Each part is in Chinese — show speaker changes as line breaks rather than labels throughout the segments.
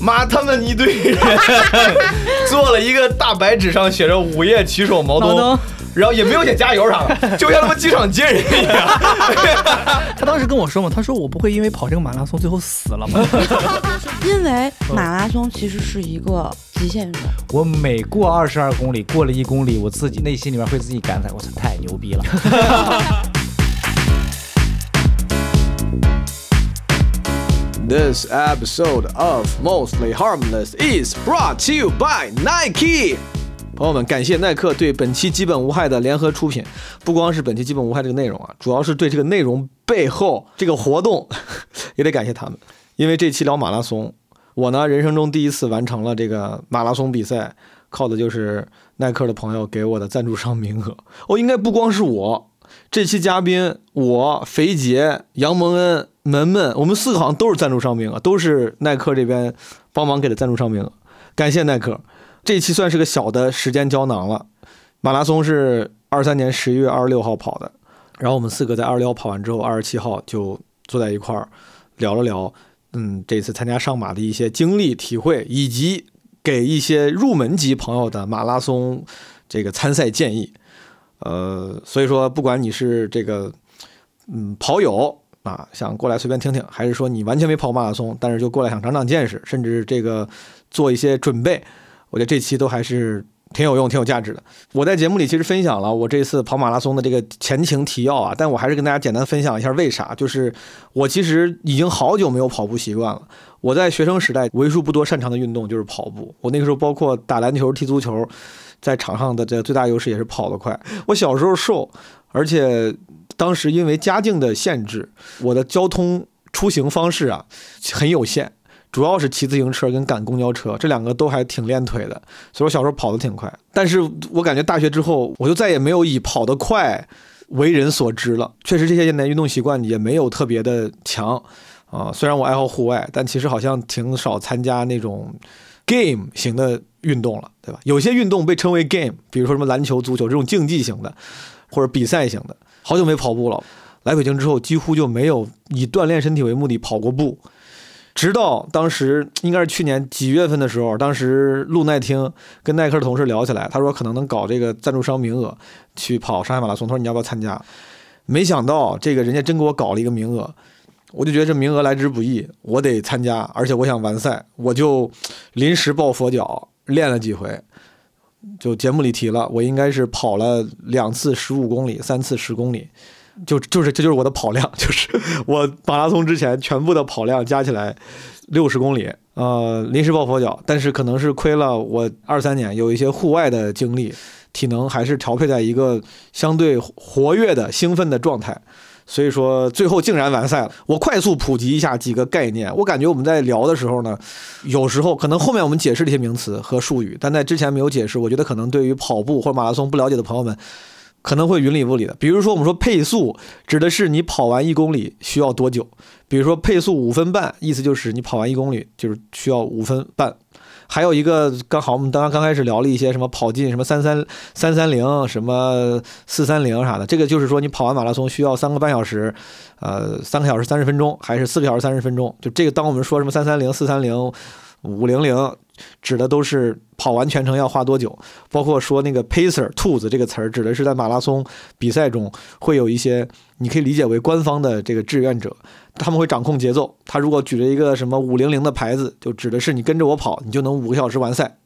妈，他们一堆 人做了一个大白纸上写着“午夜骑手毛
毛
东
东”，
然后也没有写加油啥 的，就像他妈机场接人一 样。
他当时跟我说嘛，他说我不会因为跑这个马拉松最后死了 嘛。
因为马拉松其实是一个极限运动，
我每过二十二公里，过了一公里，我自己内心里面会自己感慨，我操，太牛逼 了！
This episode of Mostly Harmless is brought to you by Nike。朋友们，感谢耐克对本期基本无害的联合出品。不光是本期基本无害这个内容啊，主要是对这个内容背后这个活动 也得感谢他们，因为这期聊马拉松，我呢人生中第一次完成了这个马拉松比赛，靠的就是耐克的朋友给我的赞助商名额。哦，应该不光是我，这期嘉宾，我肥杰、杨蒙恩、门门，我们四个好像都是赞助商名额，都是耐克这边帮忙给的赞助商名额，感谢耐克。这期算是个小的时间胶囊了。马拉松是二三年十一月二十六号跑的，然后我们四个在二十六号跑完之后，二十七号就坐在一块儿聊了聊，嗯，这次参加上马的一些经历、体会，以及给一些入门级朋友的马拉松这个参赛建议。呃，所以说不管你是这个嗯跑友啊，想过来随便听听，还是说你完全没跑马拉松，但是就过来想长长见识，甚至这个做一些准备，我觉得这期都还是挺有用、挺有价值的。我在节目里其实分享了我这次跑马拉松的这个前情提要啊，但我还是跟大家简单分享一下为啥，就是我其实已经好久没有跑步习惯了。我在学生时代为数不多擅长的运动就是跑步，我那个时候包括打篮球、踢足球，在场上的这最大优势也是跑得快。我小时候瘦，而且当时因为家境的限制，我的交通出行方式啊很有限，主要是骑自行车跟赶公交车，这两个都还挺练腿的，所以我小时候跑得挺快。但是我感觉大学之后，我就再也没有以跑得快为人所知了。确实，这些年运动习惯也没有特别的强啊、虽然我爱好户外，但其实好像挺少参加那种 game 型的运动了，对吧？有些运动被称为 game，比如说什么篮球、足球这种竞技型的，或者比赛型的。好久没跑步了，来北京之后几乎就没有以锻炼身体为目的跑过步。直到当时应该是去年几月份的时候，当时路耐听跟耐克的同事聊起来，他说可能能搞这个赞助商名额去跑上海马拉松，他说你要不要参加？没想到这个人家真给我搞了一个名额，我就觉得这名额来之不易，我得参加，而且我想完赛，我就临时抱佛脚练了几回。就节目里提了，我应该是跑了两次十五公里，三次十公里，就就是这就是我的跑量， 就是我马拉松之前全部的跑量加起来六十公里，呃，临时抱佛脚，但是可能是亏了我二三年有一些户外的经历，体能还是调配在一个相对活跃的、兴奋的状态。所以说，最后竟然完赛了。我快速普及一下几个概念。我感觉我们在聊的时候呢，有时候可能后面我们解释这些名词和术语，但在之前没有解释，我觉得可能对于跑步或者马拉松不了解的朋友们，可能会云里雾里的。比如说，我们说配速指的是你跑完一公里需要多久，比如说配速五分半，意思就是你跑完一公里就是需要五分半。还有一个，刚好我们刚刚刚开始聊了一些什么跑进什么三三三三零什么四三零啥的，这个就是说你跑完马拉松需要三个半小时，呃，三个小时三十分钟还是四个小时三十分钟？就这个，当我们说什么三三零四三零五零零，指的都是跑完全程要花多久，包括说那个 pacer 兔子这个词儿，指的是在马拉松比赛中会有一些，你可以理解为官方的这个志愿者，他们会掌控节奏。他如果举着一个什么五零零的牌子，就指的是你跟着我跑，你就能五个小时完赛。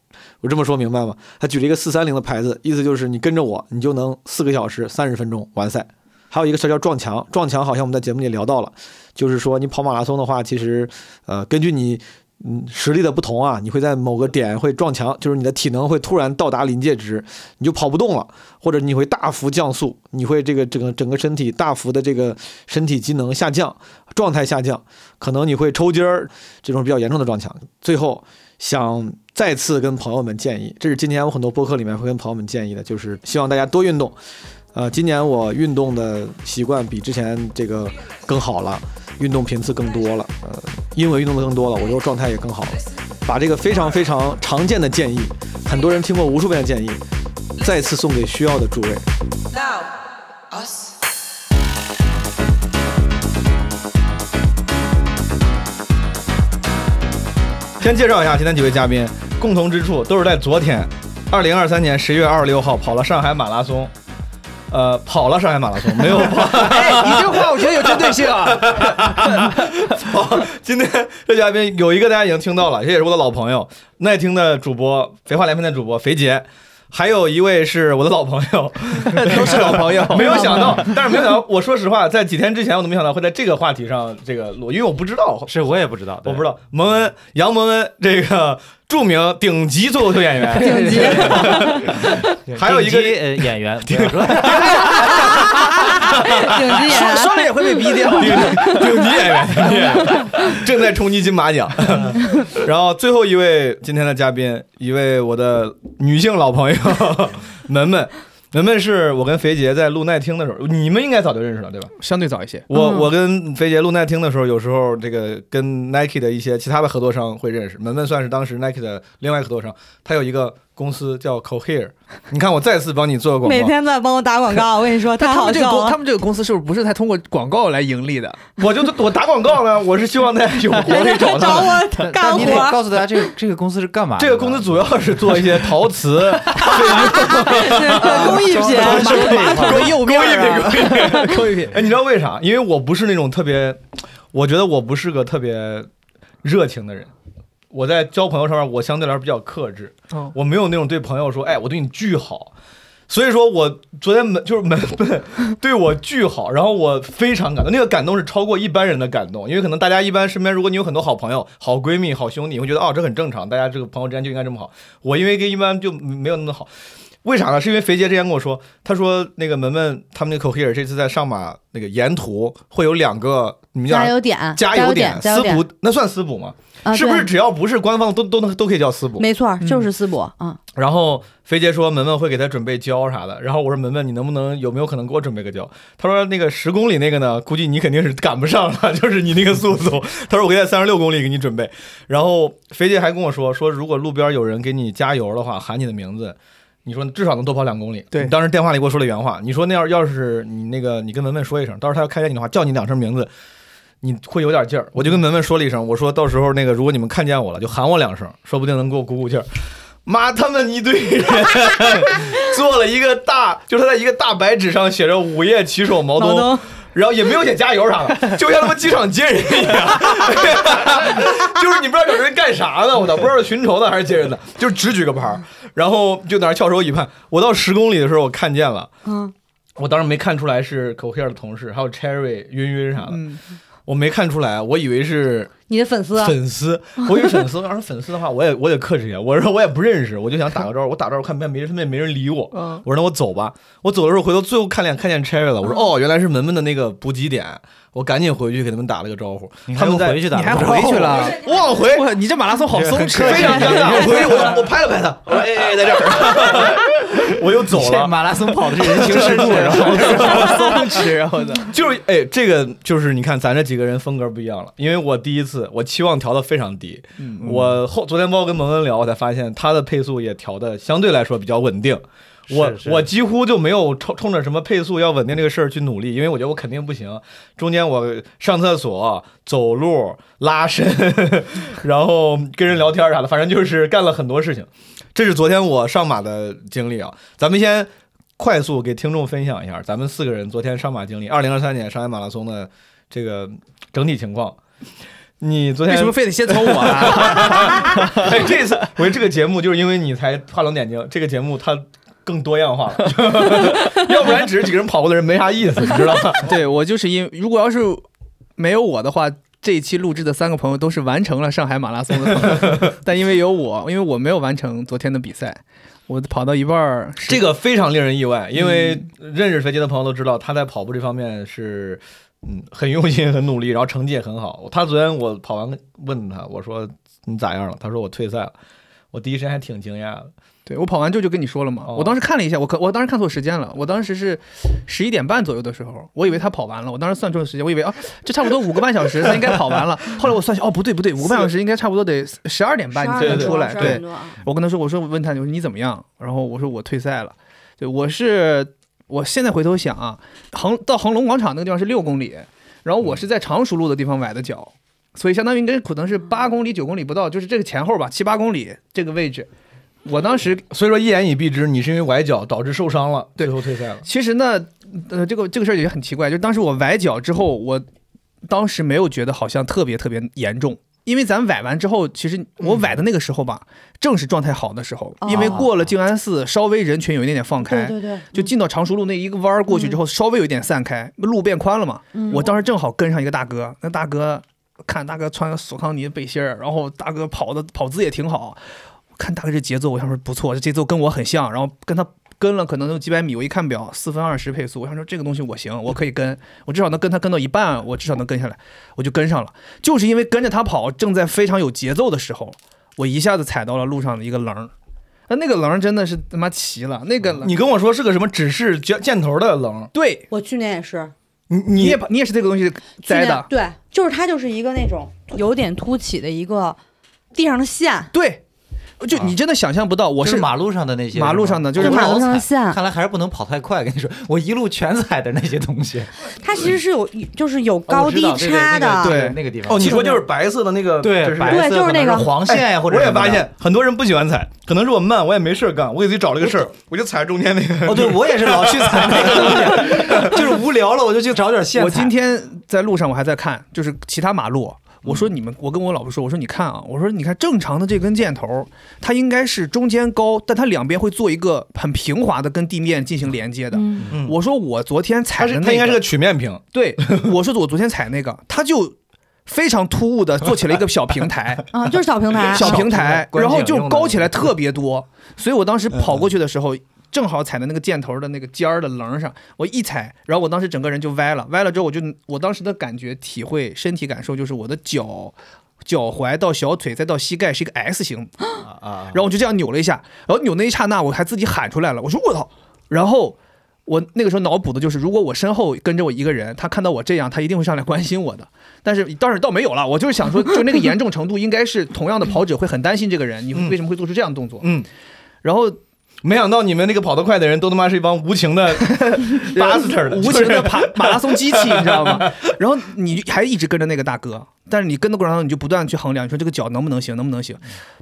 我这么说明白吗？他举了一个四三零的牌子，意思就是你跟着我，你就能四个小时三十分钟完赛。还有一个词儿叫撞墙，撞墙好像我们在节目里聊到了，就是说你跑马拉松的话，其实呃根据你嗯实力的不同啊，你会在某个点会撞墙，就是你的体能会突然到达临界值，你就跑不动了，或者你会大幅降速，你会这个整个整个身体大幅的这个身体机能下降，状态下降，可能你会抽筋儿，这种比较严重的撞墙。最后想再次跟朋友们建议，这是今年我很多播客里面会跟朋友们建议的，就是希望大家多运动。呃，今年我运动的习惯比之前这个更好了，运动频次更多了，呃，因为运动的更多了，我就状态也更好了。把这个非常非常常见的建议，很多人听过无数遍的建议，再次送给需要的诸位。
先介绍一下今天几位嘉宾，共同之处都是在昨天，二零二三年十月二十六号跑了上海马拉松。呃，跑了上海马拉松，没有跑。
哎，你这话我觉得有针对性啊。
跑哦今天这嘉宾有一个大家已经听到了，这也是我的老朋友，耐听的主播，肥话连篇的主播肥杰，还有一位是我的老朋 友，
都是老朋友
没有想到，但是没有想到，我说实话，在几天之前我都没想到会在这个话题上这个录，因为我不知道，
是我也不知道，
我
对
不知。道蒙恩杨蒙恩这个著名顶级脱口秀演员，
顶级，
还有一个
顶级呃演员，不要说
顶级
说
演
说了也会被逼掉。
顶顶级演员，顶级演员正在冲击金马奖。然后最后一位今天的嘉宾，一位我的女性老朋友 门门。门门是我跟肥杰在录耐听的时候，你们应该早就认识了，对吧？
相对早一些。
我
嗯
我跟肥姐录耐听的时候，有时候这个跟 Nike 的一些其他的合作商会认识。门门算是当时 Nike 的另外一个合作商，他有一个公司叫 Cohere。你看，我再次帮你做广
每
告，
天都在帮我打广告，我跟你说太
但他
好
们这个
笑啊
公，他
了。
们这个公司是不是不是太通过广告来盈利的？
我就我打广告呢，我是希望大家有活力找 他
找
们。
我干
但你得
活，
告诉大家，这个这个公司是干嘛的？
这个公司主要是做一些陶 瓷、
对工艺品，
马马桶的右边啊，
工艺品。哎，你知道为啥？因为我不是那种特别，我觉得我不是个特别热情的人。我在交朋友上面，我相对来说比较克制。
哦
我没有那种对朋友说，哎，我对你巨好。所以说我昨天门就是门门对我巨好，然后我非常感动，那个感动是超过一般人的感动，因为可能大家一般身边，如果你有很多好朋友、好闺蜜、好兄弟，你会觉得哦这很正常，大家这个朋友之间就应该这么好。我因为跟一般就没有那么好，为啥呢？是因为肥杰之前跟我说，他说那个门门他们那个 Cohere 这次在上马那个沿途会有两个你们叫啥
加油点，
加
油
点
加
私
油点，
补，那算私补吗？
啊
是不是
对
只要不是官方都都能都可以叫私补？
没错，就是思博啊，
然后肥杰说门门会给他准备胶啥的，然后我说门门你能不能有没有可能给我准备个胶？他说那个十公里那个呢，估计你肯定是赶不上了， 就是你那个速度。他说我可以在三十六公里给你准备。然后肥杰还跟我说说如果路边有人给你加油的话，喊你的名字。你说至少能多跑两公里。
对
你当时电话里给我说了原话，你说那要要是你那个你跟文文说一声，到时候他要看见你的话，叫你两声名字，你会有点劲儿。我就跟文文说了一声，我说到时候那个如果你们看见我了，就喊我两声，说不定能给我鼓鼓劲儿。妈，他们一堆人 做了一个大，就是他在一个大白纸上写着“午夜骑手毛
毛
东”，
东
然后也没有写加油啥的，就像他妈机场接人一样， 就是你不知道找人干啥呢，我操，不知道是寻仇呢还是接人的，就是只举个牌儿，然后就在那儿翘首以盼。我到十公里的时候，我看见了，
嗯，
我当时没看出来是 Cohere 的同事，还有 Cherry、晕晕啥的，
嗯，
我没看出来，我以为是
你的粉丝啊，
粉 丝，我有粉丝，要是粉丝的话，我也我得克制一下。我说我也不认识，我就想打个招呼，我打招呼看没没人，他们也没人理我。
嗯
我说那我走吧。我走的时候回头最后看脸看见 Cherry 了，我说哦，原来是门门的那个补给点，我赶紧回去给他们打了个招呼。他们
们
在
回去打
你
的，
还回去了？
往回。
哇，哎你这马拉松好松弛，啊
非常尴尬，我回去 我我拍了拍他，我说哎哎哎，在这 儿，我又走
这
了。
马拉松跑的这人情 世故，然后
好松弛，然后呢？
就是哎，这个就是你看咱这几个人风格不一样了，因为我第一次我期望调的非常低，
嗯
我后昨天包括跟蒙恩聊，我才发现他的配速也调的相对来说比较稳定。我
是是
我几乎就没有冲冲着什么配速要稳定这个事儿去努力，因为我觉得我肯定不行。中间我上厕所、走路、拉伸， 然后跟人聊天啥的，反正就是干了很多事情。这是昨天我上马的经历啊。咱们先快速给听众分享一下咱们四个人昨天上马经历，二零二三年上海马拉松的这个整体情况。你昨天
为什么非得先从我啊？
哎，这次我觉得这个节目就是因为你才画龙点睛，这个节目它更多样化了， 要不然只是几个人跑过的人没啥意思，你知道吗？
对我就是因，如果要是没有我的话。这一期录制的三个朋友都是完成了上海马拉松的朋友，但因为有我，因为我没有完成昨天的比赛，我跑到一半儿是，
这个非常令人意外，因为认识肥杰的朋友都知道，他在跑步这方面是。嗯，很用心， 很努力，然后成绩也很好。他昨天我跑完问他，我说你咋样了？他说我退赛了。我第一时间还挺惊讶的。
对我跑完之后就跟你说了嘛，
哦
我当时看了一下，我可我当时看错时间了，我当时是十一点半左右的时候，我以为他跑完了，我当时算错了时间，我以为啊，这差不多五个半小时他应该跑完了，后来我算一下，哦不对不对，五个半小时应该差不多得十二点半你才能
对
出来，
12
对
点，多啊
我跟他说，我说我问他，我说你怎么样？然后我说我退赛了。对，我是我现在回头想啊，恒到恒隆广场那个地方是六公里，然后我是在常熟路的地方崴的脚，所以相当于跟可能是八公里、九公里不到，就是这个前后吧，七八公里这个位置。我当时
所以说一言以蔽之，你是因为崴脚导致受伤了，
对
最后退赛了。
其实呢，呃，这个这个事儿也很奇怪，就是当时我崴脚之后，我当时没有觉得好像特别特别严重，因为咱崴完之后，其实
嗯
我崴的那个时候吧，正是状态好的时候，因为过了静安寺，稍微人群有一点点放开，
哦对对对，
就进到常熟路那一个弯儿过去之后，稍微有点散开，路变宽了嘛。我当时正好跟上一个大哥，那大哥看大哥穿个索康尼的背心儿，然后大哥跑的跑姿也挺好，看大哥这节奏，我想说不错，这节奏跟我很像，然后跟他。跟了可能有几百米，我一看表，四分二十配速，我想说这个东西我行，我可以跟，我至少能跟他跟到一半，我至少能跟下来，我就跟上了。就是因为跟着他跑，正在非常有节奏的时候，我一下子踩到了路上的一个棱儿，那那个棱儿真的是他妈齐了，那个棱儿
你跟我说是个什么指示箭箭头的棱，
对
我去年也是
你
你
你
也你也是这个东西
去
栽
年
的，
对，就是它就是一个那种有点凸起的一个地上的线，
对，就你真的想象不到，我
我
是
是马路上的那些
马路上的就是
马路
老
上的
踩
线
看来还是不能跑太快。跟你说， 我一路全踩的那些东 西，
它其实是有就是有
哦
高
我
低
知道对对
差的，
那个
对
那个地方。
哦，你说就是白色的那个，就是
白
对
色
就是
可
那
能
个
黄线呀，或者
哎我也
什么
发
的
现很多人不喜欢踩，可能是我慢，我也没事儿干，我给自己找了个事儿，我就踩中间那个。
哦，对，我也是老去踩那个 东西，就是无聊了我就去找点线踩。
我今天在路上我还在看，就是其他马路。我说你们，我跟我老婆说，我说你看啊，我说你看正常的这根箭头，它应该是中间高，但它两边会做一个很平滑的跟地面进行连接的。
嗯
嗯
我说我昨天踩
它
的
是
那
它
个，
应该是个曲面屏，
对，我说我昨天踩那个，它就非常突兀的做起了一个小平台，
啊，就是小平台，
小平
台
台，
观
然
景
后就
用的嗯
高起来特别多，所以我当时跑过去的时候，正好踩在那个箭头的那个尖儿的棱上，我一踩，然后我当时整个人就歪了，歪了之后我就我当时的感觉体会身体感受就是我的脚。脚踝到小腿再到膝盖是一个 S 型，
啊，
然后我就这样扭了一下，然后扭那一刹那我还自己喊出来了，我说我操！然后我那个时候脑补的就是，如果我身后跟着我一个人，他看到我这样，他一定会上来关心我的。但是当然倒没有了，我就是想说，就那个严重程度，应该是同样的跑者会很担心这个人，你为什么会做出这样的动作？
嗯，
然后
没想到你们那个跑得快的人都他妈是一帮无情的 bastard，
无情的爬马拉松机器，你知道吗？然后你还一直跟着那个大哥，但是你跟的过程当中，你就不断地去衡量，你说这个脚能不能行，能不能行？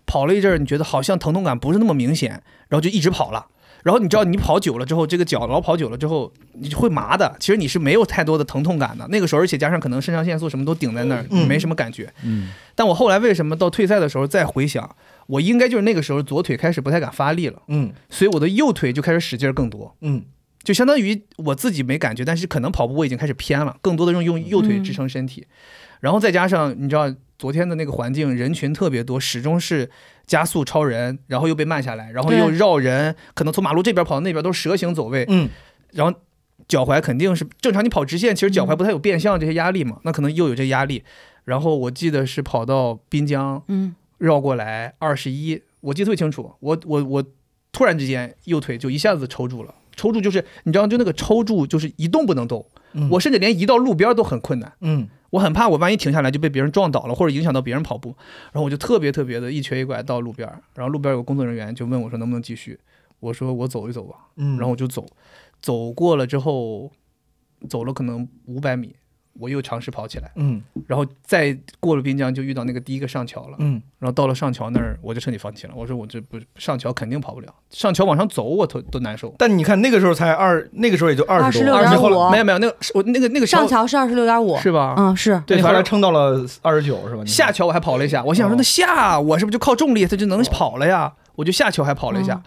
跑了一阵儿，你觉得好像疼痛感不是那么明显，然后就一直跑了。然后你知道，你跑久了之后，这个脚老跑久了之后，你就会麻的。其实你是没有太多的疼痛感的。那个时候，而且加上可能肾上腺素什么都顶在那儿，没什么感觉。
嗯，
但我后来为什么到退赛的时候再回想，我应该就是那个时候左腿开始不太敢发力了，
嗯
所以我的右腿就开始使劲儿更多。
嗯，
就相当于我自己没感觉，但是可能跑步我已经开始偏了，更多的用用右腿支撑身体，然后再加上你知道昨天的那个环境，人群特别多，始终是加速超人，然后又被慢下来，然后又
对
绕人，可能从马路这边跑到那边都是蛇形走位，
嗯，
然后脚踝肯定是正常，你跑直线其实脚踝不太有变向这些压力嘛，那可能又有这压力，然后我记得是跑到滨江，
嗯，
绕过来二十一，我记得特别清楚。我我我突然之间右腿就一下子抽住了，抽住就是你知道，就那个抽住就是一动不能动，
嗯
我甚至连移到路边都很困难。
嗯
我很怕我万一停下来就被别人撞倒了，或者影响到别人跑步，然后我就特别特别的一瘸一拐到路边儿，然后路边儿有工作人员就问我说能不能继续，我说我走一走吧，
嗯，
然后我就走，走过了之后，走了可能五百米，我又尝试跑起来，
嗯
然后再过了滨江就遇到那个第一个上桥了，
嗯
然后到了上桥那儿，我就彻底放弃了。我说我这不上桥肯定跑不了，上桥往上走我都都难受。
但你看那个时候才二，那个时候也就二十多，
26
二
然
十
后
后来
我
没有没有，那个是我那个那个
上桥是二十六点五，
是啊吧？
嗯是，
对，
对，
后
反
来
正
撑到了二十九是吧？你
下桥我还跑了一下，我心想说
哦
那下我是不是就靠重力它就能跑了呀？我就下桥还跑了一下。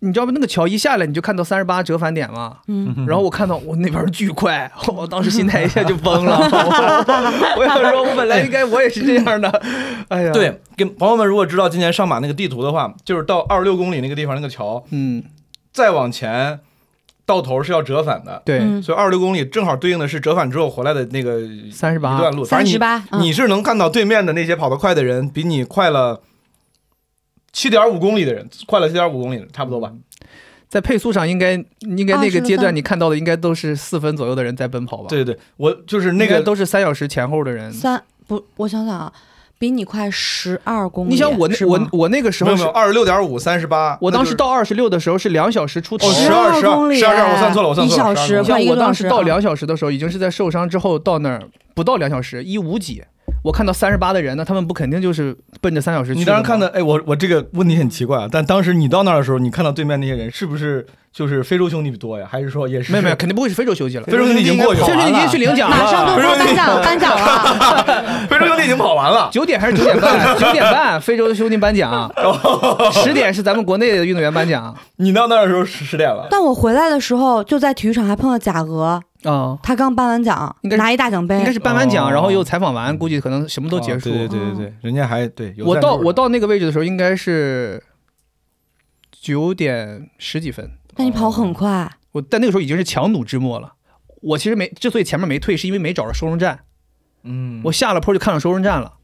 你知道吗？那个桥一下来，你就看到三十八折返点嘛。
嗯
然后我看到我那边巨快， 我当时心态一下就崩了。我我想说，我本来应该我也是这样的。哎呀，，
对，跟朋友们如果知道今年上马那个地图的话，就是到二十六公里那个地方那个桥，
嗯，
再往前到头是要折返的，
对，
嗯
所以二十六公里正好对应的是折返之后回来的那个一
三十八
段路。反正你
38嗯
你是能看到对面的那些跑得快的人比你快了七点五公里的人，快了七点五公里的人，差不多
嗯
吧？
在配速上应该应该那个
23
阶段你看到的应该都是四分左右的人在奔跑吧？，
对对，对我就是那
那个
个
都是三小时前后的人。
三不，我想想啊，比你快十二公里，
你想我
是
那
吗
我我那个时
没
候
有没
是
有，二十六点五三十八，
我当
那
时
就是
到二十六的时候是两小时出头
哦，
十
12
二
12
公里，
12我算错了我算错了
一小
12
时，啊
你
快
像
一个
我
多小
当
时
时到两小时的时候已经是在受伤之后到那儿不到两小时一五几，我看到三十八的人呢，他们不肯定就是奔着三小时去
你当时
吗
看的，哎，我我这个问题很奇怪啊，但当时你到那儿的时候，你看到对面那些人是不是就是非洲兄弟多呀？还是说也是
没有没有，肯定不会是非洲休息了，
非洲兄弟已经过去了，
非洲已经去领奖
马上
了
都。说颁奖颁奖了，
非洲兄弟已经跑完 了。
九点还是九点半？九点半，非洲兄弟颁奖。十点是咱们国内的运动员颁奖。
你到那儿的时候十十点了，
但我回来的时候就在体育场还碰到贾俄，
啊，
他刚颁完奖，
应该是
拿一大奖杯，
应该是颁完
哦
奖，然后又采访完，估计可能什么都结束
哦。对对对对对，人家还对。有
我
赞
到
助的
我到那个位置的时候，应该是九点十几分。
但你跑很快，
我但那个时候已经是强弩之末了。我其实没之所以前面没退，是因为没找着收容站。
嗯，
我下了坡就看到收容站了。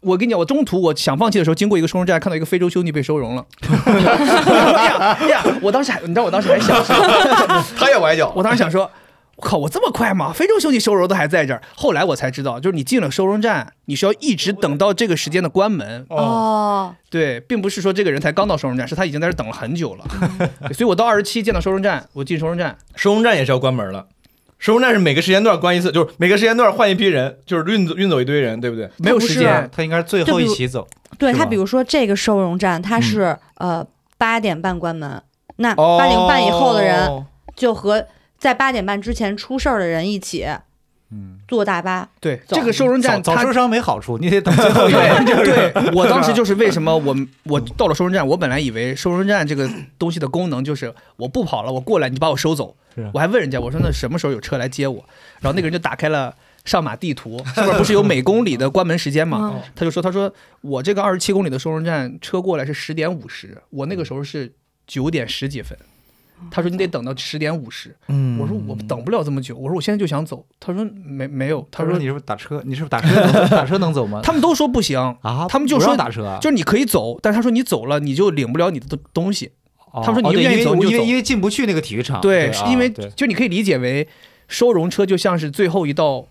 我跟你讲，我中途我想放弃的时候，经过一个收容站，看到一个非洲兄弟被收容了。 哎呀哎呀！我当时还，你知道我当时还想什么？
他也崴脚，
我当时想说，我靠，我这么快吗？非洲兄弟收容都还在这儿。后来我才知道，就是你进了收容站，你是要一直等到这个时间的关门。
哦，
哦，
对，并不是说这个人才刚到收容站，是他已经在这儿等了很久了。对所以我到二十七见到收容站，我进收容站，
收容站也是要关门了。收容站是每个时间段关一次，就是每个时间段换一批人，就是运走运走一堆人，对不对？
没有
他不
时
是
间。
他应该是最后一起走，
对
是
他，
吧
比如说这个收容站，他是、呃八点半关门，那
哦，
八点半以后的人就和在八点半之前出事儿的人一起
嗯，
坐大巴。
对，
早
这个收容站
早
它
早受伤没好处，你得等最 后一个。
对对，我当时就是为什么我我到了收容站，我本来以为收容站这个东西的功能就是我不跑了，我过来你把我收走
是。
我还问人家，我说那什么时候有车来接我？然后那个人就打开了上马地图，上面不是有每公里的关门时间吗？
嗯
他就说，他说我这个二十七公里的收容站车过来是十点五十，我那个时候是九点十几分。他说你得等到十点五十，
嗯
我说我等不了这么久，我说我现在就想走。他说没没有，他
他说
说
你是不是打车？你是不是打车能？ 打车能走吗？
他们都说不行，
啊，
他们就
不让
说
打车啊，
就是你可以走，但是他说你走了，你就领不了你的东东西。
哦
他们说
哦
你就愿
对
意
因为
走你就
因
走
为因为进不去那个体育场，
对，
啊
是因为
对
就你可以理解为收容车就像是最后一道。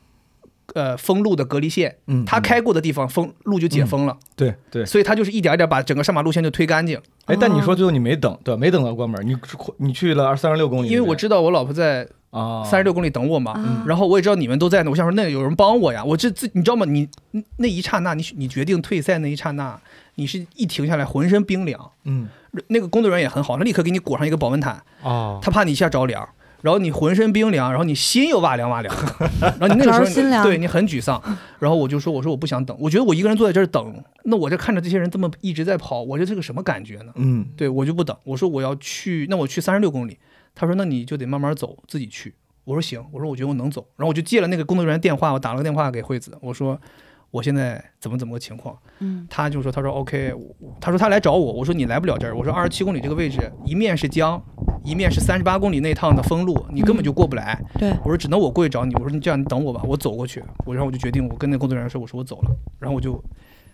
呃，封路的隔离线，
嗯
他开过的地方封路就
嗯
解封了，
对对，
所以他就是一点一点把整个上马路线就推干净。
哎，但你说最后你没等，对吧，没等到关门，你你去了二三十六公里，
因为我知道我老婆在
啊
三十六公里等我嘛，
啊
嗯然后我也知道你们都在那，我想说那有人帮我呀，我这自你知道吗？你你那一刹那，你你决定退赛那一刹那，你是一停下来浑身冰凉，
嗯
那个工作人员也很好，他立刻给你裹上一个保温毯，
哦，
他怕你一下着凉，然后你浑身冰凉，然后你心又哇凉哇凉，然后你那个时候
着心凉
对你很沮丧。然后我就说，我说我不想等，我觉得我一个人坐在这儿等，那我这看着这些人这么一直在跑，我这是个什么感觉呢？
嗯，
对我就不等，我说我要去，那我去三十六公里。他说那你就得慢慢走，自己去。我说行，我说我觉得我能走，然后我就借了那个工作人员电话，我打了个电话给惠子，我说我现在怎么怎么个情况。
嗯，
他就说：“他说 OK，我他说他来找我，我说你来不了这儿，我说二十七公里这个位置，一面是江，一面是三十八公里那趟的封路，你根本就过不来。
对，
我说只能我过去找你，我说你这样你等我吧，我走过去。我然后我就决定，我跟那工作人员说，我说我走了，然后我就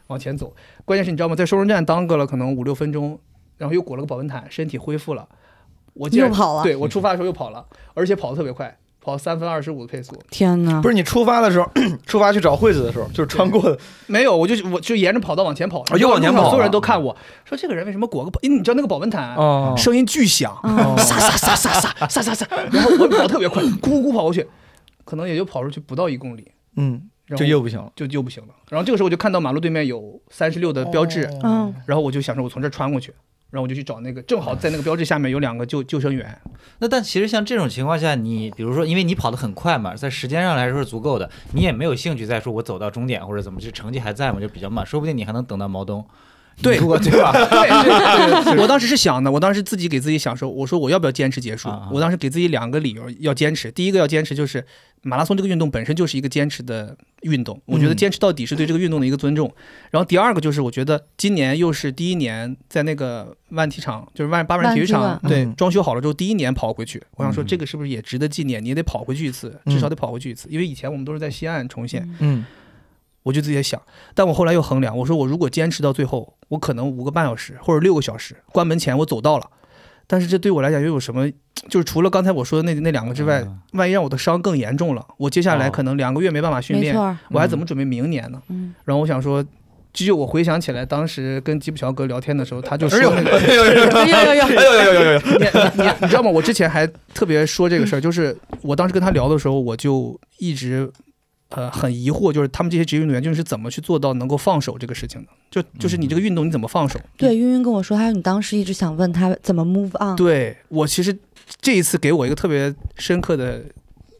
往前走。关键是你知道吗，在收容站耽搁了可能五六分钟，然后又裹了个保温毯，身体恢复了，我竟然
又跑了
对我出发的时候又跑了，而且跑得特别快，跑三分二十五的配速。
天哪！
不是你出发的时候，出发去找惠子的时候，就是穿过的，
没有，我就我就沿着跑道往前跑，
哦又往前跑
所有人都看我说这个人为什么裹个保？因为你知道那个保温毯
嗯
哦
声音巨响，
嗯
沙沙沙沙沙沙沙沙，然后我跑得特别快， 咕咕咕跑过去，可能也就跑出去不到一公里，
嗯，
然后
就又不行了。
就就不行了。然后这个时候我就看到马路对面有三十六的标志，
哦
嗯，
然后我就想着我从这儿穿过去，然后我就去找那个，正好在那个标志下面有两个救救生员，
那但其实像这种情况下，你比如说，因为你跑得很快嘛，在时间上来说是足够的，你也没有兴趣再说我走到终点或者怎么，就成绩还在嘛，就比较慢，说不定你还能等到毛东。
对
如果对吧？
对对对对，我当时是想的，我当时自己给自己想说，我说我要不要坚持结束
啊啊？
我当时给自己两个理由要坚持，第一个要坚持就是马拉松这个运动本身就是一个坚持的运动，我觉得坚持到底是对这个运动的一个尊重。然后第二个就是我觉得今年又是第一年在那个万体场，就是万八万体育
万
场
体，
万
对
嗯
装修好了之后第一年跑回去，我想说
嗯
这个是不是也值得纪念？你也得跑回去一次，
嗯
至少得跑回去一次，因为以前我们都是在西岸重现。
嗯，
我就自己在想，但我后来又衡量，我说我如果坚持到最后，我可能五个半小时或者六个小时关门前我走到了，但是这对我来讲又有什么？就是除了刚才我说的那那两个之外，
嗯
万一让我的伤更严重了，我接下来
哦
可能两个月没办法训
没
练，
错儿，
我还怎么准备明年呢？
嗯，
然后我想说，这就我回想起来，当时跟吉普乔格聊天的时候，他就说
哎呦
那
哎
个，
呦哎呦哎
哎呦 呦呦，
呦哎呦哎呦！
你你 你知道吗？我之前还特别说这个事儿，就是我当时跟他聊的时候，我就一直呃很疑惑，就是他们这些职业运动员究竟是怎么去做到能够放手这个事情的？就就是你这个运动你怎么放手？
对，晕晕跟我说，他说你当时一直想问他怎么 move on。
对我其实这一次给我一个特别深刻的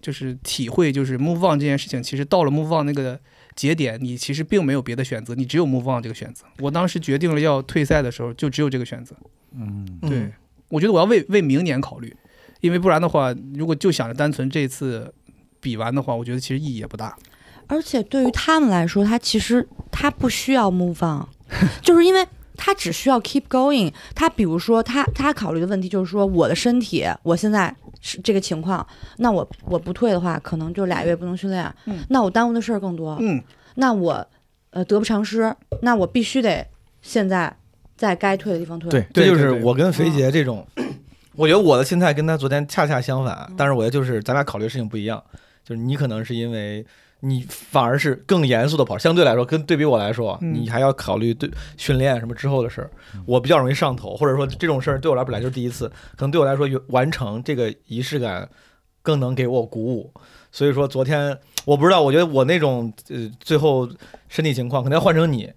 就是体会，就是 move on 这件事情，其实到了 move on 那个节点，你其实并没有别的选择，你只有 move on 这个选择。我当时决定了要退赛的时候，就只有这个选择。
嗯，
对，我觉得我要为为明年考虑，因为不然的话，如果就想着单纯这次比完的话，我觉得其实意义也不大。
而且对于他们来说，他其实他不需要 move on，就是 因为他只需要 keep going。他比如说他他考虑的问题就是说，我的身体我现在是这个情况，那我我不退的话，可能就俩月不能训练，
嗯
那我耽误的事儿更多，
嗯，
那我呃得不偿失，那我必须得现在在该退的地方退。
对，这
对
就是
对对
我跟肥 姐这种，我觉得我的心态跟她昨天恰恰相反
嗯，
但是我觉得就是咱俩考虑的事情不一样，就是你可能是因为。你反而是更严肃的跑，相对来说，跟对比我来说，啊
嗯
你还要考虑对训练什么之后的事儿。我比较容易上头，或者说这种事儿对我来本来就是第一次，可能对我来说有完成这个仪式感更能给我鼓舞。所以说昨天我不知道，我觉得我那种呃最后身体情况，可能要换成你，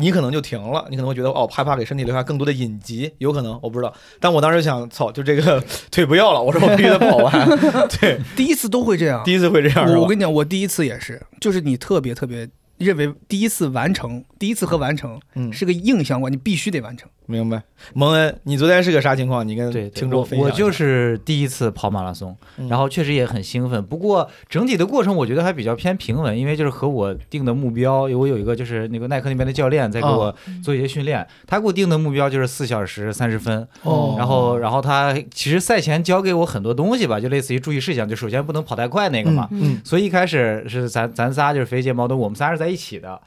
你可能就停了，你可能会觉得哦，害怕给身体留下更多的隐疾，有可能我不知道。但我当时想，操，就这个 腿不要了，我说我必须得跑完。 对，
第一次都会这样
第。一次会这样是吧
我我跟你讲，我第一次也是，就是你特别特别认为第一次完成，第一次和完成
嗯，
是个硬相关，你必须得完成。
明白。蒙恩，你昨天是个啥情况？你跟
对，对
听众
我
分享
我
一下
就是第一次跑马拉松，
嗯
然后确实也很兴奋。不过整体的过程我觉得还比较偏平稳，因为就是和我定的目标，我有一个就是那个耐克那边的教练在给
哦
啊
我做一些训练，他给我定的目标就是四小时三十分。
哦
然后然后他其实赛前教给我很多东西吧，就类似于注意事项，就首先不能跑太快那个嘛。
嗯
所以一开始是咱咱仨就是肥姐、毛东，我们仨是在一起的，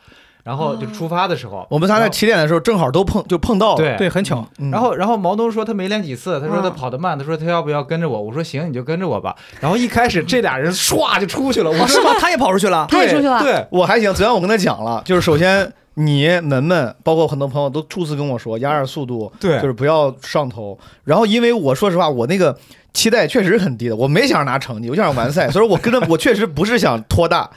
然后就出发的时
哦
候，
我们仨在
然后
起点的时候正好都碰就碰到了。
对
对，很巧。
嗯，
然后，然后毛东说他没练几次，他说他
嗯
跑得慢，他说他要不要跟着我？我说行，你就跟着我吧。然后一开始这俩人唰就出去了，我
哦，
说
是吗？他也跑出去了。
他也
对
出去了
对我还行，昨天我跟他讲了，就是首先你门门，包括很多朋友都初次跟我说压点速度，
对
就是不要上头。然后因为我说实话，我那个期待确实很低的，我没想着拿成绩，我就想完赛，所以我跟着 我确实不是想拖大。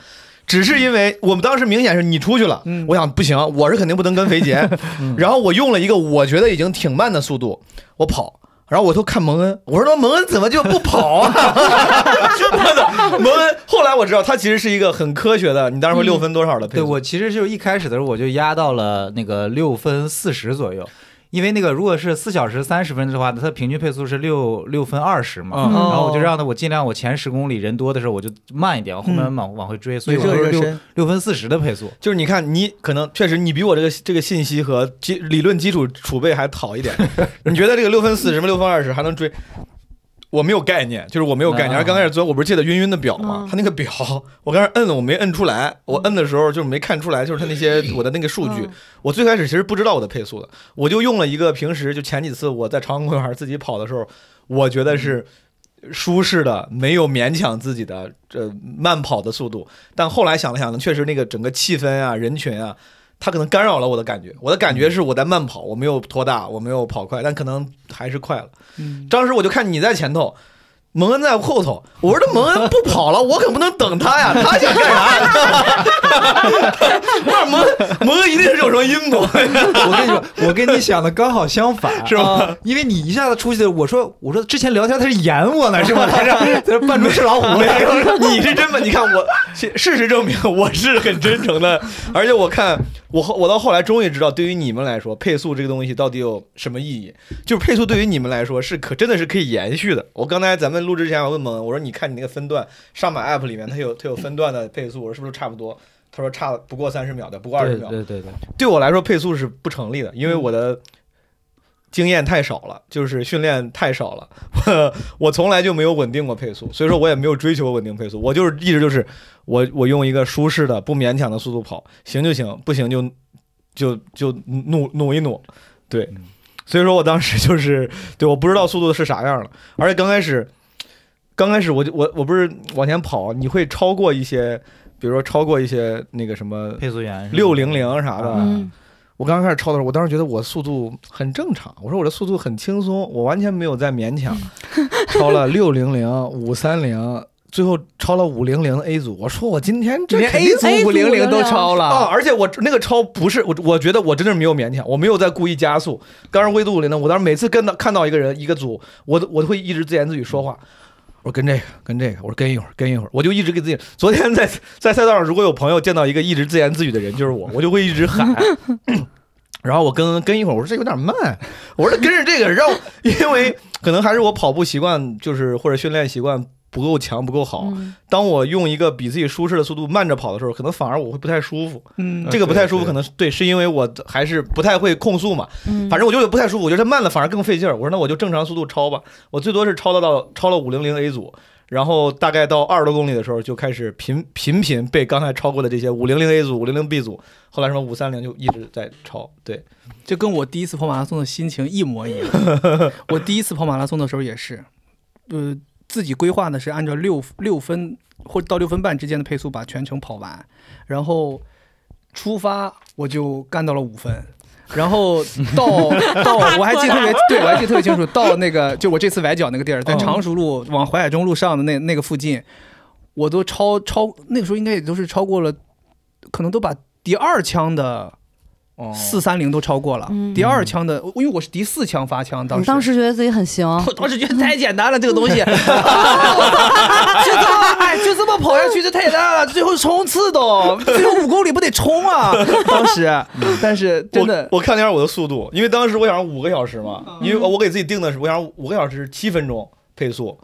只是因为我们当时明显是你出去了，
嗯
我想不行，我是肯定不能跟肥杰，然后我用了一个我觉得已经挺慢的速度，我跑，然后我都看蒙恩，我说他妈蒙恩怎么就不跑啊？ 我操！蒙恩后来我知道他其实是一个很科学的，你当时说六分多少的配
嗯对
速？
我其实就是一开始的时候我就压到了那个六分四十左右，因为那个如果是四小时三十分的话，它平均配速是六六分二十嘛。
嗯
然后我就
哦
让他，我尽量我前十公里人多的时候我就慢一点，我后面往往回追，所以
也
我
嗯是有热
都是六
身，
六分四十的配速。
就是你看，你可能确实你比我这个这个信息和基理论基础储备还好一点。你觉得这个六分四十吗？六分二十还能追？我没有概念，就是我没有概念。
啊
然后刚开始昨天我不是借的晕晕的表吗
嗯？
他那个表，我刚才摁了，我没摁出来。我摁的时候就是没看出来，就是他那些我的那个数据
嗯。
我最开始其实不知道我的配速的，我就用了一个平时就前几次我在朝阳公园自己跑的时候，我觉得是舒适的，没有勉强自己的这慢跑的速度。但后来想了想，确实那个整个气氛啊、人群啊，它可能干扰了我的感觉。我的感觉是我在慢跑，我没有拖大，我没有跑快，但可能还是快了。
嗯
当时我就看你在前头。蒙恩在后头，我说这蒙恩不跑了，我可不能等他呀，他想干啥？我说蒙恩 蒙恩一定是有什么阴谋，
我跟你 说，我跟你想的刚好相反，
是吧
啊因为你一下子出去的，我说我说之前聊天他是演我呢，是吧？他是他是扮猪吃老 虎
没
呀。
有，你是真的，你看我，事事实证明我是很真诚的，而且我看我后我到后来终于知道，对于你们来说，配速这个东西到底有什么意义？就是配速对于你们来说是可真的是可以延续的。我刚才咱们录之前我问蒙恩，我说你看你那个分段，上马 app 里面它有它有分段的配速，我说是不是差不多？他说差不过三十秒的，不过二十
对
秒。
对对对，
对我来说配速是不成立的，因
嗯
为我的经验太少了，就是训练太少了， 我我从来就没有稳定过配速，所以说我也没有追求稳定配速，我就是一直就是我我用一个舒适的、不勉强的速度跑，行就行，不行就就就努努一努，对
嗯，
所以说我当时就是对我不知道速度是啥样了，而且刚开始。刚开始我就我我不是往前跑，你会超过一些，比如说超过一些那个什么
配速员是吧
六零零啥的，
嗯，
我刚开始抄的时候，我当时觉得我速度很正常，我说我这速 度很轻松，我完全没有在勉强，抄了六零零、五三零，
最后超了五零零 A 组，我说我今天这
连
肯
A
定
组五零零都超
啊！
了，
而且我那个超不是我，我觉得我真的是没有勉强，我没有在故意加速。刚是灰度五零的，我当时每次跟到看到一个人一个组，我都我都会一直自言自语说话。我说跟这个跟这个，我说跟一会儿跟一会儿，我就一直给自己。昨天在 在赛道上，如果有朋友见到一个一直自言自语的人，就是我，我就会一直喊。 然后我跟跟一会儿，我说这有点慢，我说跟着这个，让我 因为可能还是我跑步习惯就是或者训练习惯不够强不够好，
嗯
当我用一个比自己舒适的速度慢着跑的时候，可能反而我会不太舒服。
嗯，
这个不太舒服，
对
可能是对，是因为我还是不太会控速嘛。
嗯，
反正我就觉得不太舒服，我觉得慢了反而更费劲儿。我说那我就正常速度超吧，我最多是超得到超了五零零 A 组，然后大概到二十多公里的时候就开始频频频被刚才超过的这些五零零 A 组、五零零 B 组，后来什么五三零就一直在超。对，
就跟我第一次跑马拉松的心情一模一样。 我第一次跑马拉松的时候也是，呃，自己规划的是按照六六分或者到六分半之间的配速把全程跑完，然后出发我就干到了五分。然后 到到我还记得特别对我还记得特别清楚，到那个就我这次崴脚那个地儿，在
嗯
常熟路往淮海中路上的那那个附近，我都超超那个时候应该也都是超过了，可能都把第二枪的
哦
四三零都超过了。
嗯
第二枪的，因为我是第四枪发枪，当
你
时
当时觉得自己很行，
我当时觉得太简单了，这个东 西，就这么哎，就这么跑下去，这太简单了。最后冲刺都，最后五公里不得冲 啊！当时，但是真的，
我，我看了一下我的速度，因为当时我想五个小时嘛，因为我给自己定的是，我想五个小时是七分钟配速，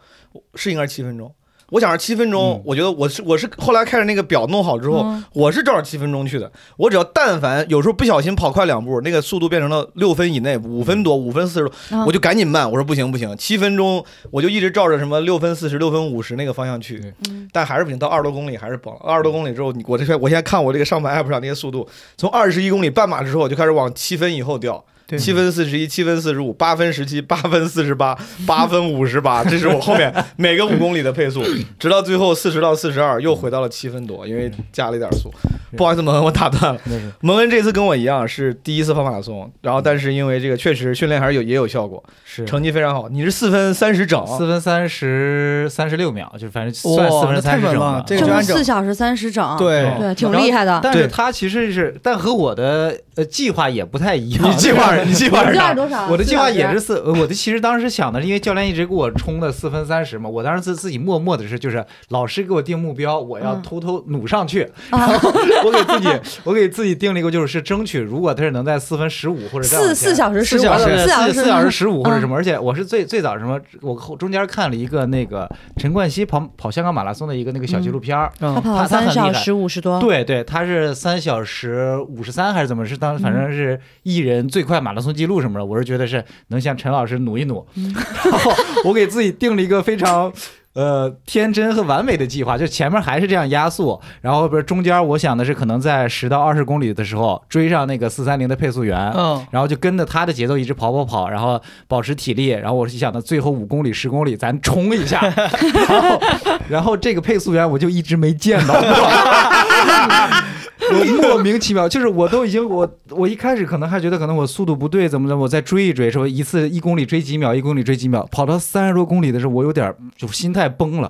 是应该是七分钟。我想是七分钟，我觉得我是我是后来开始那个表弄好之后，
嗯
我是照着七分钟去的。我只要但凡有时候不小心跑快两步，那个速度变成了六分以内，五分多，五分四十多，
嗯
我就赶紧慢。我说不行不行，七分钟我就一直照着什么六分四十、六分五十那个方向去。
嗯
但还是不行，到二十多公里还是崩了。二十多公里之后，你我这边我现在看我这个上盘 app 上那些速度，从二十一公里半马之后就开始往七分以后掉，
对
七分四十一、七分四十五、八分十七、八分四十八、八分五十八， 这是我后面每个五公里的配速，直到最后四十到四十二又回到了七分多，因为加了一点速。不好意思，蒙恩，我打断了。
那是
蒙恩这次跟我一样是第一次跑马拉松，然后但是因为这个确实训练还是有也有效果，
是
成绩非常好。你是四分三十整，
四分三十三十六秒，就反
哇
正算四分
那太
三十
稳
整
了这个
就
就按
是
照
四小时三十整，
对
对，挺厉害的。
但是
对
他其实是，但和我的呃计划也不太一样。
你 计划你计划是
你
啥
这啊是多少？
我的计划也是
四
四，呃我的其实当时想的是，因为教练一直给我冲的四分三十嘛，我当时自自己默默的是，就是老师给我定目标，我要
嗯
偷偷努上去，
小时啊
我给自己我给自己定了一个，就是争取，如果他是能在四分十五或者再往
四
前
四小时十
四
五，
小时
四小
四小时
时嗯
十五或者什么，而且我是最最早什么，我后中间看了一个那个陈冠希跑跑香港马拉松的一个那个小纪录片儿。
他
嗯，
跑了
他他很
三
厉
小
害
时五十多，
对对，他是三小时五十三还是怎么？是当反正
嗯
是一人最快马拉松记录什么的。我是觉得是能向陈老师努一努，然后我给自己定了一个非常。呃，天真和完美的计划，就前面还是这样压缩，然后不是中间我想的是可能在十到二十公里的时候追上那个四三零的配速员，
嗯，
然后就跟着他的节奏一直跑跑跑，然后保持体力。然后我是想的，最后五公里、十公里咱冲一下。 然后，然后这个配速员我就一直没见到过。 我莫名其妙，就是我都已经我我一开始可能还觉得可能我速度不对怎么的，我再追一追，说一次一公里追几秒，一公里追几秒，跑到三十多公里的时候，我有点儿就心态崩了。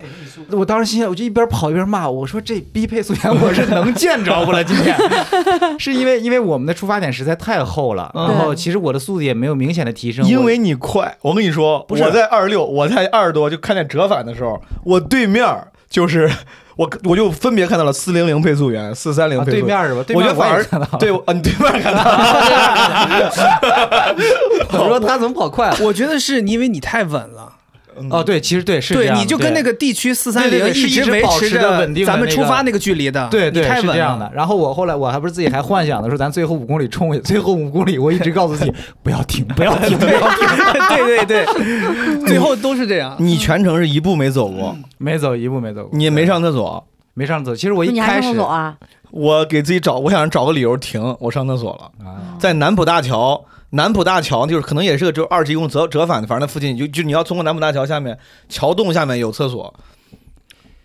我当时心想，我就一边跑一边骂，我说这逼配速员我是能见着不了今天， 是因为因为我们的出发点实在太厚了，
嗯
然后其实我的速度也没有明显的提升，
因
我
为你快，我跟你说，
不是
我在二十六，我在二十多就看见折返的时候，我对面儿就是 我，我就分别看到了四零零配速员、四三零
啊
配速
对
员。
面儿是吧？对
我
面
觉得
儿
反
也
而
看到了
对，啊，你对面儿看到了，
我说他怎么跑快了？
我觉得是因为你太稳了，
哦，对，其实对是这
对，
样的，
你就跟那个地区四三
对
零
对对是一
直
直
维
保
持
持着
着
稳定的
咱们
那
出
个
发那个距离的，
对对
你太
是
稳
这样
了
的。。然后我后来我还不是自己还幻想的说，咱最后五公里冲一，最后五公里我一直告诉 自己不要停，不要停，不要停，
对对对，最后都是这样。
你全程是一步没走 过，
每走一步 没走过，
你也没上厕所。
没上走。其实我一
你还
开
上厕
始
所啊？
我给自己找，我想找个理由停，我上厕所了。
啊，
在南浦大桥，南浦大桥就是可能也是个只有二十一公里折折返的，反正那附近就就你要通过南浦大桥下面桥洞下面有厕所，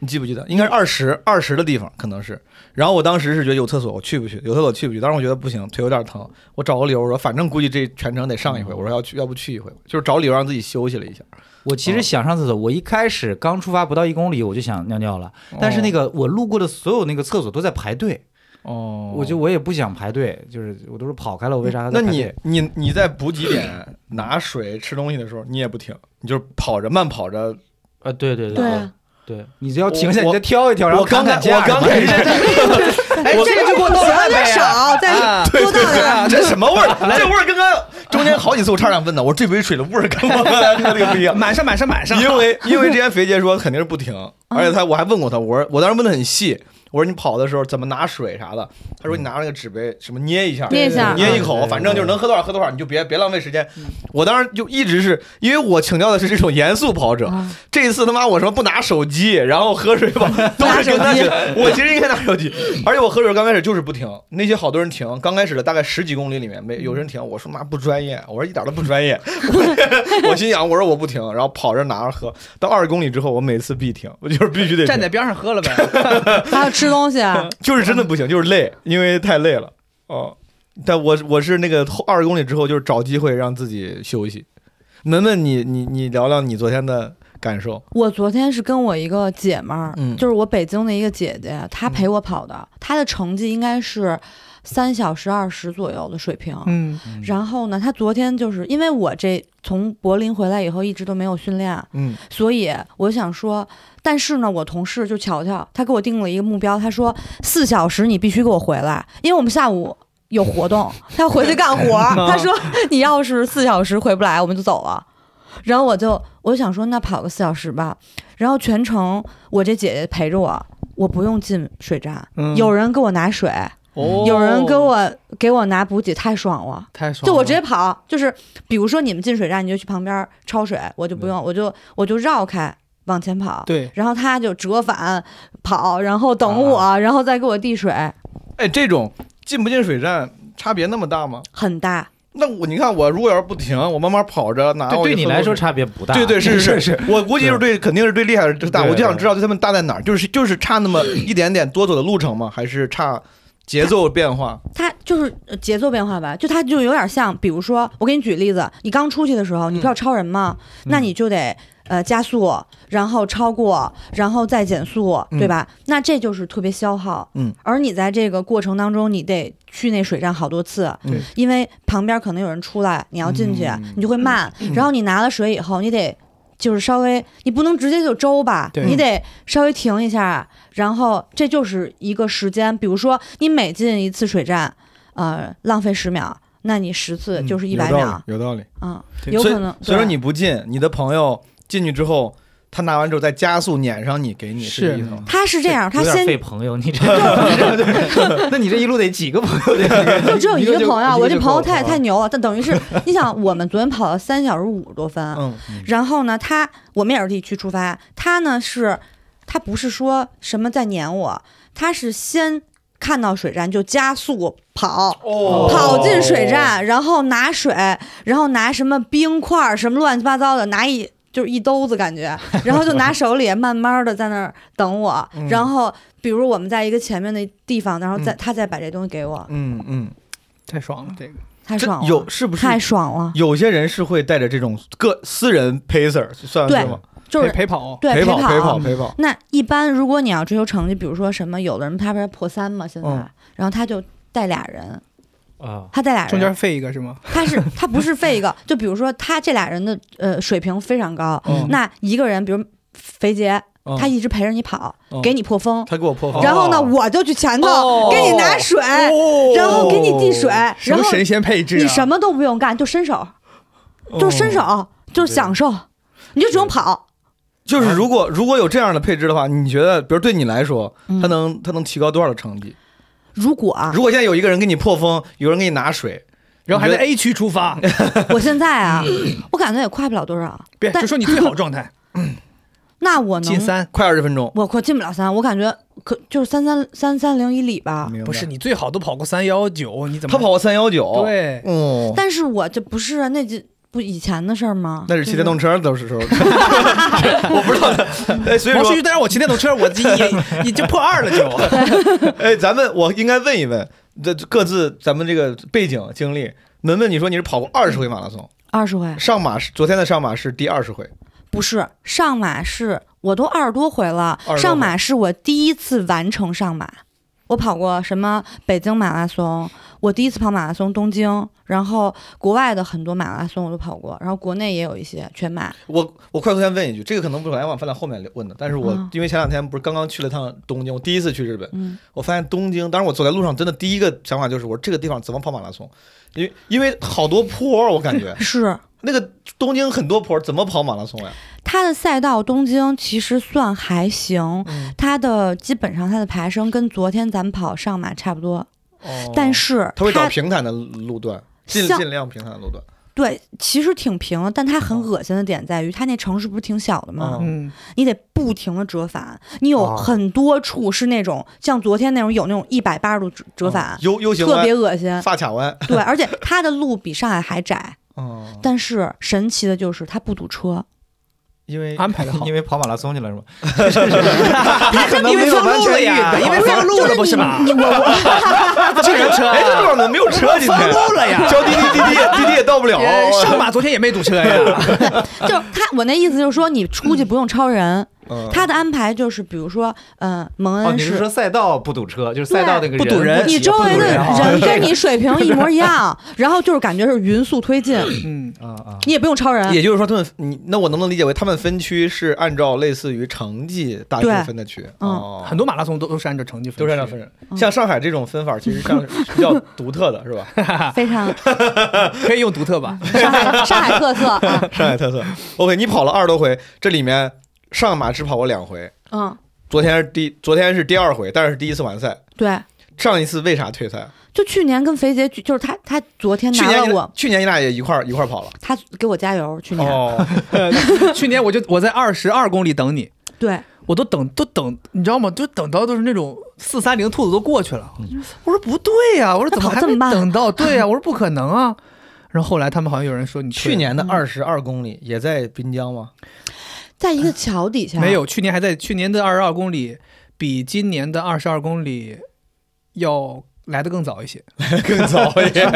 你记不记得？应该是二十二十的地方，可能是。然后我当时是觉得有厕所，我去不去？有厕所去不去？当时我觉得不行，腿有点疼，我找个理由，我说反正估计这全程得上一回，我说要去，要不去一回，就是找理由让自己休息了一下。
我其实想上厕所，我一开始刚出发不到一公里我就想尿尿了，但是那个我路过的所有那个厕所都在排队，
哦
我就我也不想排队，就是我都是跑开了，我为啥还在
那
排队？
你你你在补给点拿水吃东西的时候，你也不停，你就是跑着慢跑着。
啊，对对
对啊，
对，你只要停下，
我
你再挑一挑，然后
我刚
看
开
看价
我刚
嘛
开始，
哎，这个 就给我倒
有
三
点
杯啊！
少，再多倒 点儿。
这什么味儿？这味儿跟刚中间好几次我差点问呢，我说这杯水的味儿跟我刚才喝那个不一样。
满上满上满上，
因为因为之前肥姐说肯定是不停，而且她我还问过她，我说我当时问的很细，我说你跑的时候怎么拿水啥的，她说你拿那个纸杯什么捏一下，
捏一下嗯
捏一
嗯
口，
对
反正就是能喝多少喝多少，你就别别浪费时间。我当时就一直是因为我请教的是这种严肃跑者，
啊
这一次他妈我什么不拿手机，然后喝水吧，都是跟他学。我其实应该拿手机，而且我喝水刚开始就是不停，那些好多人停，刚开始的大概十几公里里面没有人停，我说妈不专业，我说一点都不专业， 我我心想我说我不停，然后跑着拿着喝，到二十公里之后我每次必停，我就是必须得停
站在，边上喝了呗。
还要吃东西啊，
就是真的不行，就是累，因为太累了哦。但我我是那个后二十公里之后就是找机会让自己休息。门门你你你聊聊你昨天的感受，
我昨天是跟我一个姐们儿，
嗯
就是我北京的一个姐姐，她
嗯
陪我跑的，她的成绩应该是三小时二十左右的水平。
嗯，
然后呢，她昨天就是因为我这从柏林回来以后一直都没有训练，
嗯
所以我想说，但是呢，我同事就乔乔，他给我定了一个目标，他说四小时你必须给我回来，因为我们下午。有活动，他要回去干活儿。他说：“你要是四小时回不来，我们就走了。”然后我就我想说，那跑个四小时吧。然后全程我这姐姐陪着我，我不用进水站，有人给我拿水，
嗯哦
有人给我给我拿补给，太爽了。
太爽了，
就我直接跑，就是比如说你们进水站，你就去旁边焯水，我就不用，我就我就绕开往前跑。
对
然后他就折返跑，然后等我，然后再给我递水，
哎，这种进不进水站差别那么大吗？
很大。
那我你看我如果要是不停，我慢慢跑着拿，
对，
我
对
就
你
喝
来
口
啊说
水。
差别不大。
对对是
是
是，我估计是对，肯定是对厉害的这大。
对
我就想知道他们大在哪儿，就是就是差 那么一点点多走的路程吗？还是差节奏变化？
它就是呃节奏变化吧，就它就有点像，比如说我给你举例子，你刚出去的时候，你不要超人吗？
嗯
那你就得呃加速，然后超过，然后再减速，对吧？那这就是特别消耗。
嗯，
而你在这个过程当中，你得去那水站好多次，
对
因为旁边可能有人出来，你要进去，
嗯
你就会慢。然后你拿了水以后，你得。就是稍微，你不能直接就周吧，
对
你得稍微停一下，然后这就是一个时间。比如说，你每进一次水站，呃，浪费十秒，那你十次就是一百秒，
嗯有道理。
嗯，
对
有
所以
可能。
所以说
对
你不进，你的朋友进去之后，他拿完之后再加速撵上你，给你
是
这意思吗？
他是这样，他
有点
先
费朋友，你这， 那你这一路得 几个朋友？
就只有一个朋友，我这朋友太
太
嗯
太牛了。但等 于是，你想，我们昨天跑了三小时五十多分，
嗯，
然后呢，他我们也是地区出发，他呢是，他不是说什么在撵我，他是先看到水站就加速跑。
哦
跑进水站，然后拿水，然后拿什么冰块儿，什么乱七八糟的，拿一就是一兜子 感觉，然后就拿手里慢慢的在那儿等我。
嗯
然后比如我们在一个前面的地方，然后再、他再把这东西给我，
嗯嗯，
太爽了，这个
太
这
爽了，
有是不是
太爽了，
有些人是会带着这种个私人 pacer 算
对
是吗？嗯
就是
陪陪跑，
对
陪跑
跑
陪跑陪跑，
那一般如果你要追求成绩，比如说什么，有的人他不是破三嘛，现在，
嗯
然后他就带俩人，
啊，
他带俩人，
中间废一个是吗？
他是他不是费一个，就比如说他这俩人的呃水平非常高，
哦
嗯
那一个人比如肥杰，
嗯
他一直陪着你跑，
哦
嗯
给你破风，
他给我破防。
然后呢，
哦
我就去前头给你拿水，
哦
然后给你递水，
哦什
哎然
么
后
神仙配置啊？哦
你什么都不用干，就伸手，就伸手，就是享受，你就只用跑。
就是如果如果有这样的配置的话，你觉得，比如对你来说，
嗯
他能他能提高多少的成绩？
如果啊，
如果现在有一个人给你破风，有人给你拿水，
然后还在
你觉
A 区出 发，
我现在啊，我感觉也快不了多少。
别
但
就说你最好状态
那我能
进三，
哎快二十分钟，
我快进不了三，我感觉可就是三三三三零以里吧。
明白
不是你最好都跑过三幺九，你怎么
他跑过三幺九，，
对
哦，
但是我这不是啊那就不以前的事儿吗？
那是骑
就
电动车都是时候， 我不知道的。哎，所以
王
说
旭，再让我骑电动车，我 也也就破二了就。
哎，咱们我应该问一问，这各自咱们这个背景经历。文文，你说你是跑过二十回马拉松，
二十回
上马是昨天的上马是第二十回，
不是上马是我都二十多回了
20多，回
上马是我第一次完成上马。我跑过什么北京马拉松，我第一次跑马拉松东京，然后国外的很多马拉松我都跑过，然后国内也有一些全马。
我我快速先问一句，这个可能本来往放在后面问的，但是我、
嗯
因为前两天不是刚刚去了趟东京，我第一次去日本，
嗯，
我发现东京，当时我走在路上，真的第一个想法就是我说这个地方怎么跑马拉松，因为因为好多坡儿，我感觉
是
那个东京很多坡儿，怎么跑马拉松呀？
它的赛道东京其实算还行，
嗯，
它的基本上它的爬升跟昨天咱们跑上马差不多，
哦
但是
他会找平坦的路段，尽
像
尽量平坦的路段。
对其实挺平的，但它很恶心的点在于它那城市不是挺小的吗？
嗯
嗯，
你得不停的折返，你有
哦
很多处是那种、像昨天那种有那种一百八十度折折返，
U U 型
特别
弯、。
恶心
发卡弯。
对，而且它的路比上海还窄，
嗯，
但是神奇的就是它不堵车，
因为
安排的好
因，为跑马拉松去了是吗？
你可能
因为
没有
封
完
路
全
了
预
呀，
感
啊因为封路了不是吗？这个车啊
哎，这地方怎么没有车？今
封
天
路了 呀。
叫滴滴滴滴也滴滴也到不了。
呃上马昨天也没堵车
啊
呀，
就是它我那意思就是说你出去不用超人，
嗯
它的安排就是比如说，呃，蒙
哦，
恩
你是
是
说赛道不堵车，就是赛道那个
不堵人
你周围的人跟你水平一模一样，然后就是感觉是匀速推进，
嗯，
哦
啊啊，
你也不用超人。
也就是说，他们你那我能不能理解为他们分区是按照类似于成绩大学
对
分的区？
嗯
哦
很多马拉松都都是按照成绩分，
都是按照分。人。
嗯
像上海这种分法，其实像是比 较独特的，是吧？
非常
可以用独 特吧？
上海上海特色啊，
上海特色。OK，你跑了二十多回，这里面上马只跑过两回，
嗯，
昨天是第昨天是第二回，但是是第一次完赛。
对，
上一次为啥退赛？
就去年跟肥姐，就是他，他昨天
去
拿
年
了
你
我，
去年你俩也一块儿一块儿跑了。
他给我加油。去 年、
哦，
去年我就我在二十二公里等你，
对，
我都等都等，你知道吗？就等到都是那种四三零兔子都过去了，我说不对呀、我说怎么
跑
还
这
没
么慢
等到？对呀、我说不可能啊。然后后来他们好像有人说你退了
去年的二十二公里也在滨江 吗？
在一个桥底下，
没有，去年还在去年的二十二公里比今年的二十二公里要来的更早一些。
更早一 点。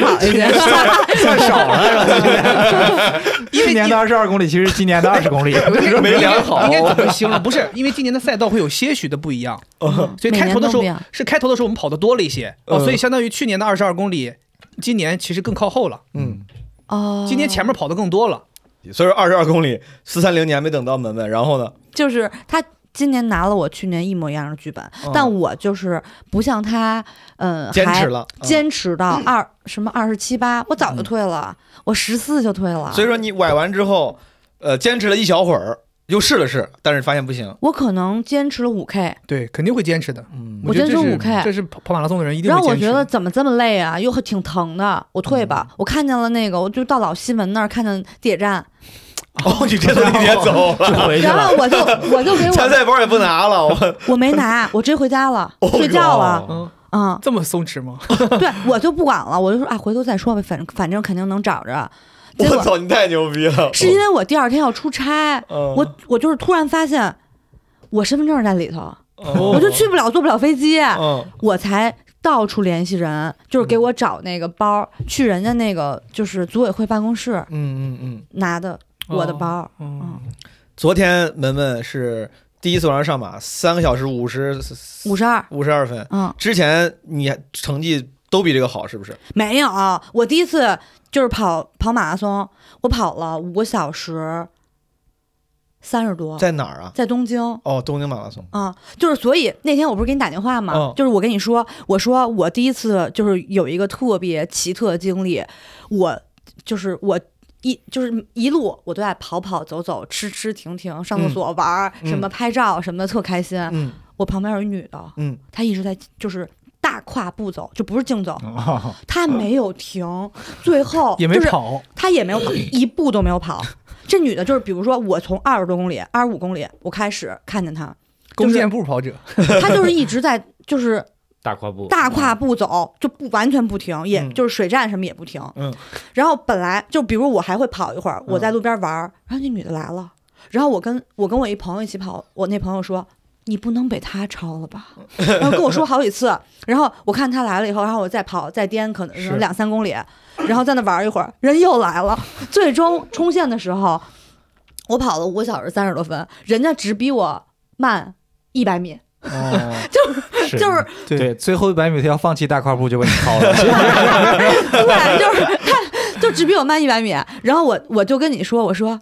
算少了是吧？去年的二十二公里，其实今年的二十 公里，
没量好
应该怎么形容？不是，因为今年的赛道会有些许的不一样，
嗯，
所以开头的时候
每年都
是开头的时候我们跑的多了一些，哦，
嗯
所以相当于去年的二十二公里，今年其实更靠后了，
嗯，
不一样哦，
今年前面跑的更多了。
所以说二十二公里四三零你还没等到门门，然后呢？
就是他今年拿了我去年一模一样的剧本，
嗯
但我就是不像他，呃，
坚持
还
了，嗯
坚持到二、什么二十七八，我早就退了，我十四就退了。
嗯所以说你崴完之后，呃，坚持了一小会儿，又试了试，但是发现不行。
我可能坚持了五 K，
对，肯定会坚持的。
嗯
我
觉得
坚
这
持
是
五 K
这是跑跑马拉松的人一定
然
会
后我
坚持。
觉得怎么这么累啊，又挺疼的，我退吧。我看见了那个，我就到老西门那儿看见地铁站，
哦，你 这从地铁走了，
回去
然
了。
后我就哎我就给
参
我
赛包也不拿了，我
我没拿，我直接回家了，睡觉了。
哦
嗯，
这么松弛吗？
对我就不管了，我就说啊，回头再说呗，反正反正肯定能找着。
哟
结
我
果
操，你太牛逼了！
是因为我第二天要出差，
嗯
我我就是突然发现我身份证在里头，
我
我就去不了，坐不了飞机，
嗯
我才到处联系人，就是给我找那个包，去人家那个就是组委会办公室
嗯嗯嗯。
拿的我的包。
嗯，
昨天门门是第一次晚上上马，三个小时五十
五十二，
五十二分。
嗯，
之前你成绩都比这个好，是不是？
没有，我第一次就是跑跑马拉松，我跑了五个小时三十多，在
在哪儿啊？
东京。
哦，东京马拉松。
啊、就是所以那天我不是给你打电话吗？
嗯
就是我跟你说，我说我第一次就是有一个特别奇特的经历，我就是我一就是一路我都在跑跑走走、吃吃停停、上厕所、玩儿、
嗯
什么拍照什么的，特开心。
嗯
我旁边有一女的，
嗯，
她一直在就是大跨步走，就不是竞走，
哦
她没有停，最后
也没
就 是
跑，
他也没有跑，一步都没有跑。这女的就是，比如说我从二十多公里、二十五公里，我开始看见她，
弓箭步跑者。
她就是一直在，就是
大跨步，
大跨步走，就不完全不停，也
嗯
就是水站什么也不停。
嗯，
然后本来就比如我还会跑一会儿，我在路边玩儿，然后那女的来了，然后我跟我跟我一朋友一起跑，我那朋友说。你不能被她超了吧？ 然后跟我说好几次，然后我看她来了以后，然后我再跑再颠，可
是
能两三公里，然后在那玩一会儿，人又来了。最终冲线的时候，我跑了五个小时三十多分，人家只比我慢一百米，
哦，
嗯是
就是
对
对，最后一百米他要放弃大跨步就把你超 了，
对，就是他就只比我慢一百米。然后我我就跟你说，我说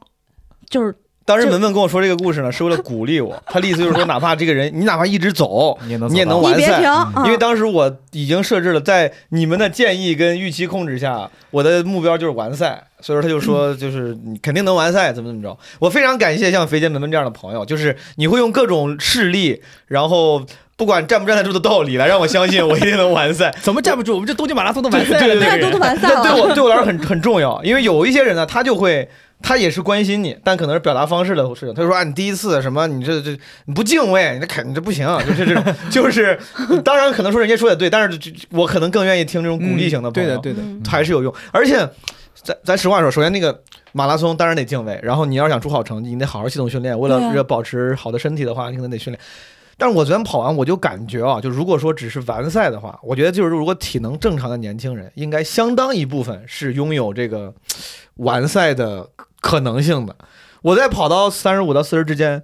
就是
当时文文跟我说这个故事呢，是为了鼓励我。他的意思 就是说，哪怕这个人，你哪怕一直走，
你也能
你也
走
能
到
你
完
别
赛
停。，嗯
因为当时我已经设置了，在你们的建议跟预期控制下，我的目标就是完赛。所以说他就说，就是你肯定能完赛，怎么怎么着。我非常感谢像肥姐、门门这样的朋友，就是你会用各种事例，然后不管站不站得住的道理来让我相信我一定能完赛。
怎么站不住？我们这东京马拉松都完
对
赛
对
了，
对
对，都都完赛
但对
了。
我对我来说很很重要，因为有一些人呢，他就会。他也是关心你，但可能是表达方式的事情。他就说啊，你第一次什么，你这这你不敬畏，你这肯你这不行，啊就是这种， 就是当然可能说人家说的对，但是就就我可能更愿意听这种鼓励型的朋
嗯对
友，
的，对的，
嗯
还是有用。而且咱咱实话说，首先那个马拉松当然得敬畏，然后你要想出好成绩，你得好好系统训练。为了
对啊
为了保持好的身体的话，你可能得训练。但是我昨天跑完，我就感觉啊，就如果说只是完赛的话，我觉得就是如果体能正常的年轻人，应该相当一部分是拥有这个完赛的可能性的。我在跑到三十五到四十之间，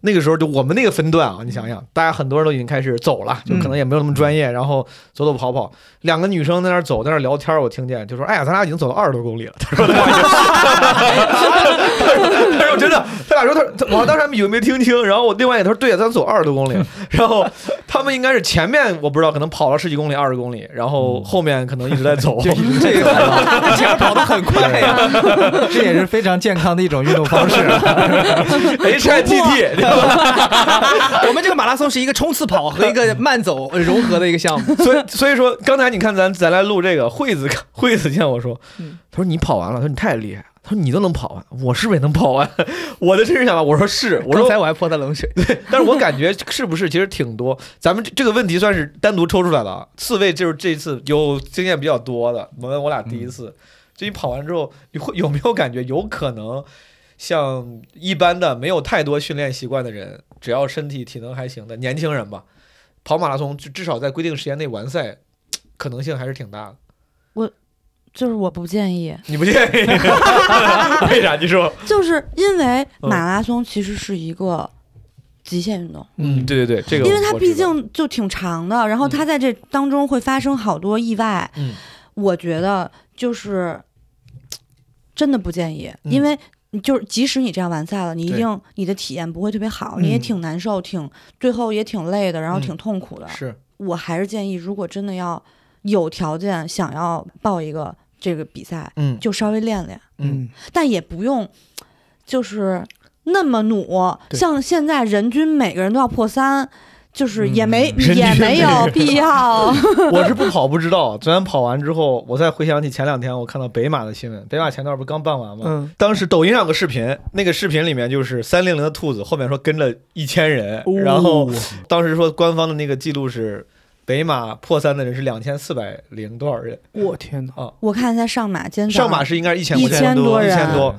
那个时候就我们那个分段啊，你想想，大家很多人都已经开始走了，
嗯
就可能也没有那么专业，然后走走跑跑，两个女生在那儿走，在那儿聊天，我听见就说：“哎呀，咱俩已经走了二十多公 里了。”她说：“她说她说真的，他俩说他他我当时还以为没听清，然后我另外一个他说：“对呀，咱走二十多公 里。”然后他们应该是前面我不知道，可能跑了十几公里、二十公里，然后后面可能一直在走。
就一直这个
前面跑得很快呀。
这也是非常健康的一种运动方式。，
H I T T，
我们这个马拉松是一个冲刺跑和一个慢走呃融合的一个项 目。
所以所以说，刚才你看咱咱来录这个，惠子惠子见我说，他说你跑完了，他说你太厉害了，他说你都能跑完，我是不是也能跑完？ 我的真是想法，我说是，我
刚
说
才我还泼他冷水，
但是我感觉是不是其实挺多，咱们这这个问题算是单独抽出来的啊。刺猬就是这次有经验比较多的，我们我俩第一次，就你跑完之后，你会有没有感觉有可能像一般的没有太多训练习惯的人，只要身体体能还行的年轻人吧，跑马拉松至至少在规定时间内完赛，可能性还是挺大 的。
就是我不建议，
你 不介意？为啥？你说？
就是因为
嗯
马拉松其实是一个极限运动，
嗯，对对对，这个
因为它
我知
毕
道
竟就挺长的，然后它在这当中会发生好多意外。
嗯
我觉得就是真的不建议，
嗯
因为你就是即使你这样完赛了，你一
对
定你的体验不会特别好，你也
嗯
挺难受，挺最后也挺累的，然后
嗯
挺痛苦的。
是
我还是建议，如果真的要有条件想要报一个这个比赛，
嗯
就稍微练练，
嗯，
但也不用就是那么努。
对
像现在人均每个人都要破三。就是也没、
人
也
均
没
每个
有
人
必要，
我是不跑不知道，昨天跑完之后，我再回想起前两天我看到北马的新闻，北马前段不是刚办完吗？
嗯，
当时抖音上有个视频，那个视频里面就是三六零的兔子，后面说跟了一千人，
哦
哦
然后当时说官方的那个记录是北马破三的人是两千四百零多少人，
我天哪，
我看在上马今天早
上
上
马是应该是一千
啊一千多
一
人
千多，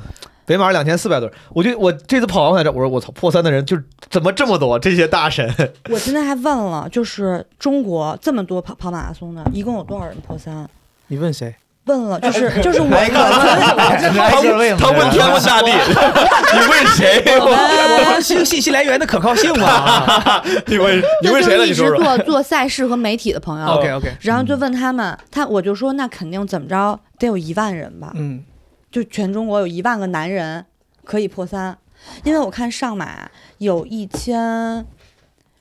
北马是两千四百多人。我就我这次跑完我才知道，我说我操，破三的人就怎么这么多？这些大 神，
我今天还问了，就是中国这么多跑跑马拉松的，一共有多少人破三？
你问谁？
问了，就 是就是我
哎
我
他问 他问天问 大地，你问谁？
我还信信息来源的可靠性嘛
你问你
问
问谁了？
就
你
一
说
直
说。
做做赛事和媒体的朋友，
啊？OK OK，
然后就问他们，他我就说那肯定怎么着得有一万人吧，
嗯，
就全中国有一万个男人可以破三，因为我看上马有一千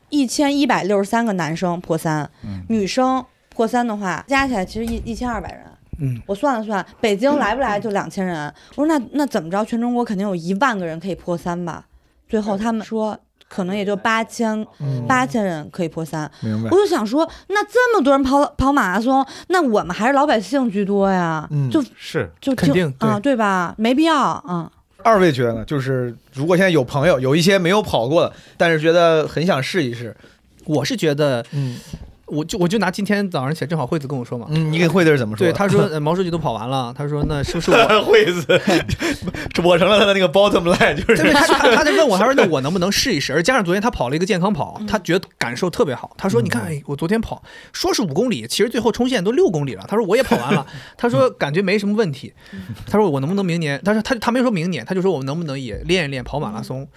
一千一百六十三个男生破三，女生破三的话加起来其实一一千二百人。
嗯，
我算了算，北京来不来就两千人。我说那那怎么着，全中国肯定有一万个人可以破三吧？最后他们说可能也就八千
嗯
嗯
八千人可以破三。
明白
我就想说，那这么多人跑跑马拉松，那我们还是老百姓居多呀，
嗯
就是就
肯
就
定对
啊、对吧？没必要啊、
二位觉得呢？就是如果现在有朋友有一些没有跑过的，但是觉得很想试一试，
我是觉得
嗯
我就我就拿今天早上起来正好惠子跟我说嘛，
嗯，你给惠子是怎么说
对，
的？
他说、呃毛书记都跑完了，他说那是不是我？
惠子，我成了他的那个 bottom line，就
对，
是
他他他就问我，他说那我能不能试一试？而加上昨天他跑了一个健康
嗯
跑，他觉得感受特别好。他说你看，哎，我昨天跑说是五公里，其实最后冲线都六公里了。他说我也跑完 了，他说感觉没什么问题。
嗯
他说我能不能明年？他说他他没说明年，他就说我能不能也练一练跑马拉
嗯
松。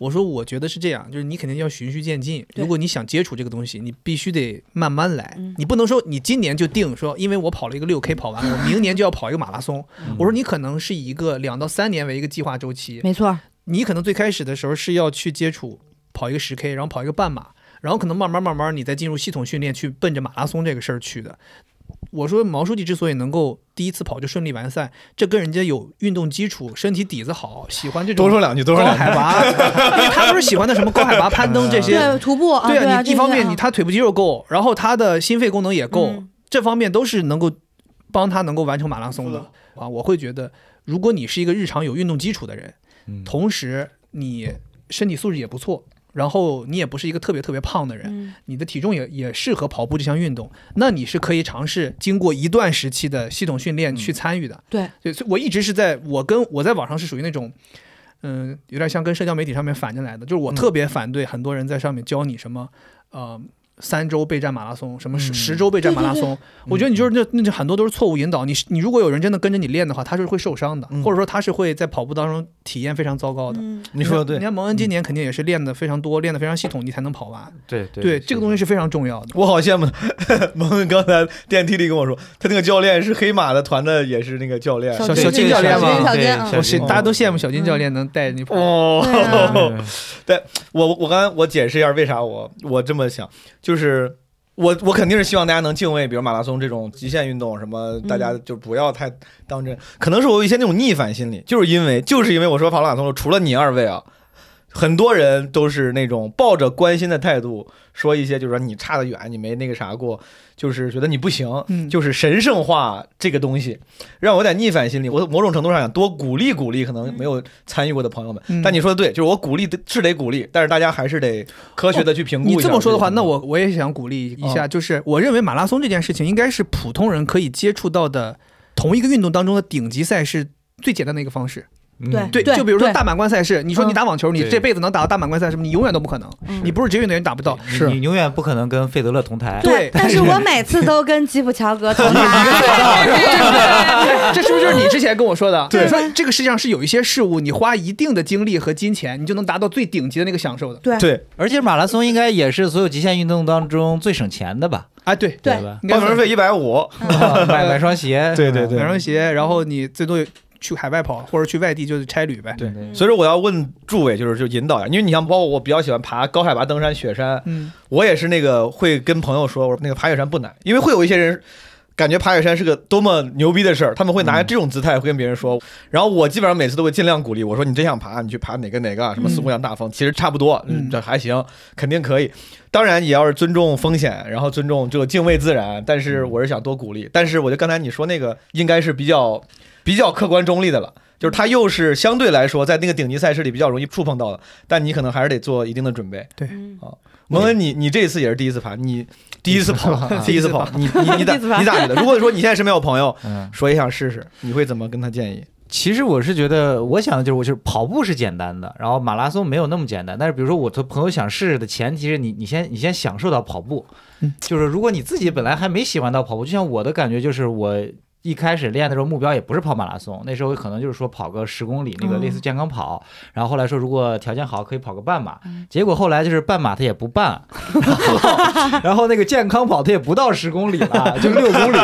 我说，我觉得是这样，就是你肯定要循序渐进。
对
如果你想接触这个东西，你必须得慢慢来。
嗯
你不能说你今年就定说，因为我跑了一个六 K 跑完了，我明年就要跑一个马拉松。
嗯
我说你可能是以一个两到三年为一个计划周期，
没错，
你可能最开始的时候是要去接触跑一个十 K，然后跑一个半马，然后可能慢慢慢慢你再进入系统训练，去奔着马拉松这个事儿去的。我说毛书记之所以能够第一次跑就顺利完赛，这跟人家有运动基础、身体底子好，喜欢这种
多说两句，多说
高
两句。
海拔，因为他不是喜欢的什么高海拔攀登这些，
对徒步啊，
对
啊，
你一方面你
他
他腿部肌肉够，然后他的心肺功能也够，
嗯
这方面都是能够帮他能够完成马拉松的啊。我会觉得，如果你是一个日常有运动基础的人，
嗯
同时你身体素质也不错，然后你也不是一个特别特别胖的
嗯
人，你的体重也也适合跑步这项运动，那你是可以尝试经过一段时期的系统训练去参与的。
对，
对，所以我一直是在我跟我在网上是属于那种，嗯、有点像跟社交媒体上面反着来的，就是我特别反对很多人在上面教你什么，呃，三周备战马拉松，什么十、十周备战马拉松，我觉得你就是那那就很多都是错误引导。你是你如果有人真的跟着你练的话，他是会受伤的，或者说他是会在跑步当中体验非常糟糕的。
嗯，
你说的对，
你看蒙恩今年肯定也是练的非常多，练的非常系统，你才能跑完。
对对
对，这个东西
西
是非常重要的。
我好羡慕 他。蒙恩刚才电梯里跟我说，他那个教练是黑马的团的，也是那个教练。
小
小小
金
金教练
小金
嘛
小金嗯
我是
金
大家都羡慕小金教练能带着你跑。
哦，
对啊
我我刚才我解释一下为啥我我这么想，就是我我肯定是希望大家能敬畏，比如马拉松这种极限运动，什么大
嗯
家就不要太当真。可能是我有一些那种逆反心理，就是因为就是因为我说跑马拉松，除了你二位啊。很多人都是那种抱着关心的态度说一些，就是说你差得远，你没那个啥过，就是觉得你不行，
嗯
就是神圣化这个东西，让我有点逆反心理。我某种程度上想多鼓励鼓励可能没有参与过的朋友们。
嗯
但你说的对，就是我鼓励的是得鼓励，但是大家还是得科学的去评估一
你
下、
这么说的话，那我我也想鼓励一下，
嗯
就是我认为马拉松这件事情应该是普通人可以接触到的同一个运动当中的顶级赛事。最简单的一个方式，
嗯对
对，嗯就比如说
对
大满贯赛事，你说你
嗯
打网球，你
对
这辈子能打到大满贯赛事吗？你永远都不可能，
嗯
你不是职业 运动员打不到。
你你永远不可能跟费德勒同台。
对
但是我每次都跟吉普乔格 同台，
这是不是就是你之前跟我说的？对，说这个世界上是有一些事物，你花一定的精力和金钱，你就能达到最顶级的那个享受的。
对
对
而且马拉松应该也是所有极限运动当中最省钱的吧？
啊，对，
对
吧？
应该哎
报名费一百五，
啊买买双鞋， 嗯
对对对
买双鞋，然后你最多去海外跑，或者去外地就是差旅呗。
对，
所以说我要问诸位，就是就引导一下，因为你像包括我比较喜欢爬高海拔登山、雪山，
嗯，
我也是那个会跟朋友说，我说那个爬雪山不难，因为会有一些人。感觉爬雪山是个多么牛逼的事儿，他们会拿这种姿态会跟别人说。然后我基本上每次都会尽量鼓励我说：“你真想爬，你去爬哪个哪个啊，什么四姑娘大峰，其实差不多，嗯
嗯
这还行，肯定可以。当然也要是尊重风险，然后尊重这个敬畏自然。但是我是想多鼓励。但是我觉得刚才你说那个应该是比较比较客观中立的了，就是它又是相对来说在那个顶级赛事里比较容易触碰到的，但你可能还是得做一定的准备。
嗯
蒙恩，你你这次也是第一次爬，你第一次跑， 第一次跑，你你你咋
第一次爬
你咋觉得？如果说你现在身边有 朋友
嗯，
说也想试试，你会怎么跟他建议？
其实我是觉得，我想的就是，我就是跑步是简单的，然后马拉松没有那么简单。但是比如说，我的朋友想试试的前提是你，你先你先享受到跑步，
嗯
就是如果你自己本来还没喜欢到跑步，就像我的感觉就是我。一开始练的时候，目标也不是跑马拉松，那时候可能就是说跑个十公里，那个
嗯
嗯
类似健康跑。然后后来说，如果条件好，可以跑个半马。结果后来就是半马他也不办， 然后然后那个健康跑他也不到十公里了，就六公里。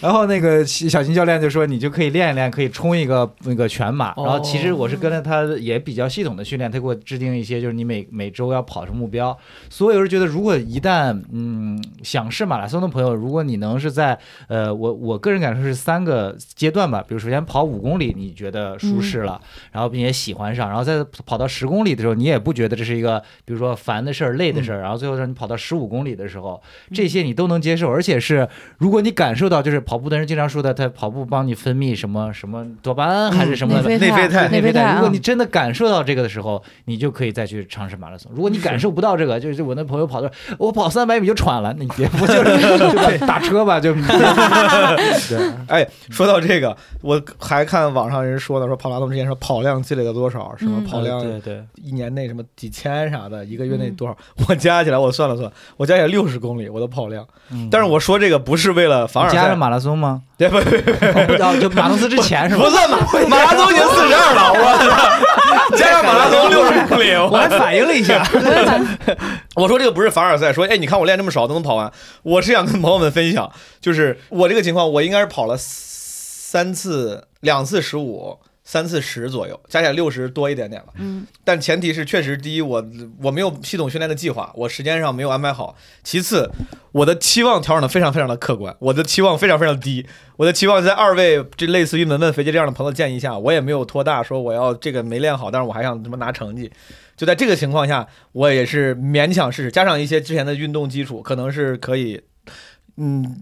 然后那个小小金教练就说，你就可以练一练，可以冲一个那个全马。然后其实我是跟着他也比较系统的训练，他给我制定一些就是你每每周要跑什么目标。所以我是觉得，如果一旦嗯想试马拉松的朋友，如果你能是在呃我我个人感受是是三个阶段吧。比如首先跑五公里，你觉得舒适了，然后并且喜欢上，然后再跑到十公里的时候，你也不觉得这是一个比如说烦的事儿、累的事儿，然后最后让你跑到十五公里的时候，这些你都能接受，而且是如果你感受到就是跑步的人经常说的，他跑步帮你分泌什么什么多巴胺还是什么
内啡
的。
内啡肽
内啡肽
如果
啊
你，真的感受到这个的时候，你就可以再去尝试马拉松。如果你感受不到这个，就是我那朋友跑的，我跑三百米就喘了，你别不就 是就打打车吧，就对
哎，说到这个，我还看网上人说的，说跑马拉松之前说跑量积累了多少，什么
嗯
跑量
对对，
一年内什么几千啥的，一个月内
嗯
多少， 我加起来我算了算，我加起来六十公里我的跑量。但是我说这个不是为了凡尔
嗯你加上
赛，
马拉松吗？
对不不
哦不哦就马拉松之前是吧
不？算马 马拉松已经四十二了，我操， 加上马拉松六十公里，
我
我
还反应了一下，
我说这个不是凡尔赛，说哎，你看我练这么少都能跑完，我是想跟朋友们分享，就是我这个情况，我应该是跑了三次，两次十五，三次十左右，加起来六十多一点点了。
嗯，
但前提是，确实第一，我我没有系统训练的计划，我时间上没有安排好；其次，我的期望调整的非常非常的客观，我的期望非常非常低。我的期望在二位这类似于门问肥姐这样的朋友的建议下，我也没有拖大，说我要这个没练好，但是我还想他妈拿成绩。就在这个情况下，我也是勉强试试，加上一些之前的运动基础，可能是可以。嗯，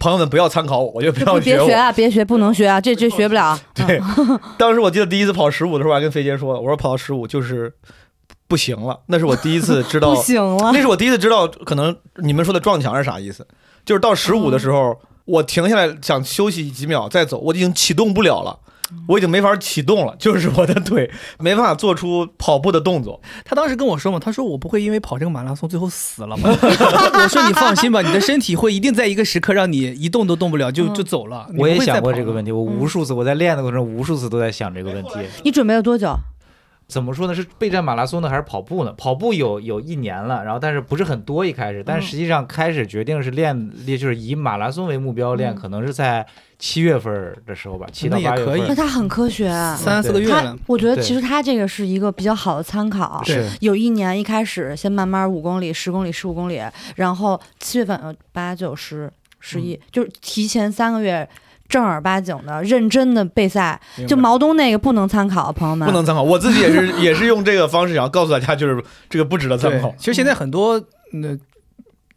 朋友们不要参考我，我就不
这
要
不
学
别
我
学。啊，别学，不能学啊，这这学不了。
对，当时我记得第一次跑十五的时候，我还跟肥杰说，我说跑到十五就是不行了，那是我第一次知道
不，行了
那，是我第一次知道，可能你们说的撞墙是啥意思，就是到十
嗯
五的时候，我停下来想休息几秒再走，我已经启动不了了。
嗯
我已经没法启动了，就是我的腿没办法做出跑步的动作。
他当时跟我说嘛，他说我不会因为跑这个马拉松最后死了嘛。 我说你放心吧，你的身体会一定在一个时刻让你一动都动不了就
嗯
就走了。
我也想过这个问
题，
题，我
嗯
无数次我在练的过程中，无数次都在想这个问题。
你准备了多久？
怎么说呢？是备战马拉松呢，还是跑步呢？跑步有有一年了，然后但是不是很多一开始，但实际上开始决定是练，也就是以马拉松为目标练，可能是在七月份儿的时候吧，七到
那也
八月
可以
份
那
儿。
他很科学啊，
三四个月
他
了，
我觉得其
对
实他这个是一个比较好的参考。
对
是
有一年一开始先慢慢五公里、十公里、十五公里，然后七月份呃八九十十一，就是提前三个月正儿八经的认真的备赛。就毛东那个不能参考，朋友们。
不能参考，我自己也 是也是用这个方式想要告诉大家，就是这个不值得参
对
考，。
其实现在很多那、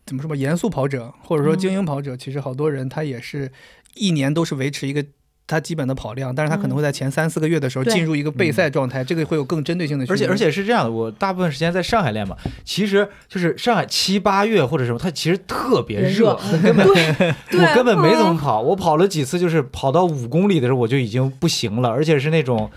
怎么说吧，严肃跑者或者说精英跑者，其实好多人他也是一年都是维持一个。他基本的跑量，但是他可能会在前三四个月的时候
对
进入一个备赛状态，这个会有更针对性的训
而且
练。
而且是这样的，我大部分时间在上海练嘛，其实就是上海七八月或者什么，它其实特别
人热
热，我根本
对
我根本没怎么
嗯
跑，我跑了几次，就是跑到五公里的时候我就已经不行了，而且是那种。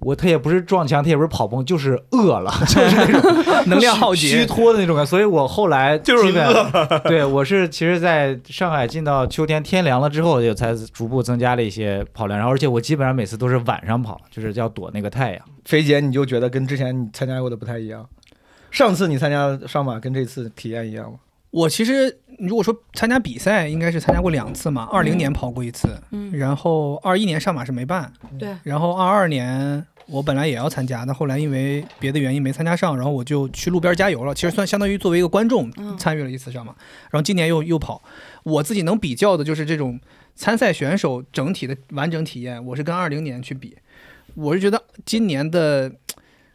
我他也不是撞墙，他也不是跑崩，就是饿了， 就是那种
能量耗竭
虚虚脱的那种感觉。所以我
哎
后来
就是
基本 对我是其实在上海进到秋天天凉了之后，也才逐步增加了一些跑量，然后而且我基本上每次都是晚上跑，就是要躲那个太阳。
肥姐，你就觉得跟之前你参加过的不太一样？上次你参加上马跟这次体验一样吗？
我其实如果说参加比赛，应该是参加过两次嘛。二零年跑过一次，
嗯，
然后二一年上马是没办，
对，
然后二二年我本来也要参加，但后来因为别的原因没参加上，然后我就去路边加油了。其实算相当于作为一个观众
嗯
参与了一次上马，然后今年又又跑。我自己能比较的就是这种参赛选手整体的完整体验，我是跟二零年去比，我是觉得今年的。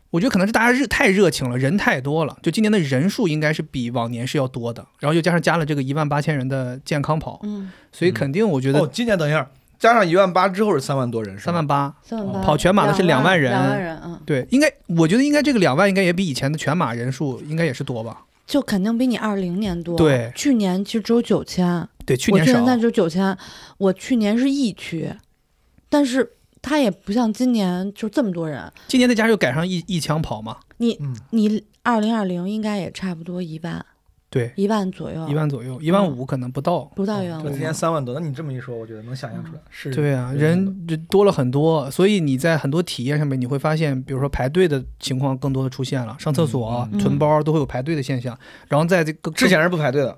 我觉得可能是大家热太热情了，人太多了。就今年的人数应该是比往年是要多的，然后又加上加了这个一万八千人的健康跑，
嗯，
所以肯定我觉
哦
得，
今年等一下，加上一万八之后是三万多人，是
三
吗
万八
三万八
跑全马的是
两
两万人
两万人，嗯，
对，应该我觉得应该这个两万应该也比以前的全马人数应该也是多吧？
就肯定比你二零年多。
对
去年其实只有九千，
对，去
我
年
去
少
年。才只有九千，我去年是疫区，但是它也不像今年就这么多人。
今年再加上又赶上一一枪跑嘛，
嗯
你二零二零应该也差不多一万，
对，
一万左右，
一万哦左右，一
嗯
万五可能不到。
不到一万
我
五
今。年三万多，那你这么一说，我觉得能想象出来是。
对啊，人就多了很多，所以你在很多体验上面，你会发现，比如说排队的情况更多的出现了，上厕所、啊
嗯
存包都会有排队的现象。然后在这个
之前是不排队的，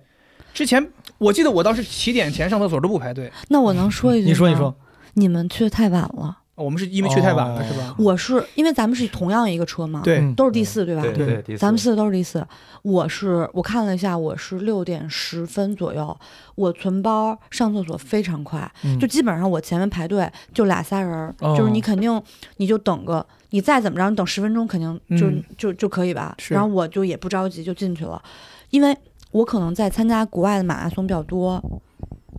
之前，我记得我当时起点前上厕所都不排队，
那我能说一句？
你说你说，
你们去的太晚了。
哦我们是因为去太晚了，是吧？
我是因为咱们是同样一个车嘛，
对，
嗯
都是第四对吧？
对
对
对，第四
咱们四个都是第四。我是我看了一下，我是六点十分左右，我存包上厕所非常快，
嗯
就基本上我前面排队就俩仨人儿，
哦
就是你肯定你就等个，你再怎么着你等十分钟肯定就、
嗯
就就可以吧。
是
然后我就也不着急就进去了，因为我可能在参加国外的马拉松比较多，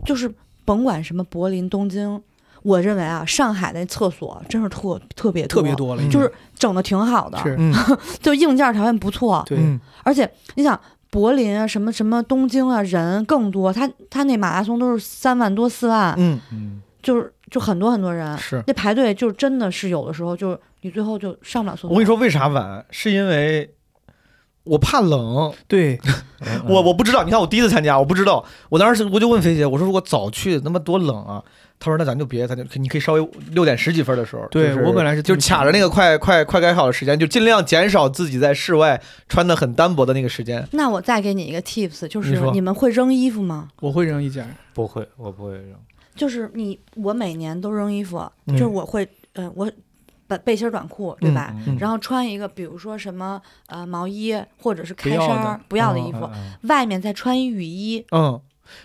就是甭管什么柏林、东京。我认为啊，上海那厕所真是特特别
特别，多了，已经
就是整的挺好的，
是，
嗯，
就硬件条件不错。
对，
嗯
而且你想，柏林啊，什么什么东京啊，人更多。他他那马拉松都是三万多四万，
嗯，
嗯，
就是就很多很多人。
是。
那排队就真的是有的时候就你最后就上不了厕所。
我跟你，说为啥晚，是因为我怕冷。
对，
嗯
我我不知道，你看我第一次参加，我不知道，我当时我就问菲姐，我说如果早去那么多冷啊，她说那咱就别，咱就你可以稍微六点十几分的时候，
对
就是
我本来是
就
这么
卡着那个快快快改好的时间，就尽量减少自己在室外穿的很单薄的那个时间。
那我再给你一个 tips，就
你
是
说
你们会扔衣服吗？
我会扔一件儿，
不会，我不会扔。
就是你，我每年都扔衣服，
嗯
就是我会，嗯、我把背心儿短裤，对
啊
吧？
嗯
然后穿一个，比如说什么呃毛衣或者是开
不要
衫
的
儿不要的
哦
衣服，
嗯嗯
外面再穿一雨衣，
嗯，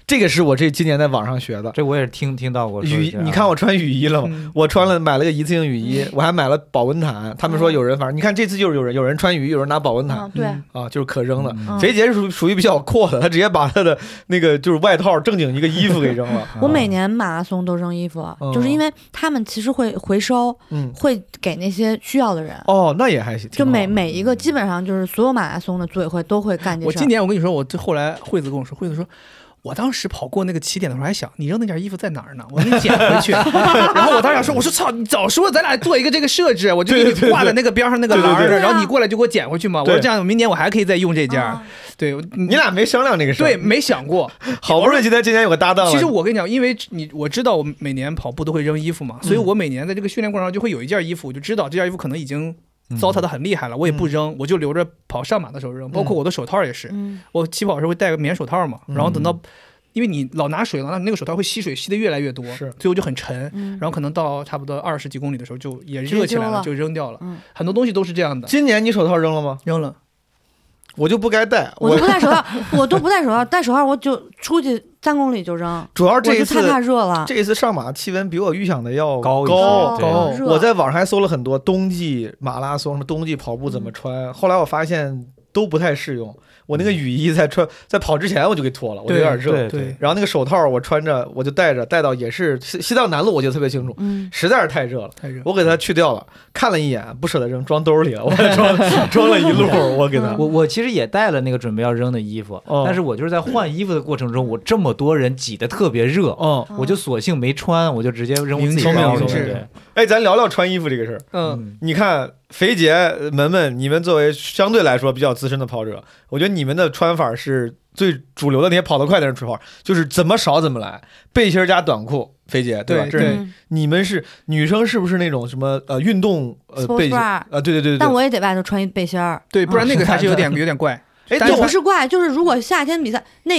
这个是我这今年在网上学的
这我也是听听到过说
雨
一
衣
下，
你看我穿雨衣了吗？
嗯
我穿了买了个一次性雨衣，我还买了保温毯。他们说有人，反正你看这次就是有人，有人穿雨衣，有人拿保温毯
嗯，对，
嗯
啊，就是可扔了。
嗯
肥姐是属属于比较阔的，她直接把她的那个就是外套正经一个衣服给扔了。
我每年马拉松都扔衣服，
啊嗯
就是因为他们其实会回收，
嗯，
会给那些需要的人。
哦，那也还行，
就
挺好
每每一个基本上就是所有马拉松的组委会都会干这
我
事
今
儿。
年我跟你说，我这后来惠子跟我说，惠子说。我当时跑过那个起点的时候，还想你扔那件衣服在哪儿呢？我给你捡 回去。然后我当时想说，我说操，你早说咱俩做一个这个设置，我就给
对对对
你挂在那个边上那个栏儿
对
上，
对对
然后你过来就给我捡回去嘛。我
对
说这样，明年我还可以再用这件儿
啊。
对，我你
你俩没商量这个事儿，
对，没想过。
好不容易今天今天有个搭档了，
其实我跟你讲，因为你我知道我每年跑步都会扔衣服嘛，所以我每年在这个训练过程中就会有一件衣服，我就知道这件衣服可能已经糟蹋的很厉害了，我也不扔，我就留着跑上马的时候扔。包括我的手套也是，
嗯，
我起跑的时候会戴个棉手套嘛，然后等到。因为你老拿水，老拿那个手套会吸水，吸的越来越多，
是
最后就很沉。
嗯
然后可能到差不多二十几公里的时候，就也热起来了，
直
就扔掉了。
嗯
很多东西都是这样的，
今年你手套扔了吗？
扔了。
我就不该戴，
我都不戴手套，我都不戴手套，戴手套我就出去三公里就扔，
主要
我
这一
就太
次
怕热了。嗯
这一次上马气温比我预想的要
高一些
高
对高
热
哦我在网上还搜了很多冬季马拉松、什么冬季跑步怎么穿，后来我发现都不太适用。我那个雨衣在穿 在跑之前我就给脱了，我就有点热。
对
对，
然后那个手套我穿着，我就戴着，戴到也是西西藏南路，我记得特别清楚，
嗯，
实在是太热了，
太热。
我给它去掉了，看了一眼，不舍得扔，装兜里了，我还装 装了一 路，我给
嗯
它
我我其实也带了那个准备要扔的衣服，
哦
但是我就是在换衣服的过程中，我这么多人挤得特别热，
哦，
嗯
我就索性没穿，我就直接扔我
明
自己
智
包
明
里。
智
对，
哎，咱聊聊穿衣服这个事儿。
嗯，
嗯，
你看，肥姐、呃门门，你们作为相对来说比较资深的跑者，我觉得你们的穿法是最主流的那些跑得快的人穿法，就是怎么少怎么来，背心儿加短裤。肥姐，吧？
对
这是
对
嗯
你们是女生是不是那种什么呃运动呃
Sports
背心
bra
呃对对对对
但
对。
我也得外头穿一背心儿。
对，不然
嗯
那个还是有点有点怪。
哎，对
但
也
是
我
不是怪，就是如果夏天比赛，那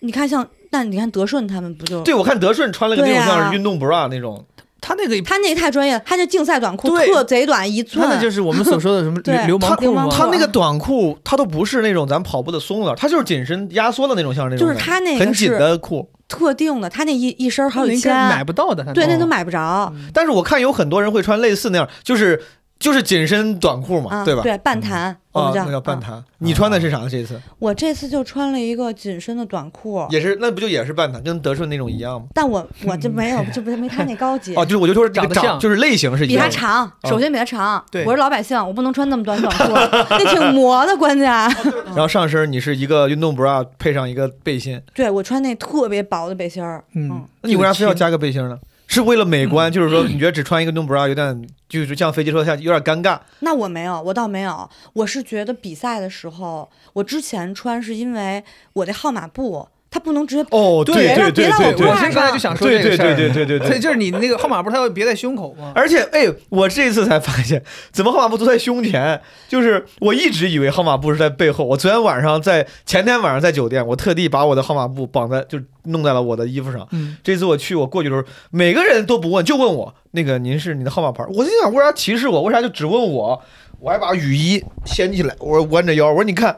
你看像那你看德顺他们不就
对我看德顺穿了个那种
对啊
像是运动 bra 那种，
他那个
他那个太专业了，他那竞赛短裤
对
特贼短一寸，
穿的就是我们所说的 什么
对
流流氓
他
裤吗？
他那个短裤它都不是那种咱跑步的松的，它就是紧身压缩的那种，像是那种
就
的
是他那
很
个
紧
是
的裤。
特定的，他那一一身儿好
那
几
应该买
千，
不哦到的。
对，那
都
都买不着，
但是我看有很多人会穿类似那样，就是就是紧身短裤嘛，
啊，
对吧？
对，半弹，我
啊
们，
那
叫
叫半。
啊
弹。你穿的是啥？这次
我这次就穿了一个紧身的短裤，
也是，那不就也是半弹，跟德顺那种一样吗？
但我我这没有，就不没他那高级
哦，，就是我就说这
长
个
得
长，
像
就是类型是一
比
样
他
的。
长，首先比他长。
对
我是老百姓，我不能穿那么短短裤， 那挺磨的，关键。啊
然后上身你是一个运动 bra 配上一个背心，
对我穿那特别薄的背心儿，
嗯，
那你为啥非要加个背心呢？是为了美观，就是说你觉得只穿一个运动 bra 有点，就是像飞机说下去有点尴尬。
那我没有，我倒没有，我是觉得比赛的时候，我之前穿是因为我的号码布。他不能直接
哦，对
对
对
别
对
让
对
我
对
我
挂
其实刚才就想说
对
这
对
个事儿，
对对对对对
所以就是你那个号码不是它要别在胸口吗？
而且，哎，我这次才发现，怎么号码布都在胸前？就是我一直以为号码布是在背后。我昨天晚上在前天晚上在酒店，我特地把我的号码布绑在，就弄在了我的衣服上。
嗯，
这次我去，我过去的时候，每个人都不问，就问我那个您是你的号码牌儿。我心想，为啥歧视我？为啥就只问我？我还把雨衣掀起来，我说弯着腰，我说你看，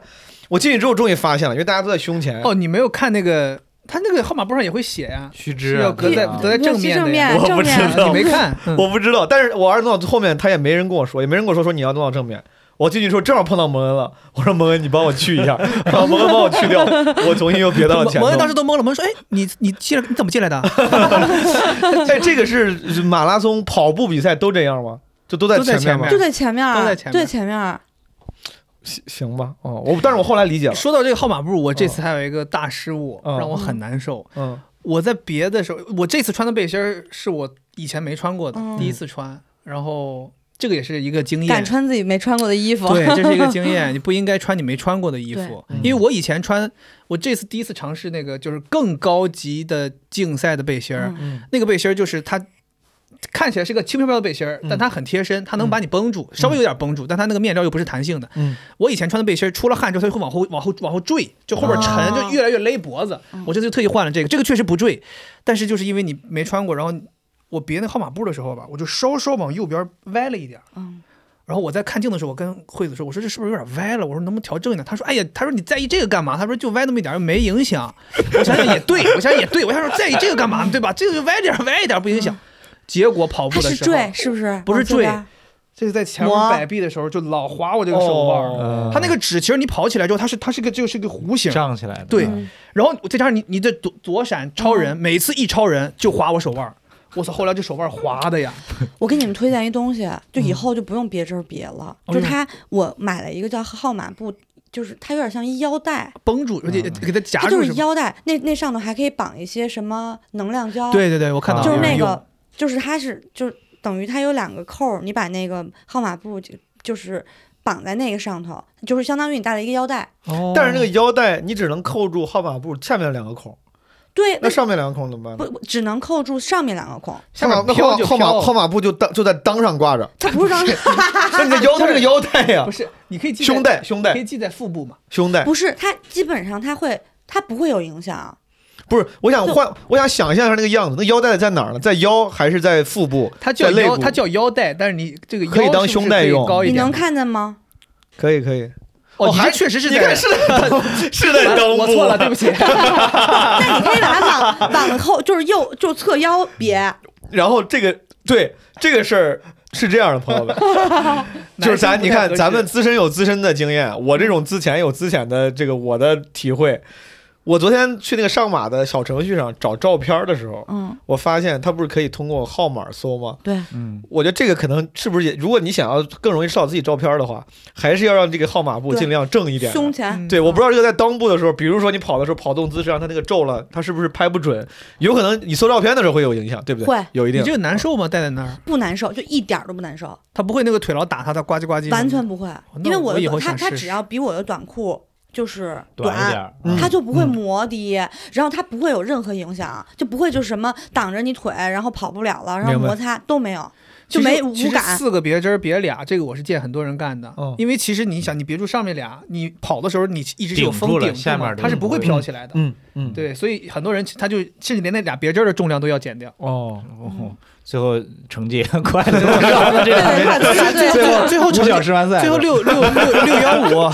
我进去之后终于发现了，因为大家都在胸前。
哦，你没有看那个，它那个号码布上也会写呀，
须
是
知啊
要搁在
对啊
搁在
我
正
是
面的呀，
正面
我不
嗯正面
知道
你没看？嗯
我不知道，但是我儿子弄到后面，他也没人跟我说，也没人跟我说说你要弄到正面。我进去之后正好碰到蒙恩了， 我说蒙恩，你帮我去一 下，然后蒙恩帮我去掉， 我重新又别到了前头
蒙蒙。恩当时都懵了，蒙恩说：“哎，你你进来你怎么进来的？
哎，这个是马拉松、跑步比赛都这样吗？就都在
都在
前面
前
吗
面？
就在前面儿，
都在前面
对前面儿，
行行吧，哦，我但是我后来理解了，
说到这个号码布，我这次还有一个大失误，
嗯
让我很难受。
嗯，
我在别的时候，我这次穿的背心儿是我以前没穿过的，
嗯
第一次穿，然后这个也是一个经验。
敢穿自己没穿过的衣服，嗯
对，这是一 个经验，你不应该穿你没穿过的衣服，
对
因为我以前穿，我这次第一次尝试那个就是更高级的竞赛的背心儿，
嗯
那个背心儿就是它。看起来是个轻飘飘的背心儿，但它很贴身，它能把你绷住，稍微有点绷住，但它那个面料又不是弹性的。
嗯
我以前穿的背心儿，出了汗之后它就会往后、往后、往后坠，就后边沉，
哦
就越来越勒脖子。
嗯
我这次就特意换了这个，这个确实不坠，但是就是因为你没穿过，然后我别那号码布的时候吧，我就稍稍往右边歪了一点儿，
嗯，
然后我在看镜的时候，我跟惠子说：“我说这是不是有点歪了？我说能不能调正一点？”他说：“哎呀，他说你在意这个干嘛？他说就歪那么一点儿又没影响。”我想想也对，我想想也对，我想说在意这个干嘛？对吧？这个就歪点儿歪一点儿不影响。结果跑
它
步的
是
时候，
坠是不是？
不是
往前
坠
边儿
这个在前面
磨
摆臂的时候就老划我这个手腕儿。
哦
他那个指其实你跑起来之后，它是它是个就是个弧形，
胀起来的。
对
嗯
然后再加上你你的躲躲闪超人，
嗯
每次一超人就划我手腕儿。我操！后来这手腕儿划的呀，
我给你们推荐一东西，就以后就不用别针儿别了，
嗯哦
就
哟
它我买了一个叫号码布，就是它有点像一腰带，
绷住，而且给它夹
嗯它
住
就是是
吧？
腰带，那那上头还可以绑一些什么能量胶，，
对对对，我看到
就
啊
是
有人
那
用
个，就是它是就是等于它有两个扣儿，你把那个号码布就就是绑在那个上头，就是相当于你带了一个腰带，
哦
但是那个腰带你只能扣住号码布下面两个孔，
对，
那
那
上面两个孔怎么办呢？
不不只能扣住上面两个 孔，
下面
号码
飘就
那号码号
飘
码号码布就当就在裆上挂 着，
它不是让
那你的腰它是个腰带呀
不，是，你可以系在
啊胸带胸
可以
带
系在腹部嘛？
胸带，
不是它基本上它会它不会有影响，
不是，我想
就
换，我想想象一下那个样子，那腰带在哪儿呢？在腰还是在腹部？
它叫
在肋
腰，
骨？
它叫腰带，但是你这个腰
可以当
是不是
胸带
可以
用
高一
你
点
能。看见吗？
可以可以。哦
哦，你
还
这确实是
你
在
看是在是在 裆部，
我错了，对不起。啊
但你可以把它 往往后，就是右就侧腰别。
然后这个对这个事儿是这样的，朋友 们，就是咱你看咱们自身有自身的经验，我这种之前有之前的这个我的体会。我昨天去那个上马的小程序上找照片儿的时候，
嗯，
我发现它不是可以通过号码搜吗？
对，
嗯，
我觉得这个可能是不是也，如果你想要更容易找自己照片的话，还是要让这个号码布
对
尽量正一点。
胸
嗯
前。
对，我不知道这个在裆部的时候，比如说你跑的时候跑动姿势让它那个皱了，它是不是拍不准？有可能你搜照片的时候会有影响，对不对？
会
有一
你
定
这。个难受吗？戴在那儿，
不难受，就一点儿都不难受，
它不会那个腿老打它，它呱唧呱唧。
完全。不会。
哦那
因为
我以后
的他
想
他
试
只
试
要比我的短裤就是
短一点儿，
嗯
它就不会磨的，然后它不会有任何影响，就不会就什么挡着你腿，然后跑不了了，然后
明白
摩擦都没有，就没无
其实
感。
四个别针儿别俩，这个我是见很多人干的
嗯，
因为其实你想，你别住上面俩，你跑的时候你一直是有
顶
风
住了
顶住
下
嘛
面的
它是
就
不会
不会
飘起来的。
嗯嗯，
对，所以很多人他就甚至连那俩别针儿的重量都要 减掉。
哦，
哦最后成绩快乐 多少了？这
对，
两个
快
人
对对
最后
对，
最后成
五
绩
小时完赛，
最后六六六六幺五，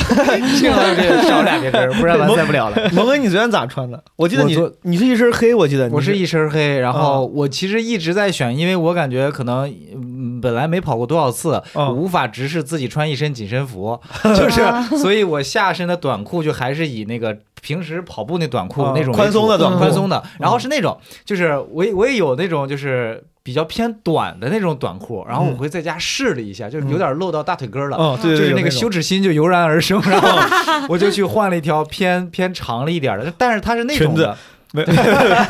幸好这个少俩别针，不然完赛不了了。
蒙恩，你昨天咋穿的？我记得
我
你
昨
你是一身黑，我记得你
我是
是
一身黑，然后我其实一直在选，因为我感觉可能嗯本来没跑过多少次，
嗯
我无法直视自己穿一身紧身服，就是，所以我下身的短裤就还是以那个平时跑步那短裤
嗯
嗯那种为主
宽松的短
裤
宽松的，然后是那种就是我也我也有那种就是。比较偏短的那种短裤，然后我会在家试了一下，就是有点露到大腿根儿了，
哦，对对
就
对，
是
有
那个
种
羞耻心就油然而生，然后我就去换了一条偏偏长了一点的，但是它是那种
裙子
的，
没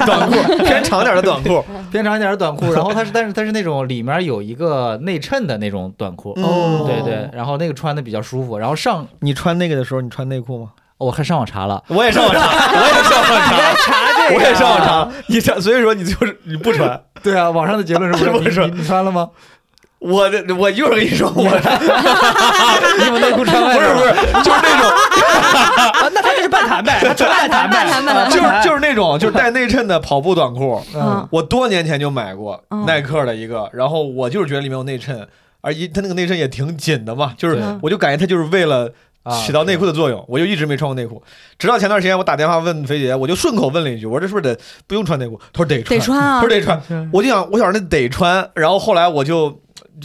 短裤，偏长点的短裤。
偏长一点的短裤，然后它是，但是它是那种里面有一个内衬的那种短裤，
嗯
哦
对对，然后那个穿的比较舒服，然后上
你穿那个的时候，你穿内裤吗？
我还上网查了，
我也上网查，我也上网查，
查这啊
我也上网查了。你这所以说你就是你不穿，
对啊，网上的结论是
我
不是
说
你你你穿了 吗？
我的我一会儿跟你说，我
你把内裤穿
不
外
是
面
不
了
是，就是那种
啊，那他就是半残呗，他纯半残呗，
半残半残
就是就是那种就是带内衬的跑步短裤，
嗯
我多年前就买过
嗯
耐克的一个，然后我就是觉得里面有内衬，而一它那个内衬也挺紧的嘛，就是
对
我就感觉它就是为了。
啊
起到内裤的作用，我就一直没穿过内裤，直到前段时间我打电话问菲姐，我就顺口问了一句，我说这是不是得不用穿内裤？她说得穿，
得穿啊
她说得穿，我就想我想着那得穿，然后后来我就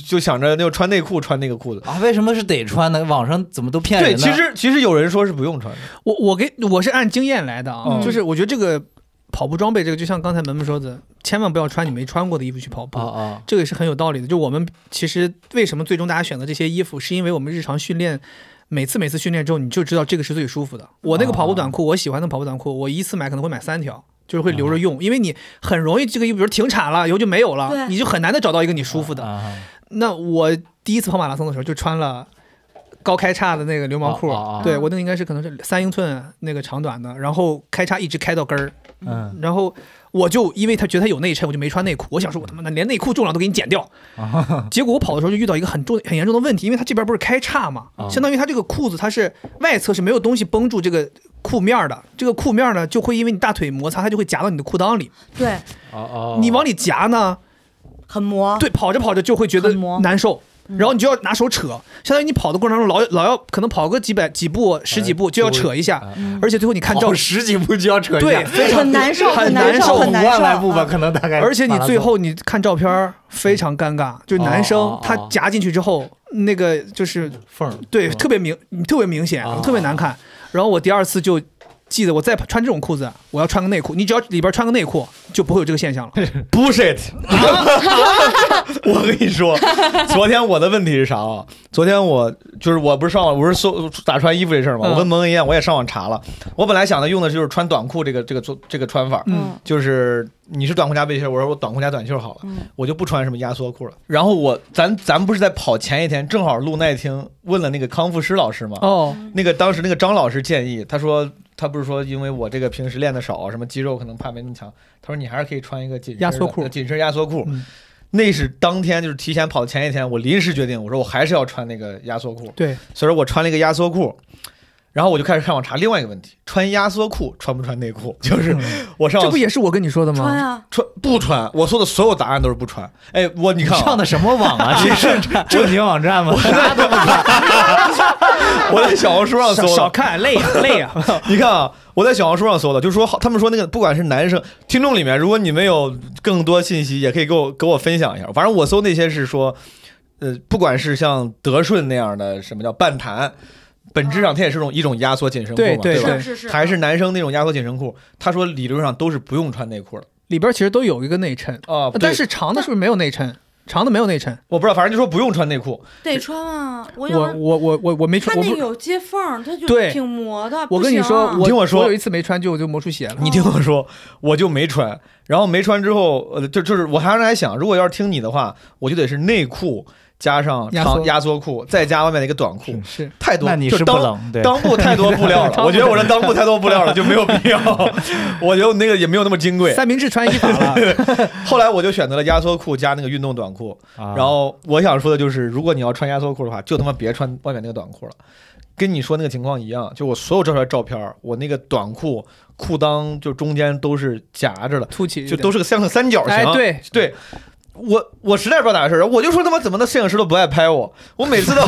就想着那就穿内裤穿那个裤子，
啊？为什么是得穿呢？网上怎么都骗人
对，
呢？
其实其实有人说是不用穿的，
我我给我是按经验来的啊，
嗯
就是我觉得这个跑步装备，这个就像刚才萌萌说的，千万不要穿你没穿过的衣服去跑步。
啊啊，
这个也是很有道理的。就我们其实为什么最终大家选择这些衣服，是因为我们日常训练，每次每次训练之后，你就知道这个是最舒服的。我那个跑步短
哦
裤，我喜欢的跑步短裤，我一次买可能会买三条，就是会留着用，因为你很容易这个衣服，比如停产了，以后就没有了，
对
你就很难的找到一个你舒服
啊
的。
啊
那我第一次跑马拉松的时候，就穿了。高开叉的那个流氓裤，
啊啊啊
对我那个应该是可能是三英寸那个长短的，然后开叉一直开到根儿，
嗯
然后我就因为他觉得他有内衬，我就没穿内裤。我想说，我他妈的连内裤重量都给你减 掉。结果我跑的时候就遇到一个很重、很严重的问题，因为他这边不是开叉嘛，
啊
相当于他这个裤子它是外侧是没有东西绷住这个裤面儿的，这个裤面儿呢就会因为你大腿摩擦，它就会夹到你的裤裆里。
对，
哦哦，
你往里夹呢，
很磨，
对，跑着跑着就会觉得
哦很磨嗯
难受。然后你就要拿手扯，相当于你跑的过程当中老老要可能跑个几百几步十几步
哎
就要扯一下，而且最后你看照
跑十几步就要扯一下
对，非常
很难受，
很
难
难受
很难
五万
受。
来步吧，
嗯
可能大概。
而且你最后你看照片儿非常尴尬，就是男生
哦哦
他夹进去之后，那个就是
缝儿
对
是吧
特别明，特别明显
哦，
特别难看。然后我第二次就记得，我再穿这种裤子，我要穿个内裤，你只要里边穿个内裤，就不会有这个现象了。
bullshit！我跟你说，昨天我的问题是啥啊？昨天我就是我不是上网，我不是搜打穿衣服这事儿吗？
嗯
我跟萌萌一样，我也上网查了。我本来想的用的就是穿短裤这个这个做这个穿法，
嗯
就是你是短裤加背心儿，我说我短裤加短袖好了，
嗯
我就不穿什么压缩裤了。然后我咱咱不是在跑前一天正好录那一听问了那个康复师老师吗？
哦，
嗯
那个当时那个张老师建议，他说他不是说因为我这个平时练的少，啊什么肌肉可能怕没那么强，他说你还是可以穿一个紧身的
压缩裤
呃紧身压缩裤。
嗯
那是当天就是提前跑前一天，我临时决定，我说我还是要穿那个压缩裤，
对，
所以说我穿了一个压缩裤。然后我就开始上网查另外一个问题：穿压缩裤穿不穿内裤？ 就是我上
这
网
不也是我跟你说的
穿
吗？
啊，
穿不穿？我说的所有答案都是不穿。哎，我你看、啊、
上的什么网啊？这是正经网站吗？啥都不看，
我在小红书上搜
少
的，
少看， 累啊累啊！
你看啊，我在小红书上搜的，就说好，他们说那个不管是男生听众里面，如果你们有更多信息，也可以给我给我分享一下。反正我搜那些是说，呃，不管是像德顺那样的什么叫半弹，本质上它也是种一种压缩紧身裤嘛，
对对
吧？
对
是是是，
还是男生那种压缩紧身裤，他说理论上都是不用穿内裤的
里边其实都有一个内衬，
啊，对
呃但是长的是不是没有内衬？长的没有内衬，
我不知道，反正就说不用穿内裤，
得穿啊。我要不
我
然
我我我我没
它
穿，我
那
不
个有接缝儿，它就
对
挺磨的。
我
不
跟你
行
说，
啊
我
听我说
我有一次没穿就就磨出血了。
你听我说，我就没穿，然后没穿之后，呃，就就是我还是还想，如果要是听你的话，我就得是内裤加上
压
长
缩
压缩裤，再加外面的一个短裤，
是
太多，
那你
就是
不
裆
冷对？
裆部太多布料了，
裆
我觉得
部
我这裆部太多布料了，就没有必要， 我觉得那个也没有那么金贵。
三明治穿衣法了，
后来我就选择了压缩裤加那个运动短裤，
然
然后我想说的就是，如果你要穿压缩裤的话，就他妈别穿外面那个短裤了。跟你说那个情况一样，就我所有照出来照片儿，我那个短裤裤裆就中间都是夹着的，
凸起
就都
是
是个像个三角形。
哎对
对，我我实在不知道咋回事儿，我就说他妈怎么那摄影师都不爱拍我，我每次都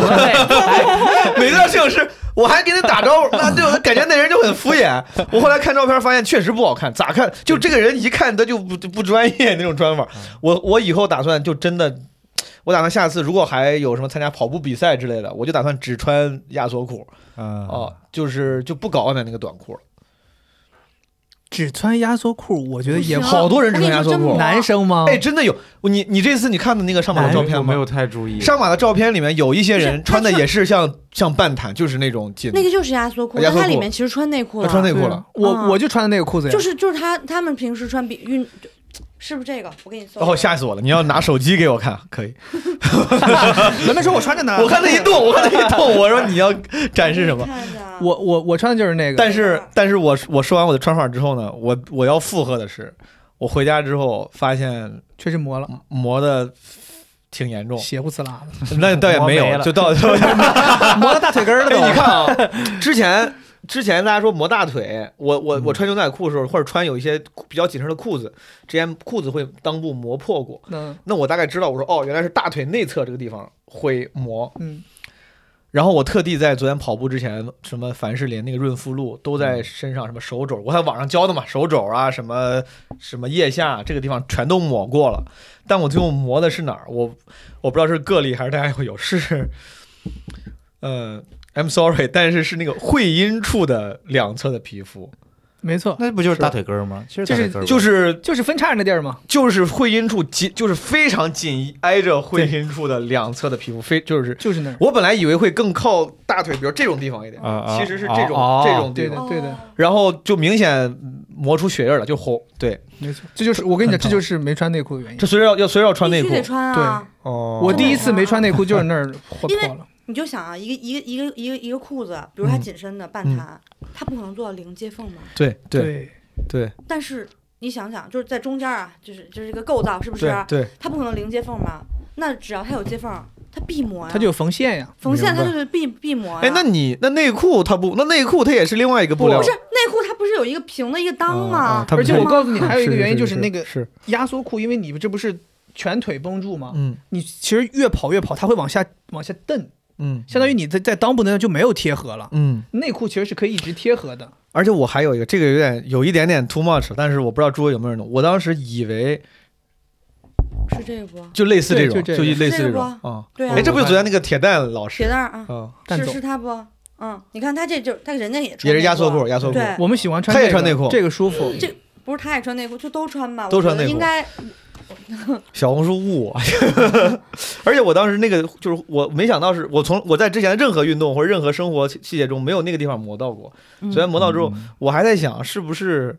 每次到摄影师我还给他打招呼，那对我感觉那人就很敷衍。我后来看照片发现确实不好看，咋看就这个人一看他就不不不专业那种穿
嗯
法。我我以后打算就真的。我打算下次如果还有什么参加跑步比赛之类的，我就打算只穿压缩裤
嗯哦
啊、就是就不搞外面那个短裤了。
只穿压缩裤，我觉得也
不行啊
好多人
我
只穿
跟你
压
说
缩
真
裤
磨
男生吗？
哎，真的有你你这次你看的那个上马的照片
哎我
吗？
没有太注意。
上马的照片里面有一些
不
人
是
穿的也是像像半坦，就是那种紧，
那个就是压缩裤，
压
但
缩
它里
裤
面其实穿内裤
他
了，
穿内裤
对
了。
我
嗯
我就穿的那个裤子呀，
就是就是他他们平时穿比运，是不是这个？我给你搜。
哦 哦，吓死我了！你要拿手机给我看，可以。
门妹说我穿着呢，
我看他一动，我看他一动，我说你要展示什么？
看啊的
我我我穿的就是那个，
但是，但是我我说完我的穿法之后呢，我我要附和的是，我回家之后发现
确实磨了，
磨的挺严重，
血不呲啦 的，
那倒也没
磨没
有，
了
就到 就
磨到大腿根儿了
哎，
都。
你看啊，之前之前大家说磨大腿，我我
嗯
我穿牛仔裤的时候，或者穿有一些比较紧身的裤子，之前裤子会裆部磨破过。
嗯
那我大概知道，我说哦，原来是大腿内侧这个地方会磨。
嗯，
然后我特地在昨天跑步之前，什么凡士林那个润肤露都在身上，什么手肘，我在网上教的嘛，手肘啊，什么什么腋下这个地方全都抹过了。但我最后磨的是哪儿？我我不知道是个例还是大家会有是，呃，I'm sorry，但是是那个会阴处的两侧的皮肤，
没错，
那不就是大腿根儿吗？其实
就是
是
就是
就是分叉着那地儿嘛。
就是会阴处紧，就是非常紧挨着会阴处的两侧的皮肤，非就是
就是那儿。
我本来以为会更靠大腿，比如这种地方一点，
啊啊
其实是这种、
哦
这种地
对
方，
的，对的，
然后就明显嗯磨出血印儿了，就红。对，
没错，这就是我跟你讲，这就是没穿内裤的原因
这。随时要要随时要穿内
必
裤
须。得穿啊！
哦
我第一次没穿内裤就是那 儿破破了，
你就想啊，一个一个一个一个一个裤子，比如
嗯
它紧身的半弹，它不可能做到零接缝吧？
对对
对，
对
但是你想想，就是在中间啊，就是就是一个构造，是不是？
啊
对对，
它不可能零接缝吧？那只要它有接缝，它必磨呀。
它就有缝线呀。
缝线，
明白
它就是必必磨呀。
哎，那你那内裤它不，那内裤它也是另外一个布料，
不是内裤，它不是有一个平的一个裆
啊
吗
啊？它不
而且
是
我告诉你，还有一个
是
原因
是
就是
是
那个
是
压缩裤，因为你这不是全腿绷住吗？
嗯
你其实越跑越跑，它会往下往下蹬，
嗯
相当于你在在裆部那段就没有贴合了。
嗯。
内裤其实是可以一直贴合的，
而且我还有一个，这个有点有一点点 too much，但是我不知道诸位有没有人懂。我当时以为
是这个不？
就类似这种，
对
就
就这个嗯
类似
这个
种
吧
啊。
对啊
哎，，这不是昨天那个铁蛋老师
铁蛋儿啊，
啊，
但
是
总
是它不？嗯，你看他这就他人家也穿
也是压缩
内啊
裤，压缩裤。
对
我们喜欢穿、
他
这
也
个，
穿内裤
这个舒服。
这不是他也穿内裤，就都穿吧，我
都穿
觉得
内裤
应该
小红书误我， 而且我当时那个就是我没想到是我从我在之前的任何运动或者任何生活细细节中没有那个地方磨到过，
嗯
虽然磨到之后，我还在想是不是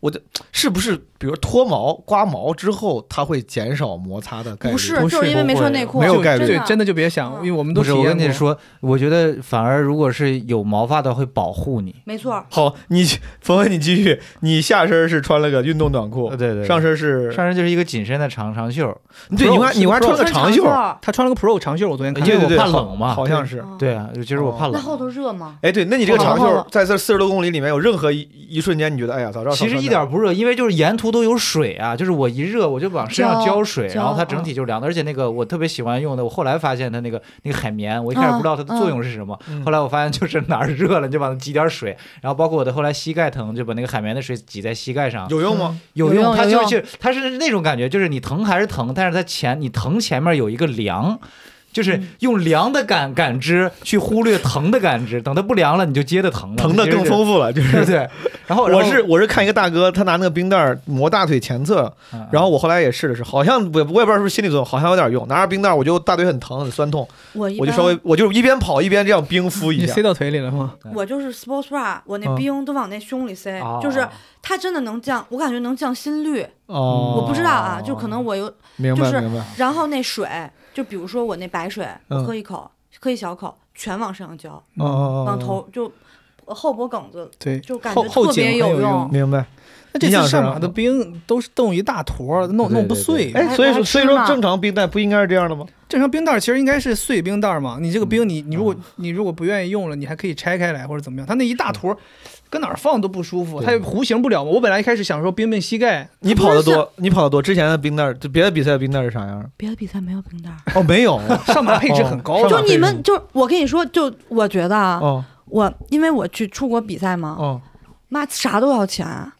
我就是不是比如脱毛刮毛之后它会减少摩擦的概率？
不是，
不
就是是因为没
不
穿
会
内裤，
没有概率
对，真
的啊嗯
的就别想，因为我们都
不
体
是，
验
我跟你
过，
说，我觉得反而如果是有毛发的会保护你。
没错儿。
好，你冯文你继续，你下身是穿了个运动短裤，
呃对对对
上身是
上身就是一个紧身的长长袖，
对，你还你还穿了个
穿
长袖，
他穿了个 Pro 长袖，我昨天看，
对对对，
哎因为我怕冷嘛
好好像是。
嗯
对啊，其实我怕
那
冷。
后头热吗？
哎，对，那你这个
我
长
忘
袖
了
在这四十多公里里面有任何一一瞬间，你觉得哎呀，早知道少
其实
穿
一
点
点儿不热，因为就是沿途都有水啊，就是我一热我就往身上
浇
浇水，
浇嗯
然后它整体就凉的。而且那个我特别喜欢用的，我后来发现它那个那个海绵，我一开始不知道它的作用是什么，
嗯嗯
后来我发现就是哪儿热了你就往它挤点儿水，然后包括我的后来膝盖疼，就把那个海绵的水挤在膝盖
啊
上，
有用吗？
有
有用
它
有
就
用
是它是那种感觉，就是你疼还是疼，但是它前你疼前面有一个凉。就是
嗯
用凉的感感知去忽略疼的感知，等它不凉了，你就接着疼
嗯
了，
疼的更丰
富，
富了，就
对不
是。
对？然后然
我
后
是我是看一个大哥，他拿那个冰袋儿磨大腿前侧，
啊
嗯
然后我后来也试了试，好像我也不我也不知道是不是心理作用，好像有点用。拿着冰袋儿，我就大腿很疼很酸痛，
我一
我就
般
稍微我就一边跑一边这样冰敷一
你
下
塞。到腿里了吗？
我就是 sports bra，我那
嗯
冰都往那胸里塞，
哦
就是它真的能降，我感觉能降心率，
哦，
我不知道啊，就可能我有，
明白
就是
明白。
然后那水，就比如说我那白水，我
嗯
喝一口，喝一小口，全往身上浇，
哦哦哦，
往头就后脖梗子，
对，
就感
后
觉
后
特
颈
别
很
有
用。
嗯明白。
那这
你想
次
是
上
吧
马的冰都是冻一大坨儿，弄
对
弄不
对
碎。
哎，
还
所以
还
说
吃
所以说
吗
正常冰袋不应该是这样的吗？
正常冰袋儿其实应该是碎冰袋儿嘛，你这个
嗯
冰你你如果
啊
你如果不愿意用了，你还可以拆开来或者怎么样。它那一大坨儿，
嗯
搁哪儿放都不舒服，它也弧形不了嘛。我本来一开始想说冰冰膝盖，
你跑得多，你跑得多。之前的冰袋儿，就别的比赛的冰袋儿是啥样儿？
别的比赛没有冰袋儿，
哦，没有。
啊
上马配置很高
哦
的
上
就
马，
你们就我跟你说，就我觉得啊，
哦
我因为我去出国比赛嘛，
哦，
妈啥都要钱，
啊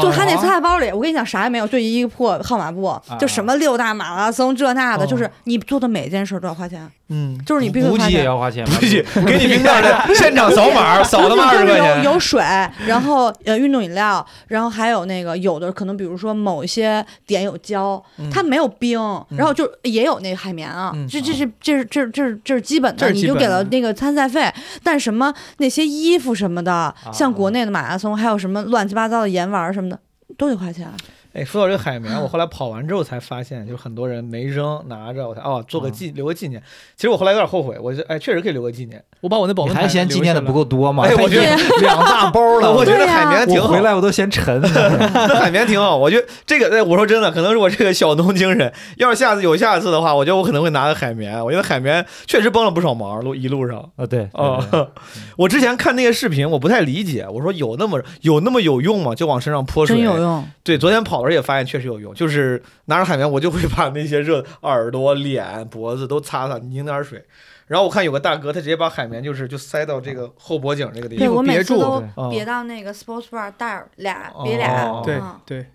就他那菜包里，我跟你讲啥也没有，就一个破号码布，就什么六大马拉松这那的，
哦
就是你做的每件事都要花钱，
嗯，
就是你必须
估
花
计也
钱。
要花钱吧，
不许给你冰袋儿的，现场扫 码，扫他妈二十块钱。
有有水，然后呃运动饮料，然后还有那个有的可能比如说某一些点有胶，它没有冰，然后就也有那个海绵啊
嗯，
这这是这是这是这是这是基本
这
的，
是
你
基
就
本
给了
的
那个参赛费，但什么那些衣服什么的，像国内的马拉松还有什么乱七八糟的盐丸什么的，都得花钱。
哎，说到这个海绵，我后来跑完之后才发现，就是很多人没扔，拿着我才哦做个
嗯
纪留个纪念。其实我后来有点后悔，我就哎确实可以留个纪念。
我把我那保
你
温
还
坛
嫌纪念的不
够，
够多吗？
哎我觉
得
两大包了，
我觉得
对呀
海绵挺
我
好，
哦回来我都嫌沉。啊
那海绵挺好。我觉得这个，哎我说真的，可能是我这个小农精神。要是下次有下次的话，我觉得我可能会拿个海绵。我觉得海绵确实帮了不少忙，路一路上。
啊，对，
哦，我之前看那个视频，我不太理解。我说有那么有那么有用吗？就往身上泼水，啊
真有用。
对，昨天跑的时候也发现确实有用，就是拿着海绵，我就会把那些热耳朵、脸、脖子都擦擦，拧点水。然后我看有个大哥，他直接把海绵就是就塞到这个后脖颈这个地
对
方。
我每次都
哦
别到那个 sports bar 带儿俩别俩，
哦
对
嗯
对，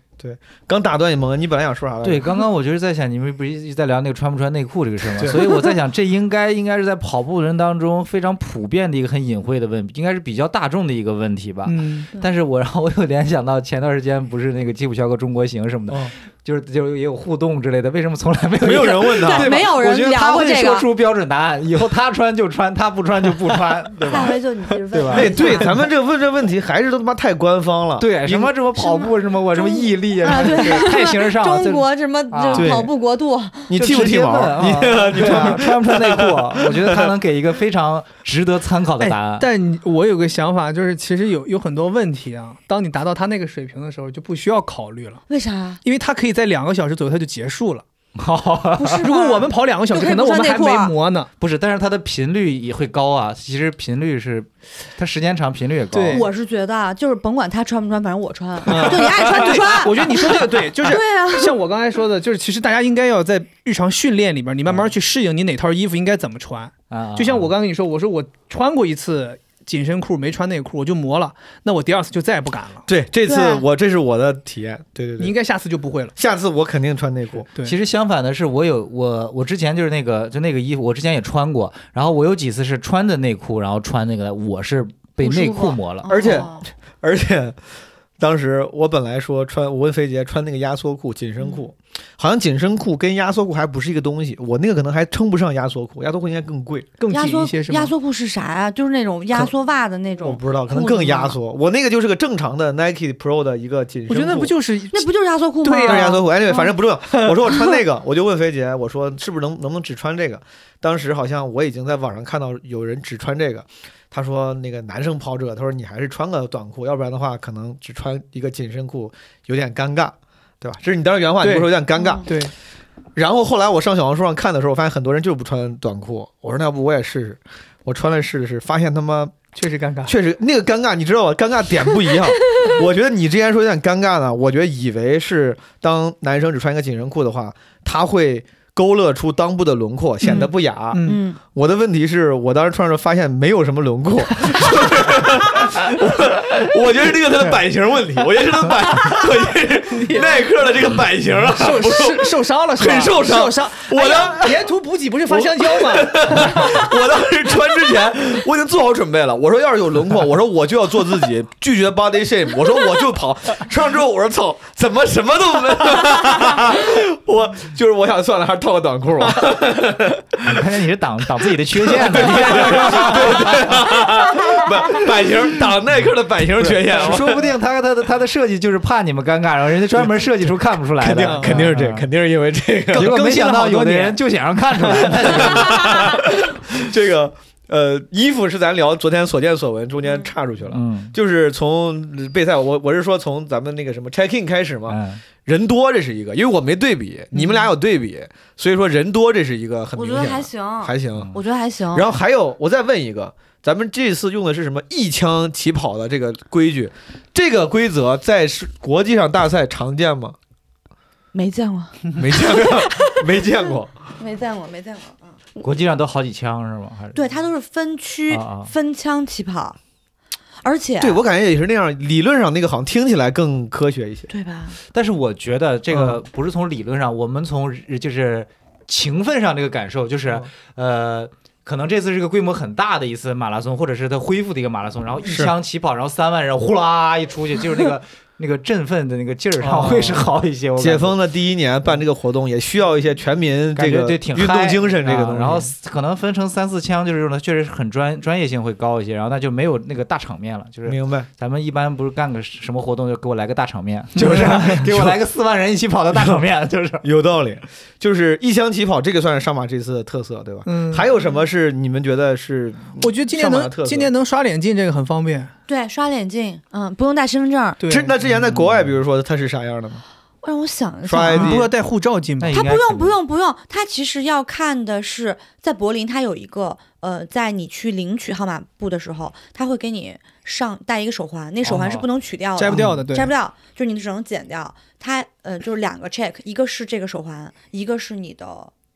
刚打断你蒙恩，你本来想说啥来着？
对，刚刚我就是在想，你们不是一直在聊那个穿不穿内裤这个事儿吗？
对
所以我在想，这应该应该是在跑步人当中非常普遍的一个很隐晦的问，应该是比较大众的一个问题吧。
嗯，
但是我然后我又联想到前段时间不是那个吉普乔格中国行什么的，
哦
就是就是也有互动之类的，为什么从来没有
没有
一个
人问他，
对吧
没有人
我觉得他
聊过
会
这个
说出标准答案，以后他穿就穿，他不穿就不穿， 对
下
吧？
回就你自己
对吧
问。
哎，对，咱们这问这问题还是都他妈太官方了。
对，什么什么跑步什么我什么毅力啊，对，太形上了，
中国什么
啊
这
对
跑步国度，
你
就
剃不
直
剃
接
毛？
问啊
你你
对啊，穿不穿内裤？ 我觉得他能给一个非常值得参考的答案。
但你我有个想法，就是其实有有很多问题啊，当你达到他那个水平的时候，就不需要考虑了，
为啥？啊
因为他可以在两个小时左右他就结束了。
不是吧
如果我们跑两个小时，
就可以
可能我们还
不穿
没
内裤啊
磨呢。
不是，但是它的频率也会高啊。其实频率是，它时间长，频率也高。
对
我是觉得啊，就是甭管他穿不穿，反正我穿，就你爱穿就穿。
我觉得你说这个对， 就是
对 啊，
像我刚才说的，就是其实大家应该要在日常训练里边，你慢慢去适应你哪套衣服应该怎么穿。
啊，
就像我刚跟你说，我说我穿过一次紧身裤没穿内裤，我就磨了，那我第二次就再也不敢了。
对，这次
对
我这是我的体验。对对
你应
对，
该下次就不会了。
下次我肯定穿内裤。
对，
其实相反的是，我有我我之前就是那个就那个衣服，我之前也穿过。然后我有几次是穿着内裤，然后穿那个，我是被
不舒
内
服
裤磨了。
而且
哦
而且当时我本来说穿，我问菲姐穿那个压缩裤、紧
嗯
身裤，好像紧身裤跟压缩裤还不是一个东西，我那个可能还称不上压缩裤，压缩裤应该更贵，
更
压
紧
缩
一些是吗
压？缩裤是啥呀、就是那种压缩袜的那
我
种，
不知道，可能
裤子
更压
吗
缩。我那个就是个正常的 Nike Pro 的一个紧身裤，
我觉得那不就是
那不就是压缩裤吗？
对
那是
呀
压缩裤，anyway，
嗯
哎反正不重要。我说我穿那 个，我就问菲姐，我说是不是能能不能只穿这个？当时好像我已经在网上看到有人只穿这个，他说那个男生跑者，他说你还是穿个短裤，要不然的话可能只穿一个紧身裤有点尴尬，对吧？这是你当时原话，你
对
不说有点尴尬
嗯。
对，
然后后来我上小红书上看的时候，我发现很多人就是不穿短裤，我说那要不我也试试。我穿了试试，发现他妈
确实尴 尬。
确实那个尴尬，你知道吧？尴尬点不一 样。我觉得你之前说有点尴尬呢，我觉得以为是当男生只穿一个紧身裤的话，他会勾勒出裆部的轮廓，显得不雅。
嗯，
嗯，
我的问题是我当时穿着发现没有什么轮廓， 我我觉得是这个它的版型问题，我觉得是它 的版，我觉得是耐克的这个版型啊，
受受受伤了是吧？
很受伤
受伤。
我
哎呀沿途补给不是发香蕉吗？
我当时穿之前，我已经做好准备了。我说要是有轮廓，我说我就要做自己，拒绝 body shame。我说我就 跑。穿上之后，我说操，怎么什么都没？ 我就是我想算了，还是套个短裤 吧。
看来你是挡挡自己的缺陷啊的。你看
版版型挡耐克的版型缺 陷，我
说不定他他的他的设计就是怕你们尴尬，然后人家专门设计出看不出来
肯
的嗯
定。肯定是这，肯定是因为这个
结果没
更新
想
了
到
好多
有的
年
人就想让看出来。
这个呃衣服是咱聊昨天所见所闻中间岔出去了。
嗯
就是从呃备赛，我我是说从咱们那个什么 check in 开始嘛，
嗯，
人多这是一个，因为我没对比，你们俩有对比，所以说人多这是一个很
嗯我
明
觉
显的，
得还行，嗯
还行。
我觉得还行。
然后还有，我再问一个，咱们这次用的是什么一枪起跑的这个规矩？这个规则在是国际上大赛常 见吗？
没见过，
没见过，没 见过。
没见过，没见过，嗯，
国际上都好几枪是吗？还是
对，它都是分区、
啊啊
分枪起跑，而
啊
且
对我感觉也是那样，理论上那个好像听起来更科学一些。
对吧？
但是我觉得
嗯
这个不是从理论上，我们从日就是情分上这个感受，就是
嗯
呃。可能这次是个规模很大的一次马拉松，或者是它恢复的一个马拉松，然后一
是
枪起跑，然后三万人呼啦一出去，就是那个那个振奋的那个劲儿上会是好一些。我感觉
哦解封的第一年办这个活动，也需要一些全民这
感觉
个
对挺
运
嗨
动精神这个
啊
东西。
然后可能分成三四枪，就是用的确实是很专专业性会高一些，然后那就没有那个大场面了，就是
明白，
咱们一般不是干个什么活动就给我来个大 场面，就是给我来个四万人一起跑的大场面，就是
有道理，就是一枪起跑，这个算是上马这次的特色，对吧？
嗯，
还有什么是你们觉得是
我觉得今年
上马的特
能
色
今年能刷脸进这个很方便，
对，刷脸进，嗯，不用带身份证，
对，
之那之前在国外，比如说它是啥样的吗？
让我想一
刷
下
我
ID
们
啊。
不要带护照进吧
哎
那？应
他不
该可
用
能
不用不用，他其实要看的是在柏林，他有一个呃，在你去领取号码布的时候，他会给你上戴一个手环，那手环是
哦
不能取掉的，
摘不掉的，对，
摘不掉，就是你只能剪掉。它呃，就是两个 check，一个是这个手环，一个是你的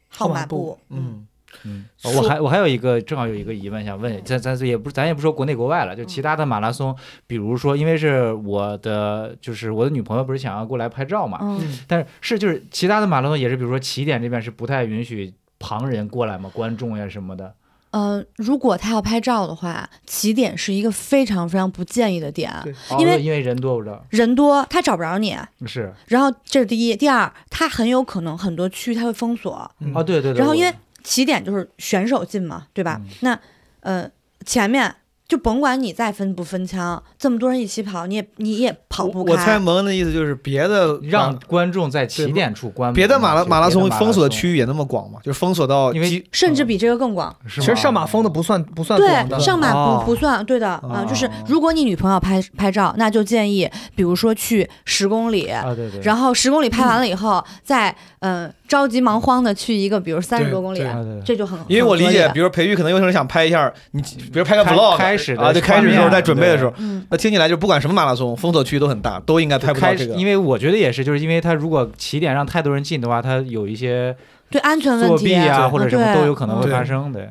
号
码
码
布
布。嗯，
嗯，
嗯，
说
我还我还有一个正好有一个疑问想问，咱咱也不咱也不说国内国外了，就其他的马拉松，比如说因为是我的就是我的女朋友不是想要过来拍照嘛，
嗯，
但是是就是其他的马拉松也是，比如说起点这边是不太允许旁人过来嘛，观众呀什么的。
呃，如果他要拍照的话，起点是一个非常非常不建议的点，
对
哦
因为
因为人多，我知道
人多他找不着你。
是
然后这是第一，第二，他很有可能很多区他会封锁。
嗯
哦，对对对。
然后
我
因为起点就是选手进嘛，对吧？
嗯
那呃前面。就甭管你再分不分枪，这么多人一起跑，你也你也跑
我
不
我猜嗯
开。
蒙恩的意思就是别的
让
马
观众在起点处观摩
别的马拉
就
马拉松
别的
封锁的区域也那么广嘛，就是封锁到
因为
基
甚至比这个更广，
是
其
吗
实上马封的不算不算广的
对，，上马不、
哦
不算，对的啊、
哦
就是如果你女朋友拍拍照，那就建议，比如说去十公里，
啊，对对。
然后十公里拍完了以后，再嗯、呃着急忙慌的去一个，比如三
对
十多公里
对，
啊对对
这就很
因为我理
很合
解，
理
比如培育可能有可能想拍一下你，比如拍个
开
vlog，
开始的
啊，对，开始的时
画
候
面
在准备的时候，
嗯，
那听起来就不管什么马拉松，封锁区都很大，都应该拍不到
开
这个。
因为我觉得也是，就是因为他如果起点让太多人进的话，他有一些
对安全问
作
题
弊啊
嗯
或者什么
对
都有可能会
对
发生的。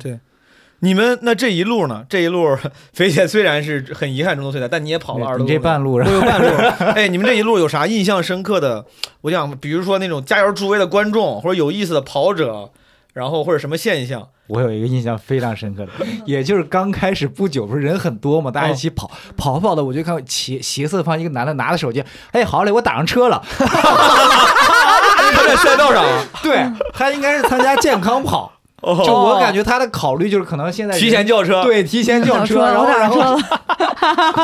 你们那这一路呢？这一 路，肥姐虽然是很遗憾中途退赛，但你也跑了二十
你
多
这
公里。
半路
我
上
有半路，哎，你们这一路有啥印象深刻的？我想，比如说那种加油助威的观众，或者有意思的跑者，然后或者什么现象？
我有一个印象非常深刻的，也就是刚开始不久，不是人很多嘛，大家一起跑，跑跑的，我就看到斜斜四方一个男的拿着手机，哎，好嘞，我打上车了。
他在赛道上，啊
对他应该是参加健康跑，
嗯 哦，
就我感觉他的考虑就是可能现在人
提前嗯叫车，，
哎对提前叫
想
车，
说
然后
我
然
打
后
车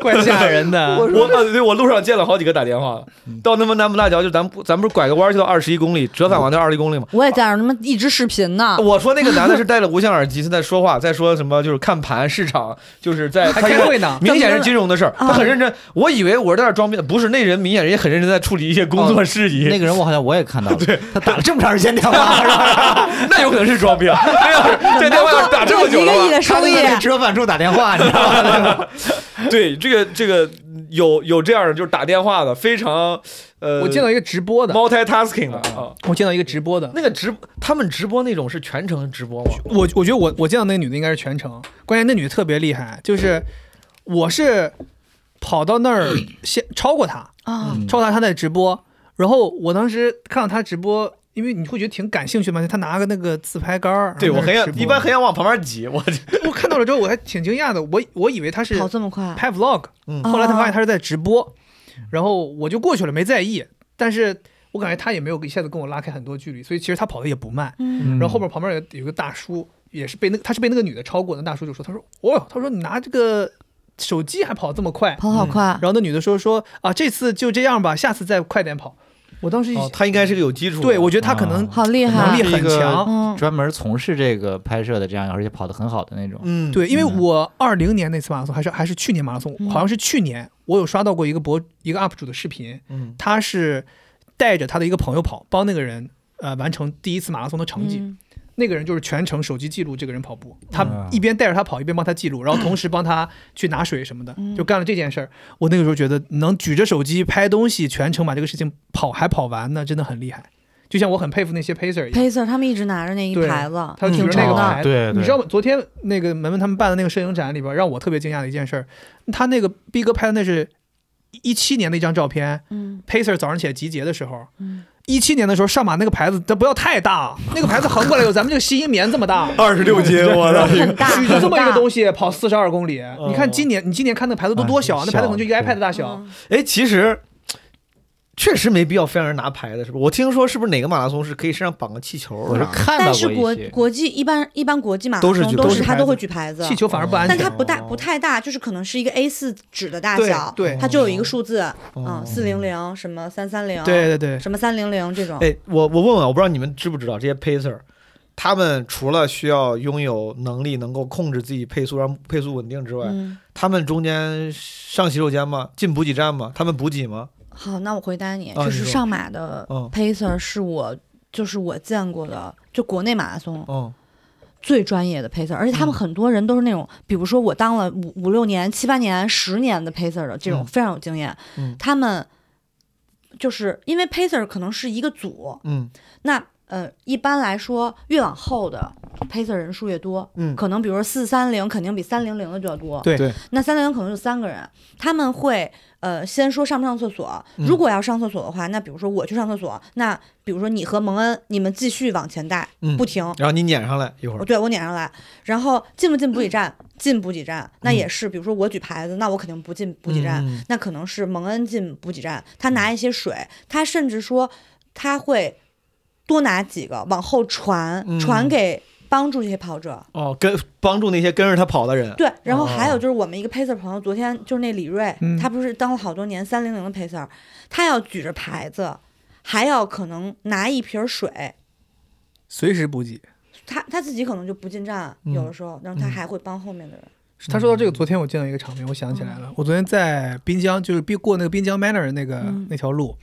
怪吓人的。
我呃，对我路上见了好几个打电话的，
嗯
到那么南浦大桥，就咱不咱不是拐个弯就到二十一公里，折返完就二十一公里嘛。
我也在那儿他妈一直视频
啊
呢，
我说那个男的是戴了无线耳机，是在说话， 在说什么就是看盘市场，就是在
还
他应
开
该
会呢，
明显是金融的事儿，
嗯
啊
他很认真。我以为我是在这儿装逼的，不是那人明显人家很认真在处理一些工作事宜，
那个人我好像我也 看到了，他打了这么长时间电 话，
那有可能是装逼 啊！那要是这电话要是打这么久了
一个亿
吧？
的
他
收
在
益，
那里折返处打电话，你 知道吗？
对，这个这个有有这样的，就是打电话的，非常呃，
我见到一个直播的，
multitasking 的啊。
呃我见到一个直播的，
那个直他们直播那种是全程直播吗？
我我觉得我我见到那个女的应该是全程，关键那女的特别厉害，就是我是跑到那儿先超过她，
啊
嗯
超过她她在直播，然后我当时看到她直播，因为你会觉得挺感兴趣嘛，她拿个那个自拍杆儿，
对我很想，
想
一般很想往旁边挤，我
我看到了之后我还挺惊讶的，我我以为她是
跑这么快，
拍 vlog，
嗯
后来才发现她是在直播，然后我就过去了没在意，但是我感觉她也没有一下子跟我拉开很多距离，所以其实她跑的也不慢。
嗯，
然后后边旁边有有个大叔，也是被那他是被那个女的超过的，那大叔就说，他说，哦哟，他说你拿这个手机还跑这么快，
跑好快，
然后那女的说说啊，这次就这样吧，下次再快点跑。我当时一想、
哦，他应该是个有基础的。
对我觉得他可能
好厉
能
害
力，很
这个
强，
嗯，
专门从事这个拍摄的这样，而且跑得很好的那种。
嗯，
对，因为
嗯
我二零年那次马拉松还是还是去年马拉松，
嗯
好像是去年，我有刷到过一个博一个 UP 主的视频，
嗯，。
他是带着他的一个朋友跑，帮那个人呃完成第一次马拉松的成绩，
嗯
那个人就是全程手机记录这个人跑步，他
嗯
一边带着他跑，一边帮他记录，然后同时帮他去拿水什么的，
嗯
就干了这件事儿。我那个时候觉得能举着手机拍东西，全程把这个事情跑还跑完呢，真的很厉害。就像我很佩服那些 pacer 一样，
Pacer 他们一直拿着那一
对
牌子，
他举
挺
着那
潮
个
的。
牌，
嗯对
你知道吗？昨天那个门门他们办的那个摄影展里边，让我特别惊讶的一件事儿，他那个逼哥拍的那是一七年的一张照片
嗯
，pacer 早上起来集结的时候，
嗯
一七年的时候上马那个牌子，咱不要太大，那个牌子横过来有咱们这个吸音棉这么大
二十六 斤，我操！
很大，
举着这么一
很
个
大
东西跑四十二公里，你看今年你今年看那牌子都多小啊，
哎
那牌子可能就一个
小
iPad 大
嗯
小。
哎，其实确实没必要非让人拿牌子，是不是？我听说是不是哪个马拉松是可以身上绑个气球？
我是
然后
看到
但是
过
国
一些。
国际一般一般国际马拉
都是
松
举
都
都
是
是
它
牌
都
子
会举牌子，
气球反而不安
但
全。
它不大不太大，就是可能是一个 A 四纸的大
对
小，
对
它就有一个数字，
哦
嗯，四零零什么三三零，
对对对，
什么三零零这种，
哎，我我问问，我不知道你们知不知道这些 pacer，他们除了需要拥有能力能够控制自己配速让配速稳定之外，
嗯，
他们中间上洗手间吗？进补给站吗？他们补给吗？
好，那我回答你，
啊
就
你
是
说
上马的
嗯
pacer 是我就是我见过的，就国内马拉松
嗯，
最专业的 pacer，而且他们
嗯
很多人都是那种，比如说我当了五五六年、七八年、十年的 pacer 的这种
嗯
非常有经验，
嗯
他们就是因为 pacer 可能是一个组，
嗯
那呃一般来说越往后的 pacer 人数越多，
嗯
可能比如说四三零肯定比三零零的就要多，
对
对，
那三零零可能就三个人，他们会呃先说上不上厕所，
嗯
如果要上厕所的话，那比如说我去上厕所，那比如说你和蒙恩你们继续往前带，
嗯
不停，
然后你撵上来一会
我
儿，
对我撵上来，然后进不进补给站？进补给站，那也是，比如说我举牌子，那我肯定不进补给站，
嗯嗯嗯
那可能是蒙恩进补给站，他拿一些水，他甚至说他会多拿几个往后传，
嗯
传给帮助这些跑者。
哦，跟帮助那些跟着他跑的人。
对，然后
哦
还有就是我们一个 pacer 朋友，昨天就是那李锐，
嗯
他不是当了好多年三零零的 pacer，他要举着牌子，还要可能拿一瓶水，
随时补给。
他他自己可能就不进站，
嗯
有的时候，然后他
嗯
还会帮后面的人。
他说到这个，昨天我见到一个场面，我想起来了。我昨天在滨江，就是必过那个滨江 Manor 那个、那条路，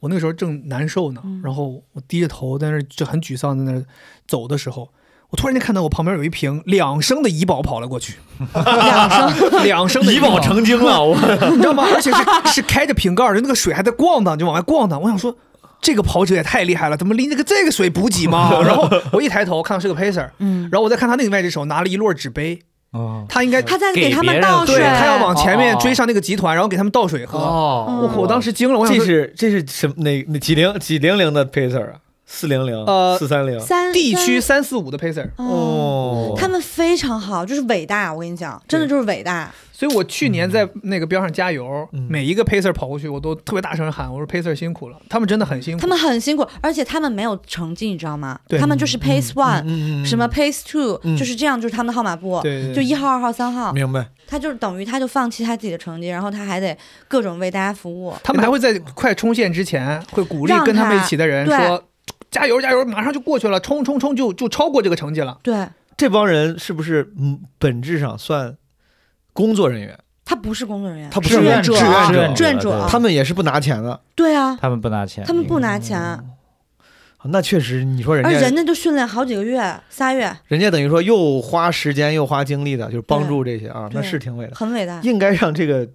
我那个时候正难受呢，然后我低着头在那儿就很沮丧，在那儿走的时候，我突然间看到我旁边有一瓶两升的怡宝跑了过去， 两升两升的
怡宝成精了，我
你知道吗？而且是是开着瓶盖儿，就那个水还在逛荡，就往外逛荡。我想说，这个跑者也太厉害了，怎么拎着个这个水补给嘛？然后我一抬头看到是个 pacer，
嗯，
然后我再看他那个外置手拿了一摞纸杯，
哦
他应该
他在
给
给他们
别人
倒
对
水，
他要往前面
哦
追上那个集团，然后给他们倒水喝。
哦
嗯
我我当时惊了，我想
这
说。
是这是什么哪哪几零几零零的 pacer 啊？四零零
呃
四三零
三
地区
三
三四五的 pacer，
哦。
哦，
他们非常好，就是伟大，我跟你讲，真的就是伟大。
所以我去年在那个边上加油，
嗯
每一个 pacer 跑过去，我都特别大声喊，我说 pacer 辛苦了，他们真的很辛苦。
他们很辛苦，而且他们没有成绩，你知道吗？
对
他们就是 pace one，、
嗯
什么 pace two，、
嗯
就是这样，就是他们的号码布，
对对对
就一号、二号、三号，
明白？
他就是等于他就放弃他自己的成绩，然后他还得各种为大家服务。
他们还会在快冲线之前，会鼓励跟他们一起的人
让他
说：“加油加油，马上就过去了，冲冲冲就就超过这个成绩了。
对
这帮人是不是嗯本质上算工作人员？
他不是工作人员，
他不
志
是
愿
志
者，
愿者
啊
志
志
愿
愿
者
者，
他们也是不拿钱的。
对啊，
他们不拿钱，
他们不拿钱，啊
啊那确实，你嗯说人
而
家
人家就训练好几个月，仨月，
人家等于说又花时间又花精力的，就是帮
对
助这些啊，那
对
是挺伟的，
很伟大。
应该让这个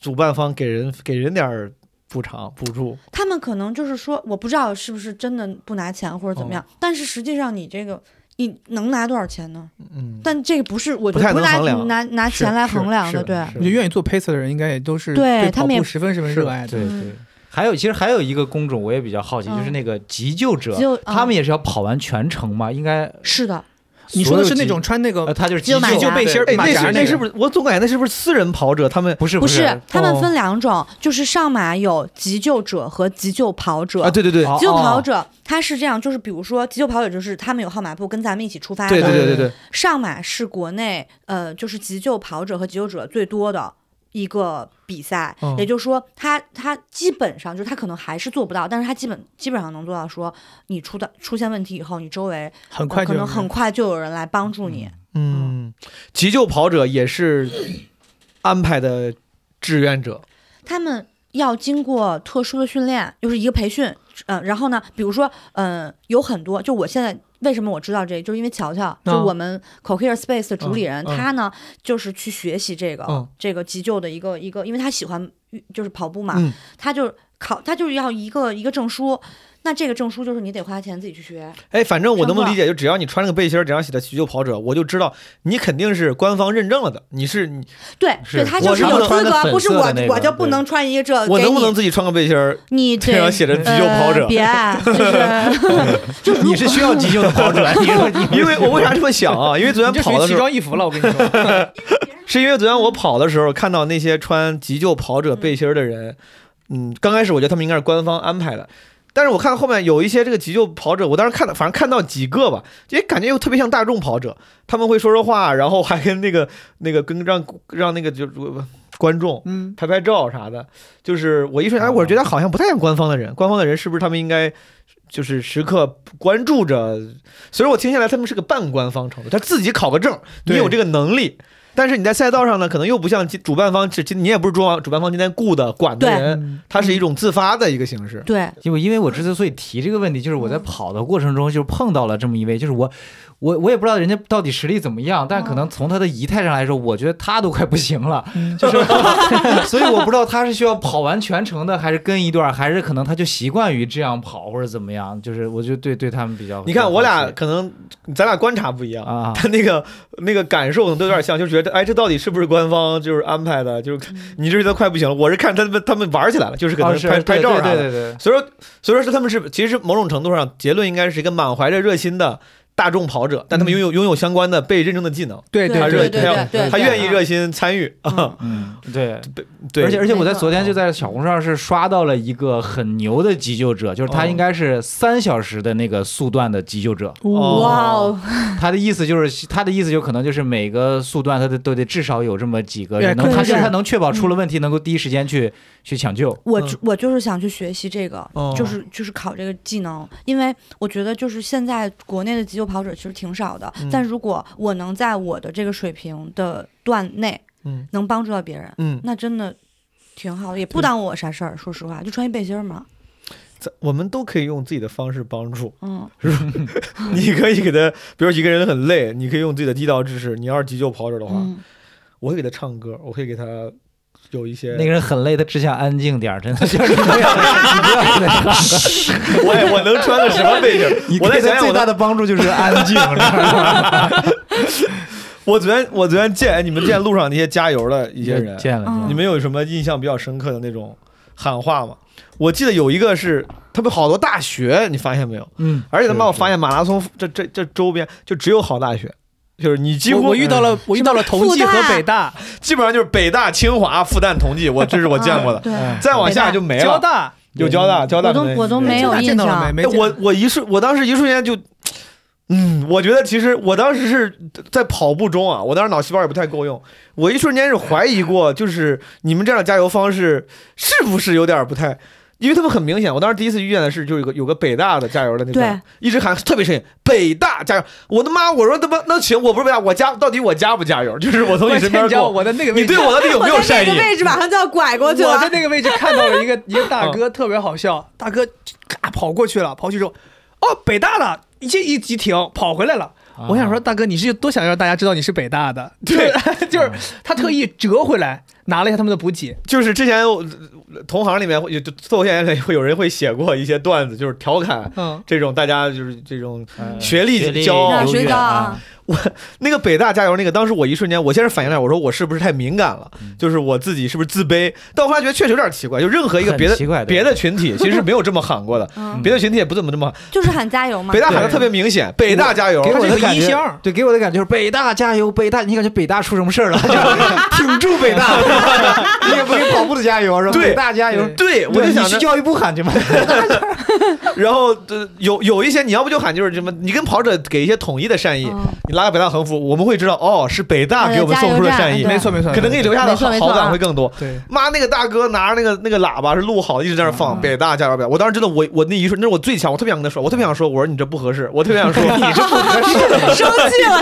主办方给人给人点儿补偿补助。
他们可能就是说，我不知道是不是真的不拿钱或者怎么样，
哦
但是实际上你这个你能拿多少钱呢？
嗯，
但这个不是，我觉
不太
得
能
不拿
衡量
拿拿
是
钱来衡量
是
的，
是
对。
是
我就愿意做 pacer 的人，应该也都是
对
跑
他们
步
也
十分十分热爱的。
对对
嗯。
还有，其实还有一个工种我也比较好奇，
嗯
就是那个急救者
嗯
急救，
他们也是要跑完全程吗？应该，
是的，
你说的是那
所有
种穿那
呃，
个
他就是
急救马
急救
甲
背心儿
哎，
马
那
甲
是
那
那
个
是不是？我总感觉那是不是私人跑者他们
不是
不
是
是，他们
哦
分两种，就是上马有急救者和急救跑者。
啊？对对对
哦
急救跑者他是这样，就是比如说急救跑者就是他们有号码布跟咱们一起出发的。
对对对对对，
上马是国内呃就是急救跑者和急救者最多的。一个比赛，
嗯
也就是说他，他基本上就是他可能还是做不到，但是他基本基本上能做到说，你出的出现问题以后，你周围、
很
呃
快就
可能
有
很快就有人来帮助你。
嗯，急救跑者也是安排的志愿者，
他们要经过特殊的训练，又是一个培训，嗯、然后呢，比如说，嗯、有很多，就我现在为什么我知道这，就是因为乔乔，就我们 Cohere Space 的主理人，
嗯嗯
他呢就是去学习这个、
嗯
这个急救的一个一个，因为他喜欢运就是跑步嘛，
嗯
他就考，他就是要一个一个证书。
那这个证书就是你得花钱自己去学。
哎，反正我能不能
上课
理解，就只要你穿了个背心儿，只要写的急救跑者，我就知道你肯定是官方认证了的。你是你，
对，对
是
他
我
就是
能不
有
能
资
穿
格，
粉
不是
色的
我
那
我
种
就不
对
能穿一个这
呃
给
我能不
你
能自己穿个背心儿，
你
这上写着急救跑者
呃、别， 就是
你是需要急救的跑者，你说你
因为我为啥这么想啊？因为昨
你
天
这属
跑的时
于奇
候，
装异服了，我跟你说。
是因为昨天我跑的时候看到那些穿急救跑者背心儿的人，嗯，刚开始我觉得他们应该是官方安排的，但是我看后面有一些这个急救跑者，我当时看到，反正看到几个吧，也感觉又特别像大众跑者，他们会说说话，然后还跟那个那个跟让让那个就观众
嗯，
拍拍照啥的，就是我一瞬间，哎，
哦
我觉得好像不太像官方的人，官方的人是不是他们应该就是时刻关注着？所以我听下来，他们是个半官方程度，他自己考个证，你
对
有这个能力，但是你在赛道上呢，可能又不像主办方，是你也不是主办主办方今天雇的管的
对
人，它是一种自发的一个形
嗯
式。
对，
因为因为我之所以提这个问题，就是
嗯
我在跑的过程中就是碰到了这么一位，就是我我我也不知道人家到底实力怎么样，但可
嗯
能从他的仪态上来说，我觉得他都快不行了，就是， 所以我不知道他是需要跑完全程的，还是跟一段，还是可能他就习惯于这样跑或者怎么样，就是我就对对他们比较，啊
你看，我俩
比
可能咱俩观察不一样
较好奇
他那个那个感受都有点像，就觉得哎，这到底是不是官方就是安排的？就是你这都快不行了。我是看他们他们玩起来了，就是可
啊，
能
嗯是
拍、拍照啥的。
对对对对，
所以说，所以说是他们是其实某种程度上结论应该是一个满怀着热心的大众跑者，
嗯
但他们拥有拥有相关的被认证的技能，
对
他
对
热
对，
对
他要
对对
他
对
愿意热心参与啊。
嗯，对。
对，
而且而且我在
没错啊
昨天就在小红书上是刷到了一个很牛的急救者，就是他
哦
应该是三小时的那个速段的急救者。
哦
哇哦，
他的意思就是他的意思就可能就是每个速段他都都得至少有这么几个
对
人能，
可
他
能
就是他能确保出了问题能够第一时间去去抢救。
我
嗯
我就是想去学习这个
哦，
就是就是考这个技能，因为我觉得就是现在国内的急救跑者其实挺少的
嗯，
但如果我能在我的这个水平的段内
嗯
能帮助到别人，
嗯，
那真的挺好的，也不耽误我啥事儿。说实话，就穿一背心儿嘛，
咱我们都可以用自己的方式帮助。
嗯，
你可以给他，比如一个人很累，你可以用自己的地道知识。你要是急救跑者的话，
嗯
我会给他唱歌，我会给他有一些
那个人很累，他只想安静点儿，真的就是你不要你不要给他
我我能穿个什么背 景？我在想想我
最大
的，
的帮 助就是安静。
我昨天我昨天见哎你们见路上那些加油的一些人，啊
见了，
嗯
你们有什么印象比较深刻的那种喊话吗？我记得有一个是他们好多大学，你发现没有？
嗯，
而且他妈我发
现
现马拉松这这这周边就只有好大学。就是你几
我
乎
我遇到了我遇到了同济和北大、
基本上就是北大、清华、复旦、同济，我这是我见 过的。
啊对，
再往下就没
交
了，
大，
有交大，交大
我都
可能也
我都
是
没有
交大
印
见到了
象
没？没
哎
见
我我一瞬，我当时一瞬间就，嗯，我觉得其实我当时是在跑步中啊，我当时脑细胞也不太够用，我一瞬间是怀疑过，就是你们这样的加油方式是不是有点不太。因为他们很明显，我当时第一次遇见的是，就是有个有个北大的加油的那个
对，
一直喊特别深，北大加油！我的妈！我说他妈那行，我不是北大，我加到底我加不加油？就是我从你
我
身
先
边
讲
过，
我的那个位
你
置
对我到底有没有善意
我在那？个位置马上就要拐过去
我
了
在。那个位置看到 了一个一个大
嗯
哥，特别好笑。大哥嘎跑过去了，跑去之后，哦，北大的，一进一急停，跑回来了。
啊
嗯
我想说，大哥，你是多想让大家知道你是北大的？
对，
就是他特意折回来，拿了一下他们的补给。
就是之前我同行里面会有就脱口秀演员里会有人会写过一些段子，就是调侃
嗯，
这种大家就是这种
嗯
学历
学历
骄傲
优
那
越
谁知道啊
啊？
那个北大加油那个，当时我一瞬间，我先是反应来，我说我是不是太敏感了，就是我自己是不是自卑？但我后来觉得确实有点奇怪，就任何一个别
很
的
奇怪
别的群体其实没有这么喊过的，
嗯，
别的群体也不怎么这么喊，
就是喊加
嗯
油嘛。
北大喊的
对
特别明显，北大加油
给。我
他
的
是个
感
衣
觉
箱，
对，给我的感觉就是北大加油，北大，你感觉北大出什么事儿了？ 就挺住北大， 你也不给跑步的加油是吧？
对
北大加油，
对，我
对
就想
你去
着，
教育部喊去吧。
然后呃，有有一些你要不就喊就是什么，你跟跑者给一些统一的善意，
嗯
你拉个北大横幅，我们会知道哦，是北大
哎
给我们
加
送
油
出了
站
善意，
对
嗯没错没错，
可能给你留下的
没错没错
好感
啊
会更多。
对。
妈，那个大哥拿着那个那个喇叭是录好，一直在那儿放、
嗯
北大加油表。我当时真的，我我那一瞬，那是我最强，我特别想跟他说，我特别想说，我说你这不合适，我特别 想说，
生气了，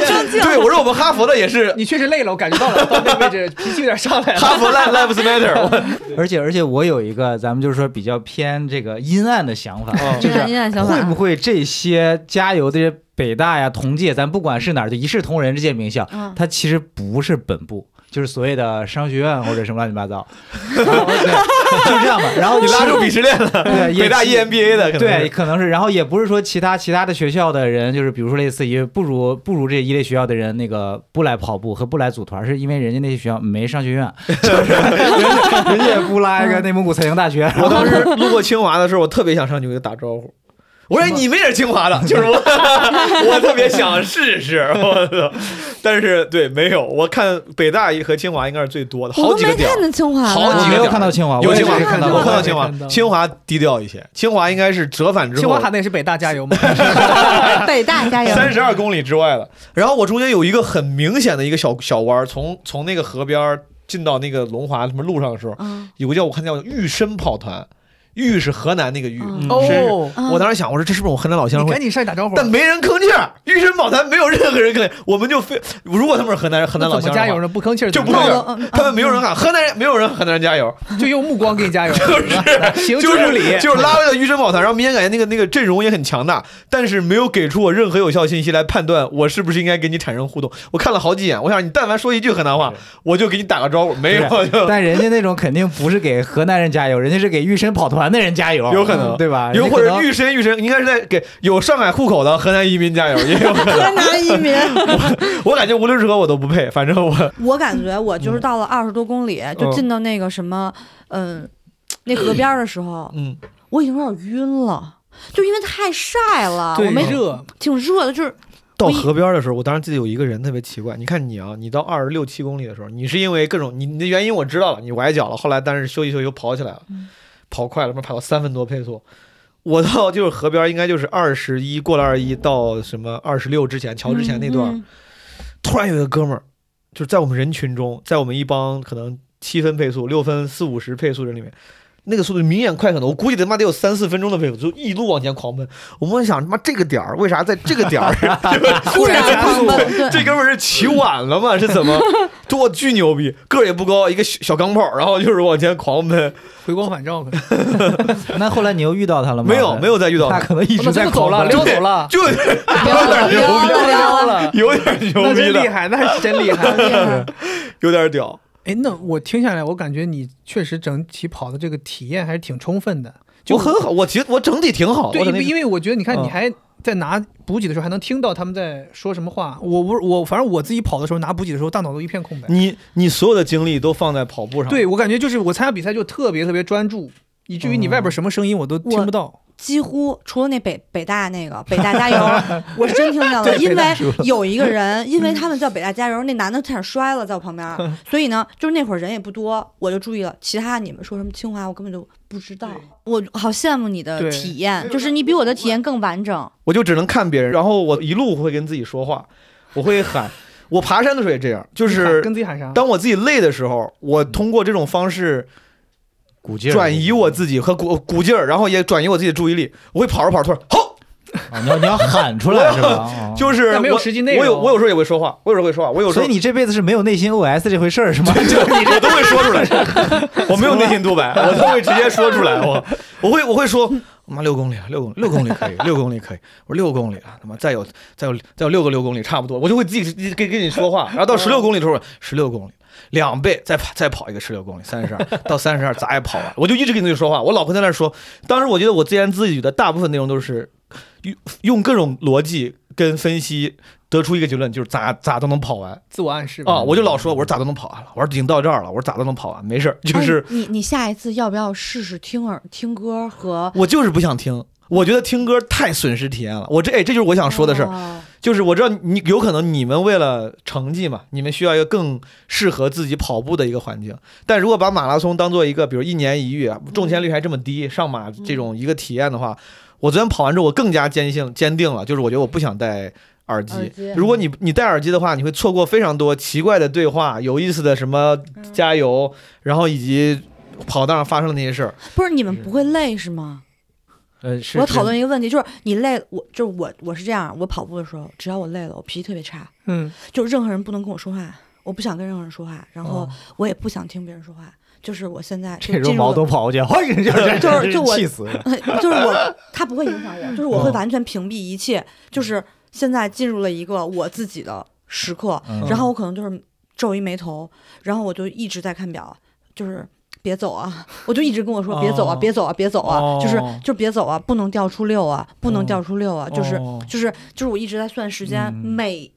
生气了。
对我说我们哈佛的也 是
你确实累了，我感觉到了，到那个位置 脾气有点上来 了。
哈佛 Life Lives Matter 我。
而且而且我有一个，咱们就是说比较偏这个阴暗的想法，
哦
就是
阴暗想法
会不会这些加油的这些北大呀、同届，咱不管是哪儿，就一视同仁这些名校，
嗯
它其实不是本部。就是所谓的商学院或者什么乱七八 糟，然后对就是这 样吧。然后
你拉住鄙
比
视链了，
对也
北大 E EMBA 的可能
对，
是，
E 可能是，然后也不是说其他其他的学校的人，就是比如说类似于不如不如这一类学校的人那个不来跑步和不来组团，是因为人家那些学校没商学 院，就是人家嗯人家也不拉一个内蒙古财经大学，
我当时路过清华的时候，我特别想上去给他打招呼。我说你们也是清华的，就是 我，我特别想试试，我操！但是对，没有，我看北大和清华应该是最多的，
我
好
都
几个
没
点儿
看，见清华了，
好
我
几
没
个
有
点
看到清华，
有
我也
清华，
没
有
看到，
啊我看到清
没
华，清华低调一些，清华应该是折返之后，
清华喊的也是北大加油嘛，
北大加油！
三十二公里之外了。然后我中间有一个很明显的一个小小弯儿，从从那个河边儿进到那个龙华什么路上的时候，
嗯
有个叫我看叫玉深跑团，玉是河南那个玉，
嗯
是
哦，
嗯
我当时想，我说这是不是我河南老乡
你
会
赶？紧上去打招呼，
但没人吭气儿，玉深宝坛没有任何人吭气，我们就非如果他们是河南人，河南
那
老
怎么
乡
加油
的
呢？嗯不吭气儿
就不
怎么加
会
油
有话，他们没有
嗯
人喊河南人，没有人喊河南人加油，
就用目光给你加 油， 行
就
助
是
理，
就是拉了个玉深宝坛，然后明显感觉那个那个阵容也很强大，但是没有给出我任何有效信息来判断我是不是应该跟你产生互动。我看了好几眼，我想你但凡说一句河南话，我就给你打个招呼，没有
对啊
就
但人家那种肯定不是给河南人加油，人家是给玉深跑团的人加油，
有可能
对吧？
有
人家
或
可
者
能
玉深玉深，应该是在给有上海户口的河南移民加油，也有可能。
河南移民，
我感觉无论如何我都不配，反正我
我感觉我就是到
嗯
了二十多公里，就进到那个什么，嗯，那河边儿的时候，
嗯，
我已经有点晕了，就因为太晒了，
对
我没
热，
挺热的，就是
到
我一
河边的时候，我当时记得有一个人特别奇怪。你看你啊，你到二十六七公里的时候，你是因为各种你你的原因我知道了，你崴脚了，后来但是休息休息又跑起来了，
嗯
跑快了，他妈跑到三分多配速。我到就是河边，应该就是二十一过了二十一到什么二十六之前，桥之前那段，
嗯
突然有一个哥们儿，就是在我们人群中，在我们一帮可能七分配速、六分四五十配速人里面，那个速度明显快很多。我估计他妈得有三四分钟的配速，就一路往前狂奔。我们想他妈这个点儿为啥在这个点儿？
嗯突然狂奔，对，
这哥们儿是起晚了吗？是怎么？多巨牛逼，个儿也不高，一个小小钢炮，然后就是往前狂奔。
回光返照可能，
那后来你又遇到他了吗？
没有，没有再遇到
他
他，
可能一
哦那他
直在
就走了，
狂奔
溜走了，
就
溜了溜了溜
溜
了，
了。
有点牛
那
逼
真厉
了，
害，那是真 厉害。
有点屌。
哎，那我听下来，我感觉你确实整体跑的这个体验还是挺充分的。就
我很好，我其实我整体挺好。
对，
哦我
因
整
为
体
因为我觉得，你看你
嗯
还在拿补给的时候，还能听到他们在说什么话。我不是我，反正我自己跑的时候拿补给的时候，大脑都一片空白。
你你所有的精力都放在跑步上，
对我感觉就是我参加比赛就特别特别专注，以至于你外
嗯
边什么声音我都听不到。
几乎除了那北北大那个北大加油， 我是真听见了，
对
因
北大
为有一个人，因为他们叫北大加油，那男的差点摔了在我旁边儿，所以呢，就是那会儿人也不多，我就注意了。其他你们说什么清华，我根本就不知道。我好羡慕你的
对
体验，就是你比我的体验更完整。
我就只能看别人，然后我一路会跟自己说话，我会喊。我爬山的时候也这样，就
就是跟自己喊啥？
当我自己累的时候，我通过这种方式
鼓劲儿
转移我自己和鼓鼓劲儿，然后也转移我自己的注意力。我会跑着跑着突然吼，
啊你要你要喊出来是 吧？哦
就是
但没有
我
实际内容
我有我有时候也会说话，我有时候会说话，我有时
所
候
以你这辈子是没有内心 OS 这回事儿是吗？就是 你
我都会说出来，我没有内心独白，我都会直接说出来。我我会我会说，妈六公里，啊，六公里，六公里可以，六公里可以。我说六公里啊，他妈再有再有再有六个六公里差不多，我就会自己跟跟你说话。然后到十六公里的时候，十六公里。两倍，再跑再跑一个十六公里，三十二到三十二，咋也跑完。我就一直跟自己说话，我老婆在那说，当时我觉得我自言自语的大部分内容都是用用各种逻辑跟分析得出一个结论，就是咋咋都能跑完。
自我暗示吧
啊，我就老说，我说咋都能跑完了，我说已经到这儿了，我说咋都能跑完，没事儿，就是
哎你你下一次要不要试试听耳听歌和
我就是不想听。我觉得听歌太损失体验了，我这哎，这就是我想说的事儿，
哦
就是我知道你有可能你们为了成绩嘛，你们需要一个更适合自己跑步的一个环境，但如果把马拉松当做一个，比如一年一遇，啊中签率还这么低，上马
嗯
这种一个体验的话，我昨天跑完之后，我更加坚信坚定了，就是我觉得我不想戴耳机。
耳机
如果你你戴耳机的话，你会错过非常多奇怪的对话、有意思的什么加油，然后以及跑道上发生的那些事儿。
不是你们不会累是吗？
呃，是
我讨论一个问题，就是你累，我就是我，我是这样，我跑步的时候，只要我累了，我脾气特别差，
嗯，
就是任何人不能跟我说话，我不想跟任何人说话，然后我也不想听别人说话，就是我现 在就
哦这时候
进入
毛
了
都跑过去， 哎呀就是
就是就我
气死了。
就是我，他不会影 响我，就是我会完全屏蔽一切，就是现在进入了一个我自己的时刻，
嗯
然后我可能就是皱一眉头，然后我就一直在看表，就是别走啊， 我就一直跟我说别走啊，
哦
别走啊，别走啊，就是
哦
就别走啊，不能掉出六啊，不能掉出六啊，就是
哦
就是就是我一直在算时间，
嗯
每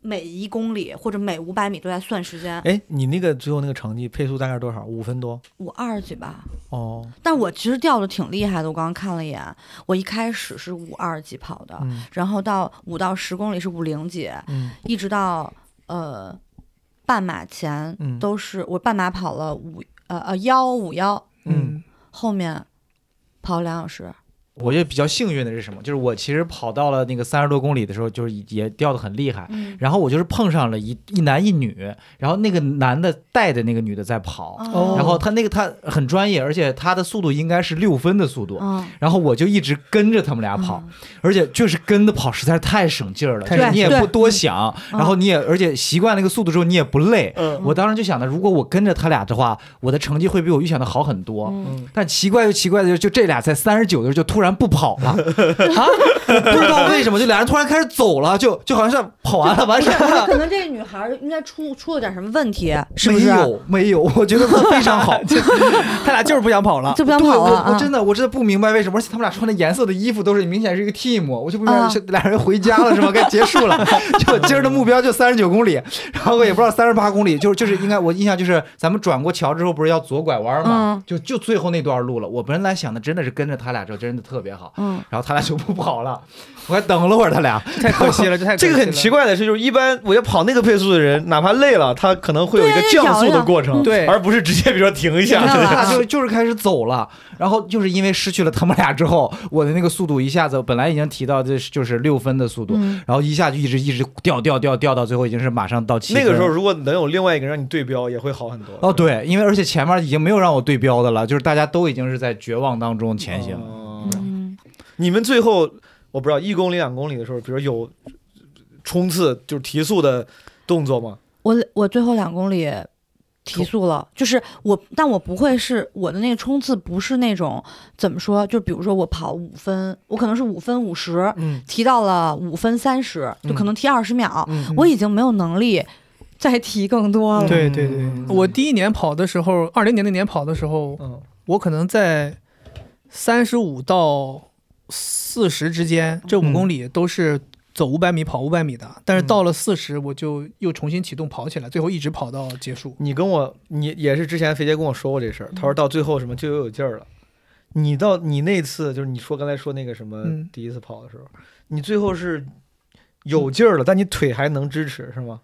每一公里或者每五百米都在算时间，
哎，你那个最后那个成绩配速大概是多少？五分多
我二十几吧，
哦，
但我其实掉的挺厉害的，我刚刚看了一眼，我一开始是五二几跑的，
嗯
然后到五到十公里是五零几，
嗯
一直到呃半马前
嗯
都是、我半马跑了五呃呃幺五幺，
嗯
后面跑两小时，
我觉得比较幸运的是什么？就是我其实跑到了那个三十多公里的时候，就是也掉得很厉害。
嗯，
然后我就是碰上了一一男一女，然后那个男的带着那个女的在跑，
哦
然后他那个他很专业，而且他的速度应该是六分的速度，
嗯，
然后我就一直跟着他们俩啊 跑，而且就是跟着跑实在是太省劲儿了，
太
就是
省
你
劲
也
儿
不多想，
嗯
然后你也而且习惯那个速度之后你也不累。
嗯
我当时就想的，如果我跟着他俩的话，我的成绩会比我预想的好很多。
嗯
但奇怪就奇怪的就，就这俩在三十九的时候就突然不跑 了啊！不知道为什么，就俩人突然开始走了，就就好像是跑完了完事儿了。
可能这女孩儿应该出出了点什么问题，是不
没
是？啊
有没有， 我觉得非 常好。
他俩就是不想跑了。
就不想
对，
跑了
我我
啊！
真的我真的不明白为什么，而且他们俩穿的颜色的衣服都是明显是一个 team，我 就不明白
啊
是俩人回家了是吗？该结 束了。就今儿的目标就三十九公里，然后我也不知道三十八公里，就是就是应该我印象就是咱们转过桥之后不是要左拐弯吗？
嗯
就就最后那段路了。我本来想的真的是跟着他俩之后真的特别好，
嗯，
然后他俩就不跑了，我还等了会儿他俩。
太可惜了，这太可惜
这
了
个很奇。怪的是，就是一般我觉得跑那个配速的人，哪怕累了，他可能会有一个
对
降速
咬
的
着
过程，
对
而不是直接比如说停一下
停。
他
下来
俩就就是开始走了，然后就是因为失去了他们俩之后，我的那个速度一下子本来已经提到这是就是六分的速度，
嗯
然后一下就一直一直掉掉掉掉到最后已经是马上到七分。
那个时候如果能有另外一个人让你对标，也会好很多。
哦，对，因为而且前面已经没有让我对标的了，就是大家都已经是在绝望当中前行。
哦
嗯，
你们最后我不知道一公里两公里的时候，比如有冲刺就是提速的动作吗？
我我最后两公里提速了，就是我，但我不会是我的那个冲刺不是那种怎么说，就比如说我跑五分，我可能是五分五十，
嗯，
提到了五分三十，就可能提二十秒，
嗯
我已经没有能力再提更多了。
对对对，嗯我第一年跑的时候，二零年那年跑的时候，
嗯
我可能在三十五到四十之间，这五
嗯
公里都是走五百米跑五百米的，但是
嗯
到了四十，我就又重新启动跑起来，最后一直跑到结束。
你跟我，你也是之前肥姐跟我说过这事儿，
嗯
她说到最后什么就又有劲儿了。你到你那次就是你说刚才说那个什么
嗯
第一次跑的时候，你最后是有劲儿了，但你腿还能支持是吗？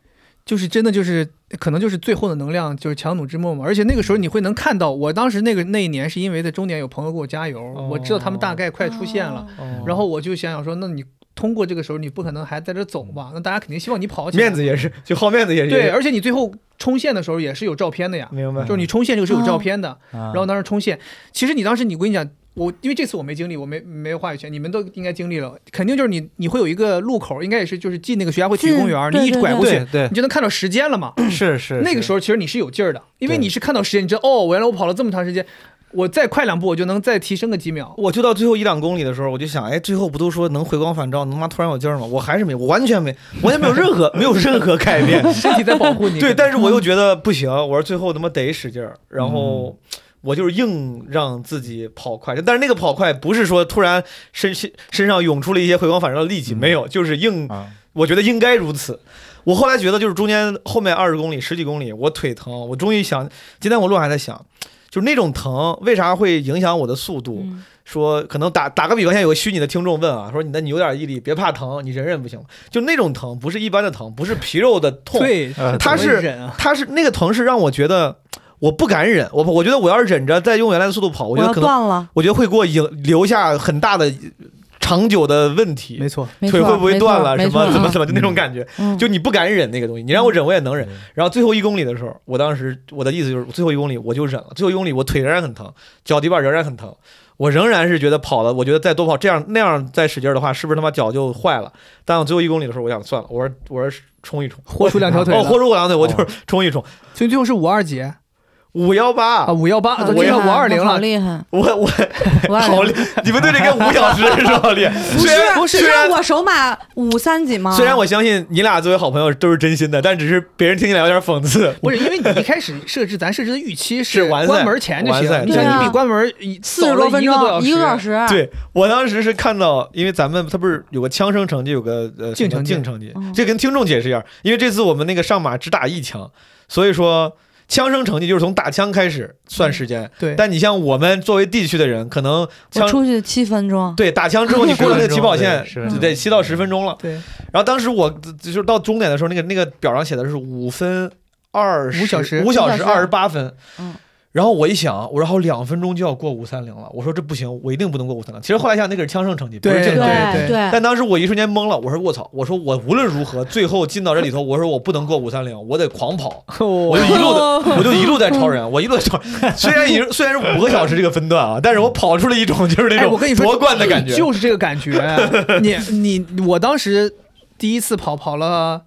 就是真的就是可能就是最后的能量就是强弩之末嘛，而且那个时候你会能看到，我当时那个那一年是因为在终点有朋友给我加油，
哦
我知道他们大概快出现了，
哦
然后我就想想说，那你通过这个时候你不可能还在这走吧？那大家肯定希望你跑起来，
面子也是，就好面子也是。
哦
嗯
对，而且你最后冲线的时候也是有照片的呀，
明白
就是你冲线这个是有
哦
照片的，
然
然后当时冲线，其实你当时你我跟你讲，我因为这次我没经历，我没没有话语权，你们都应该经历了，肯定就是你你会有一个路口，应该也是就是进那个学家汇体育
进
公园，
对
你一
对
拐过去
对。对
你就能看到时间了嘛？
是是
那个时
候
候其实你是有劲儿的，因为
对
你是看到时间，你知道哦，原来我跑了这么长时间，我再快两步我就能再提升个几 秒。
我就到最后一两公里的时候，我就想，哎，最后不都说能回光返照，能妈突然有劲儿吗？我还是没，我完全没，完全没有任何 没有任何改 变。
身体在保护你。
对，但是我又觉得不行，我说最后他妈得使劲儿，然后
嗯
我就是硬让自己跑快，但是那个跑快不是说突然身身身上涌出了一些回光返照的力气，
嗯
没有，就是硬，
啊，
我觉得应该如此。我后来觉得就是中间后面二十公里、十几公里，我腿疼，我终于想，今天我路上还在想，就是那种疼为啥会影响我的速度？
嗯
说可能打打个比方，现在有个虚拟的听众问啊，说你那你有点毅力，别怕疼，你忍忍不行吗？就那种疼，不是一般的疼，不是皮肉的痛，
对，
呃
他
怎么
是
忍啊
他是那个疼是让我觉得我不敢忍，我我觉得我要是忍着再用原来的速度跑，我
我
觉得
要
可能
断了，
我觉得会给我影留下很大的长久的问题
没。错，
没
腿
错
会不会
没错
断了？什
没错
么怎么
啊
怎么就那种感觉，
嗯
就你不敢忍那个东西，你让我忍我也能忍。然后最后一公里的时候，我当时我的意思就是最后一公里我就忍了，最后一公里我腿仍然很疼，脚底板仍然很疼，我仍然是觉得跑了，我觉得再多跑这样那样再使劲儿的话，是不是他妈脚就坏了？但我最后一公里的时候，我想算了，我说我说冲一冲，
豁出两条腿
哦，
了
豁出我两条腿，我就是冲一冲。
所以最后是五二几，
五幺八
啊，，五幺八，都
嗯好
进
厉
到
害
五二零
好
了。
厉害，
我我
五二
好
零
厉，你们对这跟五小时是吧？厉害，
不
虽
是
然
不是，
虽然
我手码五三几吗？
虽然我相信你俩作为好朋友都是真心的，但只是别人听起来有点讽刺。
不是因为你一开始设置，咱设置的预期
是完赛
关门前就行
完赛。
你
对
想，
啊
你比关门
四十多
一
分钟，一
个多
个多
小
小
时，
时，，
对我当时是看到，因为咱们他不是有个枪声成绩，有个呃
净成绩
净成绩
嗯，
这跟听众解释一下，因为这次我们那个上马只打一枪，所以说枪声成绩就是从打枪开始算时间。
对，
但你像我们作为地区的人，可能
我
枪
出去七分钟，
对打枪之后，你过了那个起跑 线
是
就得七到十分钟了。
对
然后当时我就是到终点的时候，那个那个表上写的是五分二十
五小时啊
五小时
五小
二
时
十八分。
嗯
然后我一想，我然后两分钟就要过五三零了，我说这不行，我一定不能过五三零。其实后来想，那个是枪胜成绩，不是
对
正
对
常。
对
对，
但当时我一瞬间懵了，我说我操，我说我无论如何最后进到这里头，我说我不能过五三零，我得狂 跑， 我就一路
哦
的，我就一路在超人，我一路在超人。虽然已经虽然是五个小时这个分段啊， 但是我跑出了一种就是那
哎，
种
我跟你说，
夺冠的感觉。
就是这个感觉。 你你我当时第一次跑跑了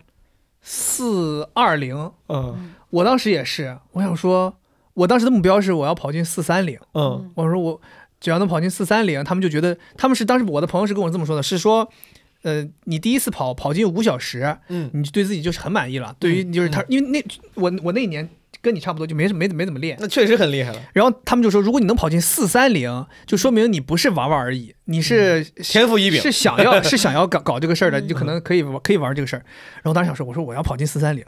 四二零，
嗯
我当时也是，我想说，我当时的目标是我要跑进四三零，
嗯
我说我只要能跑进四三零，他们就觉得他们是当时我的朋友是跟我这么说的，是说。呃，你第一次跑跑进五小时，
嗯
你就对自己就是很满意了。对于就是他，因为那我我那一年跟你差不多，就没什么没怎么没怎么练，
那确实很厉害了。
然后他们就说，如果你能跑进四三零，就说明你不是玩玩而已，你是
天赋异禀
是想 要是想要搞搞这个事儿的，
嗯
你就可能可以玩可以玩这个事儿。然后当时想说，我说我要跑进四三零，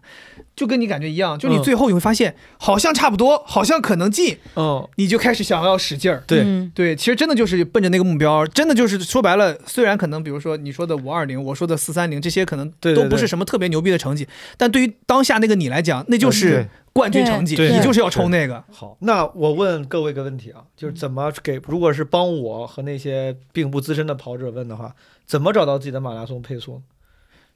就跟你感觉一样，就你
嗯
最后你会发现，好像差不多，好像可能进，
嗯，
你就开始想要使劲儿。
对，
嗯
对，其实真的就是奔着那个目标，真的就是说白了，虽然可能比如说你说的五二零，我说的四三零，这些可能
对对
都
对
不是什么特别牛逼的成绩，但对于当下那个你来讲，那就是冠军成绩，
嗯对
你
对
就是要冲那个。
好，那我问各位一个问题啊，就是
嗯
怎么给，如果是帮我和那些并不资深的跑者问的话，怎么找到自己的马拉松配速呢？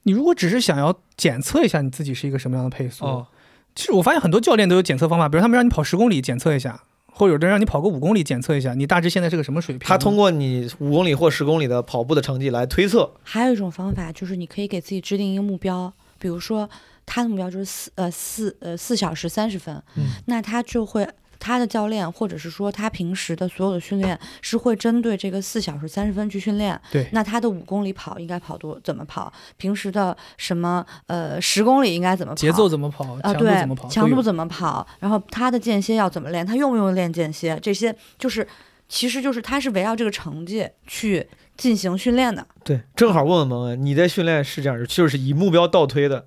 你如果只是想要检测一下你自己是一个什么样的配速，，
哦
哦
嗯
其实我发现很多教练都有检测方法，比如他们让你跑十公里检测一下，或者有的人让你跑个五公里检测一下，你大致现在是个什么水平。
他通过你五公里或十公里的跑步的成绩来推测，
还有一种方法就是，你可以给自己制定一个目标，比如说他的目标就是四呃四呃四小时三十分，
嗯
那他就会他的教练或者是说他平时的所有的训练是会针对这个四小时三十分去训练。
对
那他的五公里跑应该跑多怎么跑？平时的什么呃十公里应该怎么跑？
节奏怎么跑，
啊，
强度
对
怎么跑，，
强
都
度
有
怎么跑，然后他的间歇要怎么练，他用不用练间歇，这些就是其实就是他是围绕这个成绩去进行训练的。
对，正好问问蒙恩，你的训练是这样，就是以目标倒推的，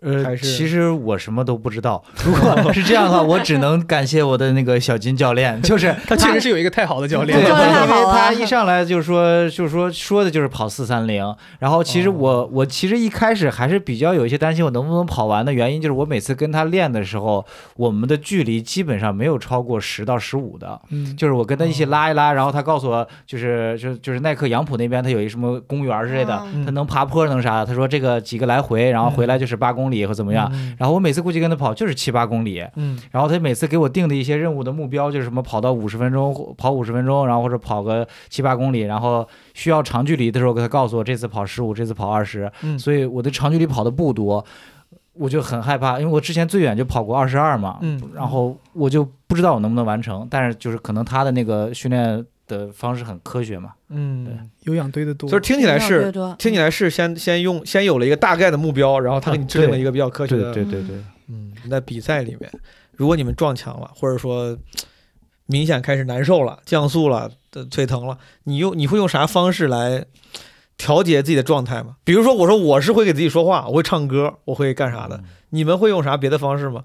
还
呃，
是
其实我什么都不知道。如果是这样的话，我只能感谢我的那个小金教练，就是
他确实是有一个太好的教
对，
练
因为
教练太好了
他一上来就是说，就是说说的就是跑四三零。然后其实我、我其实一开始还是比较有一些担心我能不能跑完的原因，就是我每次跟他练的时候，我们的距离基本上没有超过十到十五的。
嗯，
就是我跟他一起拉一拉，然后他告诉我，就是就是就是耐克杨浦那边他有一什么公园之类的，
嗯
他能爬坡能啥的。他说这个几个来回，然后回来就是八公里或怎么样。
嗯
然后我每次估计跟他跑就是七八公里，
嗯
然后他每次给我定的一些任务的目标就是什么跑到五十分钟，或跑五十分钟，然后或者跑个七八公里，然后需要长距离的时候，他告诉我这次跑十五，这次跑二十，
嗯
所以我的长距离跑的不多，我就很害怕，因为我之前最远就跑过二十二嘛，
嗯
然后我就不知道我能不能完成，但是就是可能他的那个训练的方式很科学嘛，
嗯，
有氧堆的多
就是，听起来
越
是。
多
听起来是先先用先有了一个大概的目标，然后他给你制定了一个比较科学的
啊对对对，
嗯，在比赛里面，如果你们撞墙了，或者说明显开始难受了、降速了、呃腿疼了，你用你会用啥方式来调节自己的状态吗？比如说，我说我是会给自己说话，我会唱歌，我会干啥的
嗯。
你们会用啥别的方式吗？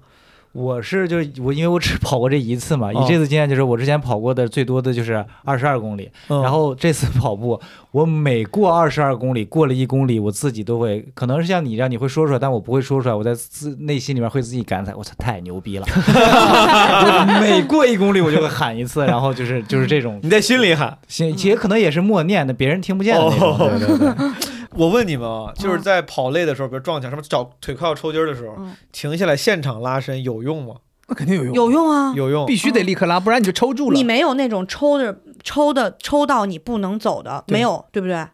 我是就是我，因为我只跑过这一次嘛，
哦
以这次经验就是我之前跑过的最多的就是二十二公里，
嗯
然后这次跑步，我每过二十二公里，过了一公里，我自己都会，可能是像你这样，你会说出来，但我不会说出来，我在自内心里面会自己感慨，我操，太牛逼了！ 我每过一公里，我就会喊一次，然后就是就是这种，
你在心里喊。
心也可能也是默念的，别人听不见的那种。
哦
对对对，
我问你们啊，就是在跑累的时候，比如撞墙，什么找腿快要抽筋儿的时候，
嗯
停下来现场拉伸有用吗？
那肯定有用，
有用啊。
有用。
必须得立刻拉，不然你就抽住了。
你没有那种抽着抽的抽到你不能走的，
哦
对
没有，对不对？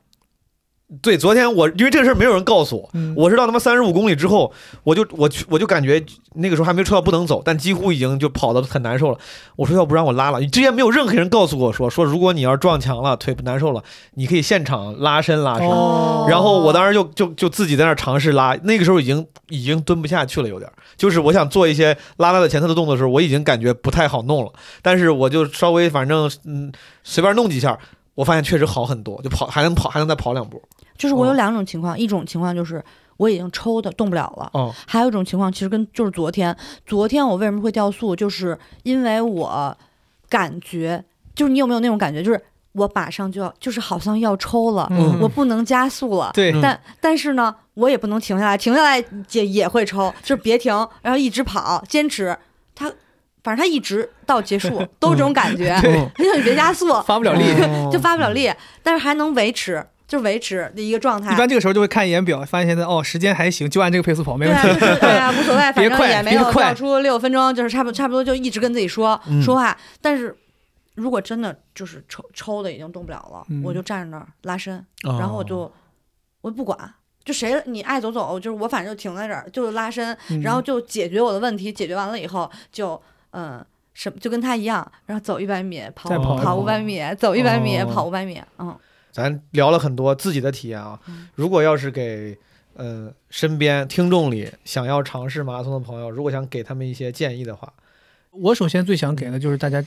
对，昨天我因为这个事儿没有人告诉我，
嗯
嗯
我是到他妈三十五公里之后，我就我去我就感觉那个时候还没撤到不能走，但几乎已经就跑得很难受了。我说要不然我拉了，之前没有任何人告诉我说说如果你要是撞墙了腿不难受了，你可以现场拉伸拉伸。
哦
然后我当时就就就自己在那儿尝试拉，那个时候已经已经蹲不下去了，有点儿，就是我想做一些拉拉的前侧的动作的时候，我已经感觉不太好弄了，但是我就稍微反正嗯随便弄几下，我发现确实好很多，就跑还能跑还能再跑两步。
就是我有
哦
两种情况，一种情况就是我已经抽的动不了了，
哦
还有一种情况其实跟就是昨天，昨天我为什么会掉速，就是因为我感觉，就是你有没有那种感觉，就是我马上就要，就是好像要抽了，
嗯
我不能加速了，
对，
但但是呢，我也不能停下来，停下来也也会抽，就是别停，然后一直跑，坚持，他。反正他一直到结束都是这种感觉，
嗯
对
你就别加速，
发不了力
就发不了力，但是还能维持，就维持的一个状态。
一般这个时候就会看一眼表，发现现在哦时间还行，就按这个配速跑没
对
问
啊，
题。
就是哎 呀，无所谓，反
别
正
快
也没
别
有
快
跳出六分钟，就是差不差不多就一直跟自己说、
嗯
说话。但是如果真的就是抽抽的已经动不了了，
嗯哦
我就站着那儿拉伸，
哦
然后我就我不管，就谁你爱走走，就是我反正就停在这儿，就是拉伸，
嗯
然后就解决我的问题，解决完了以后就嗯。呃什么就跟他一样，然后走一百米，跑
再跑一
跑五百米，走一百米，
哦
跑五百米，嗯，
咱聊了很多自己的体验啊，如果要是给呃身边听众里想要尝试马拉松的朋友，如果想给他们一些建议的话，
我首先最想给的就是大家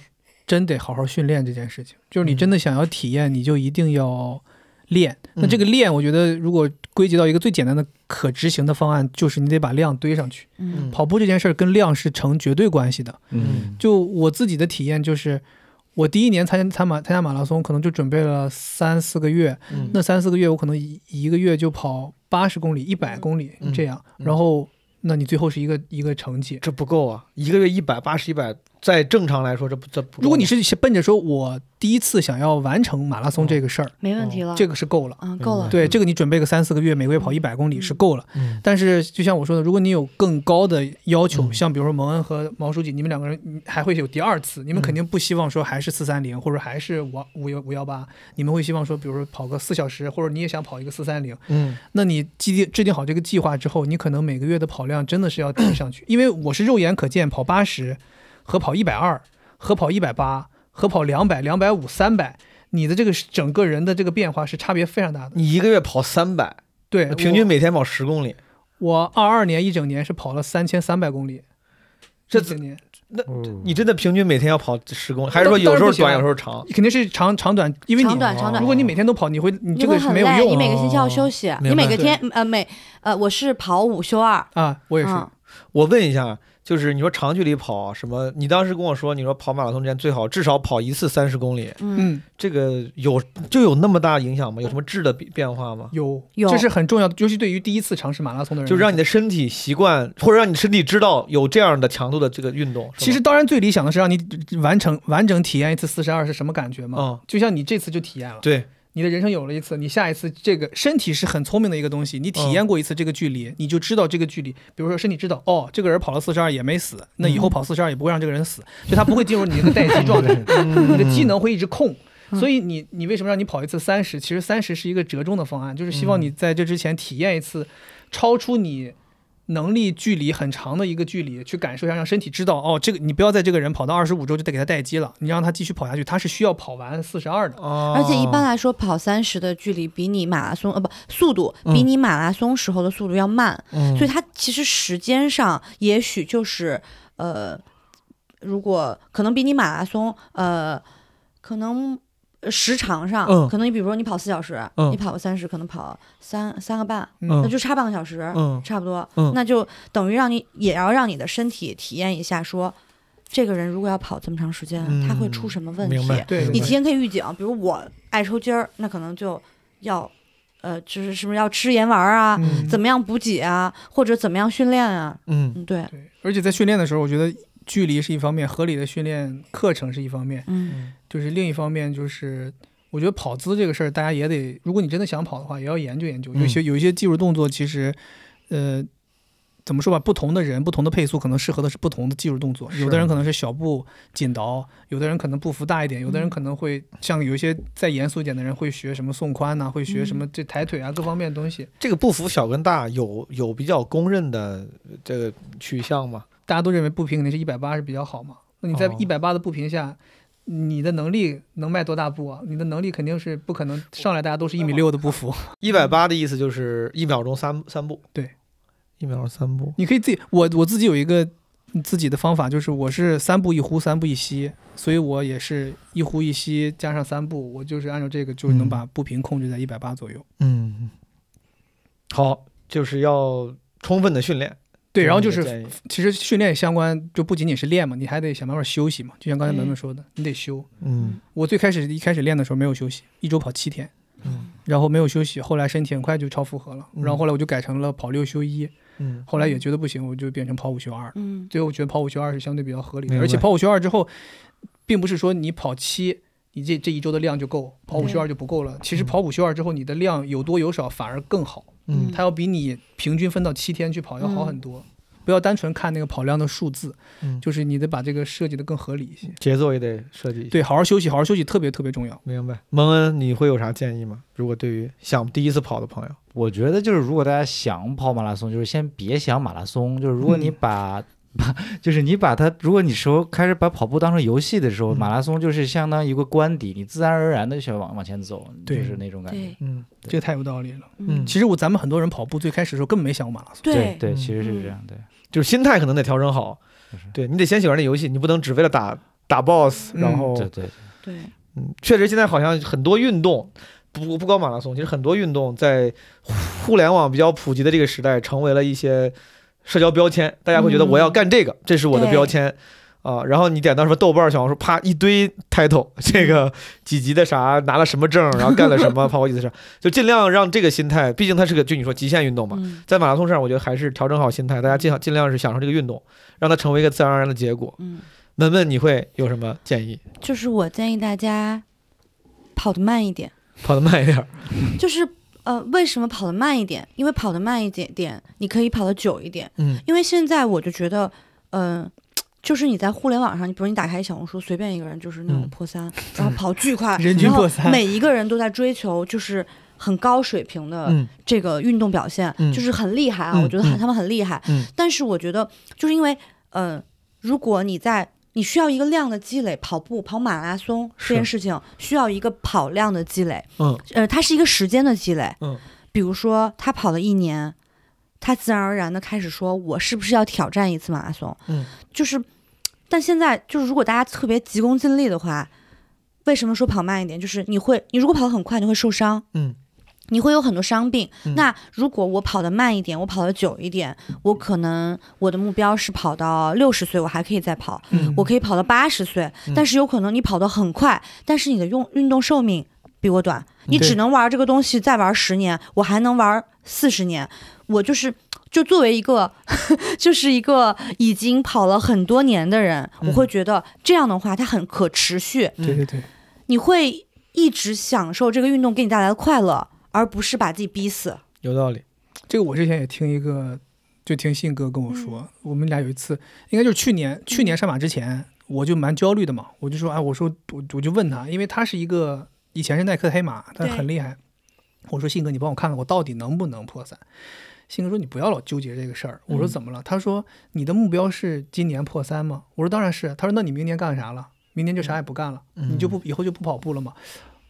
真得好好训练这件事情，就是你真的想要体验，你就一定要练。那这个练，我觉得如果归结到一个最简单的可执行的方案，就是你得把量堆上去。
嗯
跑步这件事儿跟量是成绝对关系的。
嗯
就我自己的体验就是，我第一年参加参马参加马拉松，可能就准备了三四个月，
嗯
那三四个月我可能一一个月就跑八十公里、一百公里
嗯
这样，
嗯
然后那你最后是一个一个成绩。
这不够啊，一个月一百八十一百，在正常来说这不这不够啊。
如果你是奔着说我第一次想要完成马拉松这个事儿，
没问题了，
这个是够了。
嗯够了，
对，这个你准备个三四个月，每个月跑一百公里是够了。
嗯
但是就像我说的，如果你有更高的要求，
嗯
像比如说蒙恩和毛书记，你们两个人嗯还会有第二次，你
嗯
们肯定不希望说还是四三零或者还是五五幺五幺八，你们会希望说，比如说跑个四小时，或者你也想跑一个四三零，
嗯
那你制定制定好这个计划之后，你可能每个月的跑量真的是要提上去，因为我是肉眼可见跑八十和跑一百二和跑一百八和跑两百、两百五、三百，你的这个是整个人的这个变化是差别非常大的。
你一个月跑三百，
对，
呃平均每天跑十公里，
我二二年一整年是跑了三千三百公里，
这
一整年
嗯
你真的平均每天要跑十公里，还是说有时候
啊
短，有时候长？
肯定是长长短，因为你
长短长短
如果你每天都跑，你会你
你
这
会
个是
很
没
累，
有用哦
你
的
每个星期要休息，
明
你每
白
个天呃每呃我是跑五休二，
啊。我也是，
嗯
我问一下，就是你说长距离跑啊什么？你当时跟我说，你说跑马拉松之前最好至少跑一次三十公里，
嗯，
嗯，
这个有就有那么大影响吗？有什么质的变变化吗？
有，
有
这是很重要的，尤其对于第一次尝试马拉松的人来
就
说，
让你的身体习惯，或者让你身体知道有这样的强度的这个运动。
其实，当然最理想的是让你 完成完整体验一次四十二是什么感觉嘛？
嗯
就像你这哦次就体验了，
对，
你的人生有了一次，你下一次这个身体是很聪明的一个东西，你体验过一次这个距离，你就知道这个距离。比如说身体知道，哦，这个人跑了四十二也没死，那以后跑四十二也不会让这个人死，就他不会进入你一个待机 状态，
嗯
你的技
嗯
能会一直空。所以你你为什么让你跑一次三十？其实三十是一个折中的方案，就是希
嗯
望你在这之前体验一次，超出你能力距离很长的一个距离，去感受一下，让身体知道哦，这个你不要在这个人跑到二十五周就得给他待机了，你让他继续跑下去，他是需要跑完四十二的。
而
而且一
哦
般来说，跑三十的距离比你马拉松呃不速度
嗯
比你马拉松时候的速度要慢，
哦
所以它其实时间上也许就是呃，如果可能比你马拉松呃，可能呃时长上，
嗯
可能你比如说你跑四小时，
嗯
你跑个三十，可能跑三三个半，
嗯
那就差半个小时，
嗯
差不多，
嗯
那就等于让你也要让你的身体体验一下说。这个人如果要跑这么长时间，他会出什么问题？
明白，
对
明白
你提前可以预警，比如我爱抽筋儿，那可能就要，呃，就是是不是要吃盐丸儿啊？
嗯
怎么样补给啊？或者怎么样训练啊？
嗯
嗯，对，
对，而且在训练的时候，我觉得距离是一方面，合理的训练课程是一方面，
嗯
就是另一方面就是。我觉得跑姿这个事儿，大家也嗯得，如果你真的想跑的话，也要研究研究。有些有一些技术动作，其实，呃，怎么说吧，不同的人、不同的配速可能适合的是不同的技术动作。有的人可能是小步紧倒，有的人可能步幅大一点，有的人可能会像有一些再严肃一点的人会学什么送髋呐、会学什么这抬腿啊各方面的东西。
这个步幅小跟大有有比较公认的这个取向吗？
大家都认为步频肯定是一百八是比较好嘛。那你在
哦
一百八的步频下，你的能力能迈多大步啊？你的能力肯定是不可能上来大家都是一米六的步幅。
一百八的意思就是一秒钟三三步，
对，
一秒钟三步。
你可以自己，我我自己有一个自己的方法，就是我是三步一呼，三步一吸，所以我也是一呼一吸加上三步，我就是按照这个就能把步频控制在一百八左右。
嗯，好，就是要充分的训练。
对，然后
这
就
你的
是
建议
其实训练相关就不仅仅是练嘛，你还得想办法休息嘛。就像刚才萌萌说的，你得休。
嗯
我最开始一开始练的时候没有休息，一周跑七天，
嗯
然后没有休息，后来身体很快就超负荷了，
嗯
然后后来我就改成了跑六休一，
嗯
后来也觉得不行，我就变成跑五休二。
嗯，
最后我觉得跑五休二是相对比较合理的，
明白
而且跑五休二之后，并不是说你跑七，你这这一周的量就够，跑五休二就不够了。其实跑五休二之后，你的量有多有少反而更好，
嗯
它要比你平均分到七天去跑要好很多。不要单纯看那个跑量的数字，
嗯，
就是你得把这个设计的更合理一些。
节奏也得设计一下。
对，好好休息，好好休息特别特别重要。
明白。蒙恩，你会有啥建议吗？如果对于想第一次跑的朋友，
我觉得就是，如果大家想跑马拉松，就是先别想马拉松，就是如果你把、把，就是你把它，如果你时候开始把跑步当成游戏的时候，
嗯
马拉松就是相当于一个官邸，你自然而然的想往往前走，
对
就是那种感觉。
对
嗯
这个太有道理了。
嗯，
其实我咱们很多人跑步最开始的时候根本没想过马拉松，
对
对，
对，
嗯
其实是这样。对，
就是心态可能得调整好
就是。
对你得先喜欢这游戏，你不能只为了打打 BOSS，
嗯
然后
对对
对，
嗯，确实现在好像很多运动，不不光马拉松，其实很多运动在互联网比较普及的这个时代，成为了一些社交标签。大家会觉得
嗯
我要干这个，这是我的
对
标签啊、然后你点到什么豆瓣儿、小红书，啪一堆 title，这个几级的啥，拿了什么证，然后干了 什么，跑过几次啥，就尽量让这个心态，毕竟它是个就你说极限运动嘛。
嗯
在马拉松上，我觉得还是调整好心态，大家尽尽量是享受这个运动，让它成为一个自然而然的结果。
嗯，
文文，你会有什么建议？
就是我建议大家跑得慢一点，
跑得慢一点儿。
就是呃，为什么跑得慢一点？因为跑得慢一点点，你可以跑得久一点。
嗯，
因为现在我就觉得，嗯、就是你在互联网上，你比如你打开小红书，随便一个人就是那种
嗯
破三， 然后跑巨快，
人均
然后
破三
每一个人都在追求就是很高水平的
嗯
这个运动表现，
嗯
就是很厉害啊，
嗯
我觉得很
嗯
他们很厉害。
嗯
但是我觉得，就是因为，嗯、如果你在你需要一个量的积累，跑步、跑马拉松
是
这件事情需要一个跑量的积累，
嗯，
呃，它是一个时间的积累，
嗯，
比如说他跑了一年，他自然而然的开始说，我是不是要挑战一次马拉松？
嗯，
就是，但现在就是如果大家特别急功近利的话，为什么说跑慢一点？就是你会，你如果跑得很快，你会受伤，
嗯。
你会有很多伤病。
嗯
那如果我跑得慢一点，我跑得久一点，我可能我的目标是跑到六十岁，我还可以再跑，
嗯
我可以跑到八十岁。
嗯
但是有可能你跑得很快，但是你的用运动寿命比我短，你
嗯对
只能玩这个东西再玩十年，我还能玩四十年。我就是，就作为一个， 就是一个已经跑了很多年的人，我
嗯
会觉得这样的话，它很可持续。
对对
对，
你会一直享受这个运动给你带来的快乐，而不是把自己逼死。
有道理。
这个我之前也听一个，就听信哥跟我说，我们俩有一次，应该就是去年，去年上马之前，我就蛮焦虑的嘛，我就说，哎，我说我我就问他，因为他是一个以前是耐克的黑马，他
对
很厉害，我说信哥，你帮我看看我到底能不能破三。信哥说：“你不要老纠结这个事儿。”我说：“怎么了？”他说：“你的目标是今年破三吗？”我说：“当然是。”啊他说：“那你明年干啥了？明年就啥也不干了，你就不以后就不跑步了吗？”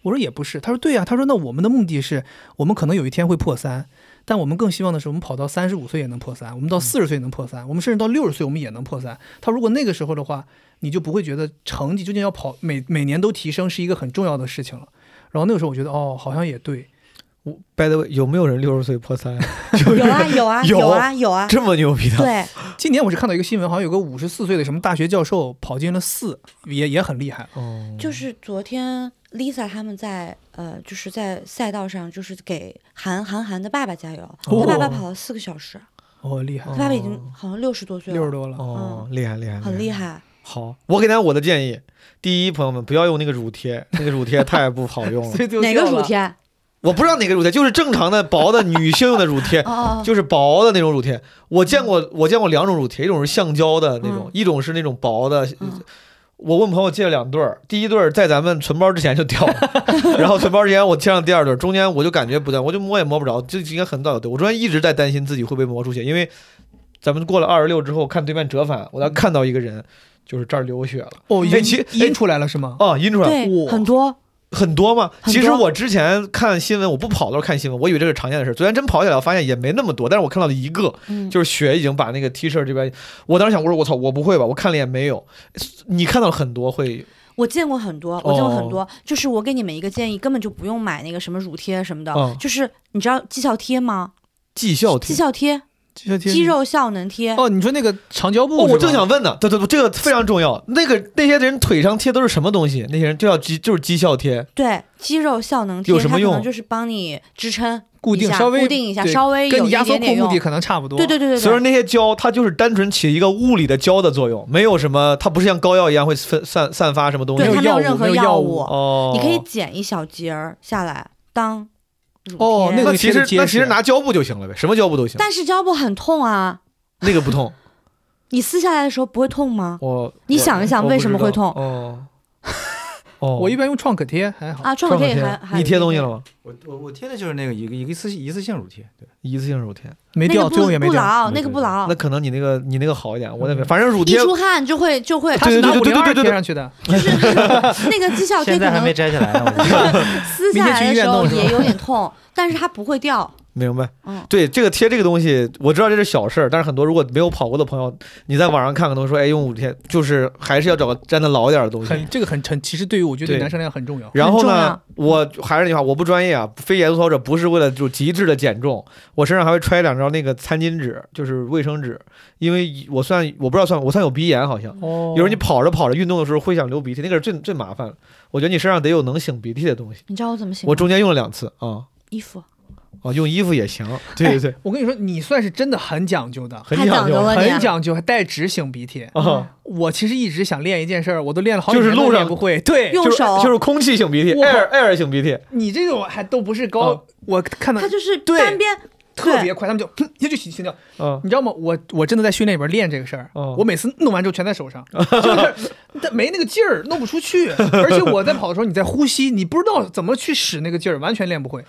我说：“也不是。”他说：“对啊呀、他说：“那我们的目的是，我们可能有一天会破三，但我们更希望的是，我们跑到三十五岁也能破三，我们到四十岁也能破三，我们甚至到六十岁我们也能破三。他如果那个时候的话，你就不会觉得成绩究竟要跑每每年都提升是一个很重要的事情了。然后那个时候我觉得哦，好像也对，
我 by the way，有没有人六十岁破三
有啊，有 啊，
有
有啊，有啊。
这么牛逼的？
对，
今年我是看到一个新闻，好像有个五十四岁的什么大学教授跑进了四，也也很厉害了。
哦，
就是昨天 Lisa 他们在呃，就是在赛道上，就是给韩韩寒的爸爸加油。
哦
他爸爸跑了四个小时，
哦，厉害
他
哦，
爸爸已经好像六十多岁
六十
了，
多了。
哦，厉害厉害，
嗯很厉。害。
好，我给大家我的建议：第一，朋友们不要用那个乳贴，那个乳贴太不好用了。
所以最后
哪个啊
掉
乳
了？
贴？
我不知道哪个乳贴，就是正常的薄的女性用的乳贴，
哦，
就是薄的那种乳贴。我见
嗯
过，我见过两种乳贴，一种是橡胶的那种，一种是那种薄的。呃
嗯
我问朋友借了两对儿，第一对儿在咱们存包之前就 掉了，然后存包之前我贴上第二对儿，中间我就感觉不对，我就摸也摸不着，就应该很早就对。我中间一直在担心自己会不会磨出血，因为咱们过了二十六之后看对面折返，
嗯
我当时看到一个人就是这儿流血了，
哦，已
哎其
经印出来了是吗？
啊、阴出来了。
对，
哇
很多
很多吗？
很多
其实我之前看新闻，我不跑的时候看新闻，我以为这是常见的事儿。昨天真跑起来，我发现也没那么多，但是我看到了一个，
嗯
就是血已经把那个 T 恤这边，我当时想，我说我操，我不会吧？我看了一眼没有，你看到了很多会
我见过很多，我见过很
哦
多，就是我给你们一个建议，根本就不用买那个什么乳贴什么的，
哦
嗯
就是你知道绩效贴吗？
绩效
绩
贴。
效贴、
这哦些贴
肌肉效能贴，
哦，你说那个长胶布是
哦，
吧？
我正想问呢，对对对，这个非常重要。那个那些人腿上贴都是什么东西？那些人就要绩就是绩效贴，
对，肌肉效能贴，
有什么用
它可能就是帮你支撑
固定
一下
稍微
固定一下，
对
稍微
跟
有
你
一
压缩
点
裤
点
目
用。
的可能差不多。
对对对对
所以说
对，
那些胶它就是单纯起一个物理的胶的作用，没有什么，它不是像膏药一样会分散散发什么东西
对它
没有药
有
物
任何
没有药
物，
哦。
你可以剪一小节儿下来当乳贴。
哦那个
那其实
贴得结
那
实
其实拿胶布就行了呗，什么胶布都行，
但是胶布很痛啊，
那个不痛。
你撕下来的时候不会痛吗？
我
你想一想为什么会痛
哦 哦，
我一般用创可贴还好。
啊？创可贴也
贴
还还
你贴东西
了。
了吗？
我我我贴的就是那个一个一个一次一次性乳贴，对，
一次性乳贴，
没
那
掉，
个
最后也
不
没
不
掉。
牢，
没
那个
掉
不牢
啊
那，可能你那个你那个好一点，我那
嗯
边反正乳
一
贴
出汗就会 就会，
他是拿
对对
五
对对
零二
对对对
贴上去的，
就是 那个绩 效贴
现
可
在还没
能
摘下来呢。我
撕
明
下
天去医院
来的时候
弄是吧
也有点痛，但是它不会掉。
明白
嗯。
对这个贴这个东西，我知道这是小事儿，但是很多如果没有跑过的朋友，你在网上看可能说，哎，用乳贴就是还是要找个粘的牢一点的东西。
很这个很很，其实对于我觉得对
对
男生来讲很重要。
然后呢
很，
我还是那句话，我不专业啊，非严肃操者不是为了就极致的减重，我身上还会揣两张那个餐巾纸，就是卫生纸，因为我算我不知道算我算有鼻炎好像。
哦
有时候你跑着跑着运动的时候会想流鼻涕，那个是最最麻烦的。我觉得你身上得有能擤鼻涕的东西。
你知道我怎么醒吗？
我中间用了两次啊
衣服
啊，用衣服也行。
哎
对对对，
我跟你说，你算是真的很讲究的，
很
太
讲
讲究
究
了你
很讲究，还带纸擤鼻涕。
啊，
我其实一直想练一件事儿，我都练了好几
就是
年都
路上
练不会。对，
用
就是
手
就是空气擤鼻涕
哇
，air air 擤鼻涕。
你这种还都不是高，
啊
我看到
它就是
对
单边
特别快，他们就砰一下就洗清掉。
啊
你知道吗？我我真的在训练里边练这个事儿，
哦
我每次弄完之后全在手上，就是但没那个劲儿，弄不出去。而且我在跑的时候，你在呼吸，你不知道怎么去使那个劲儿，完全练不会。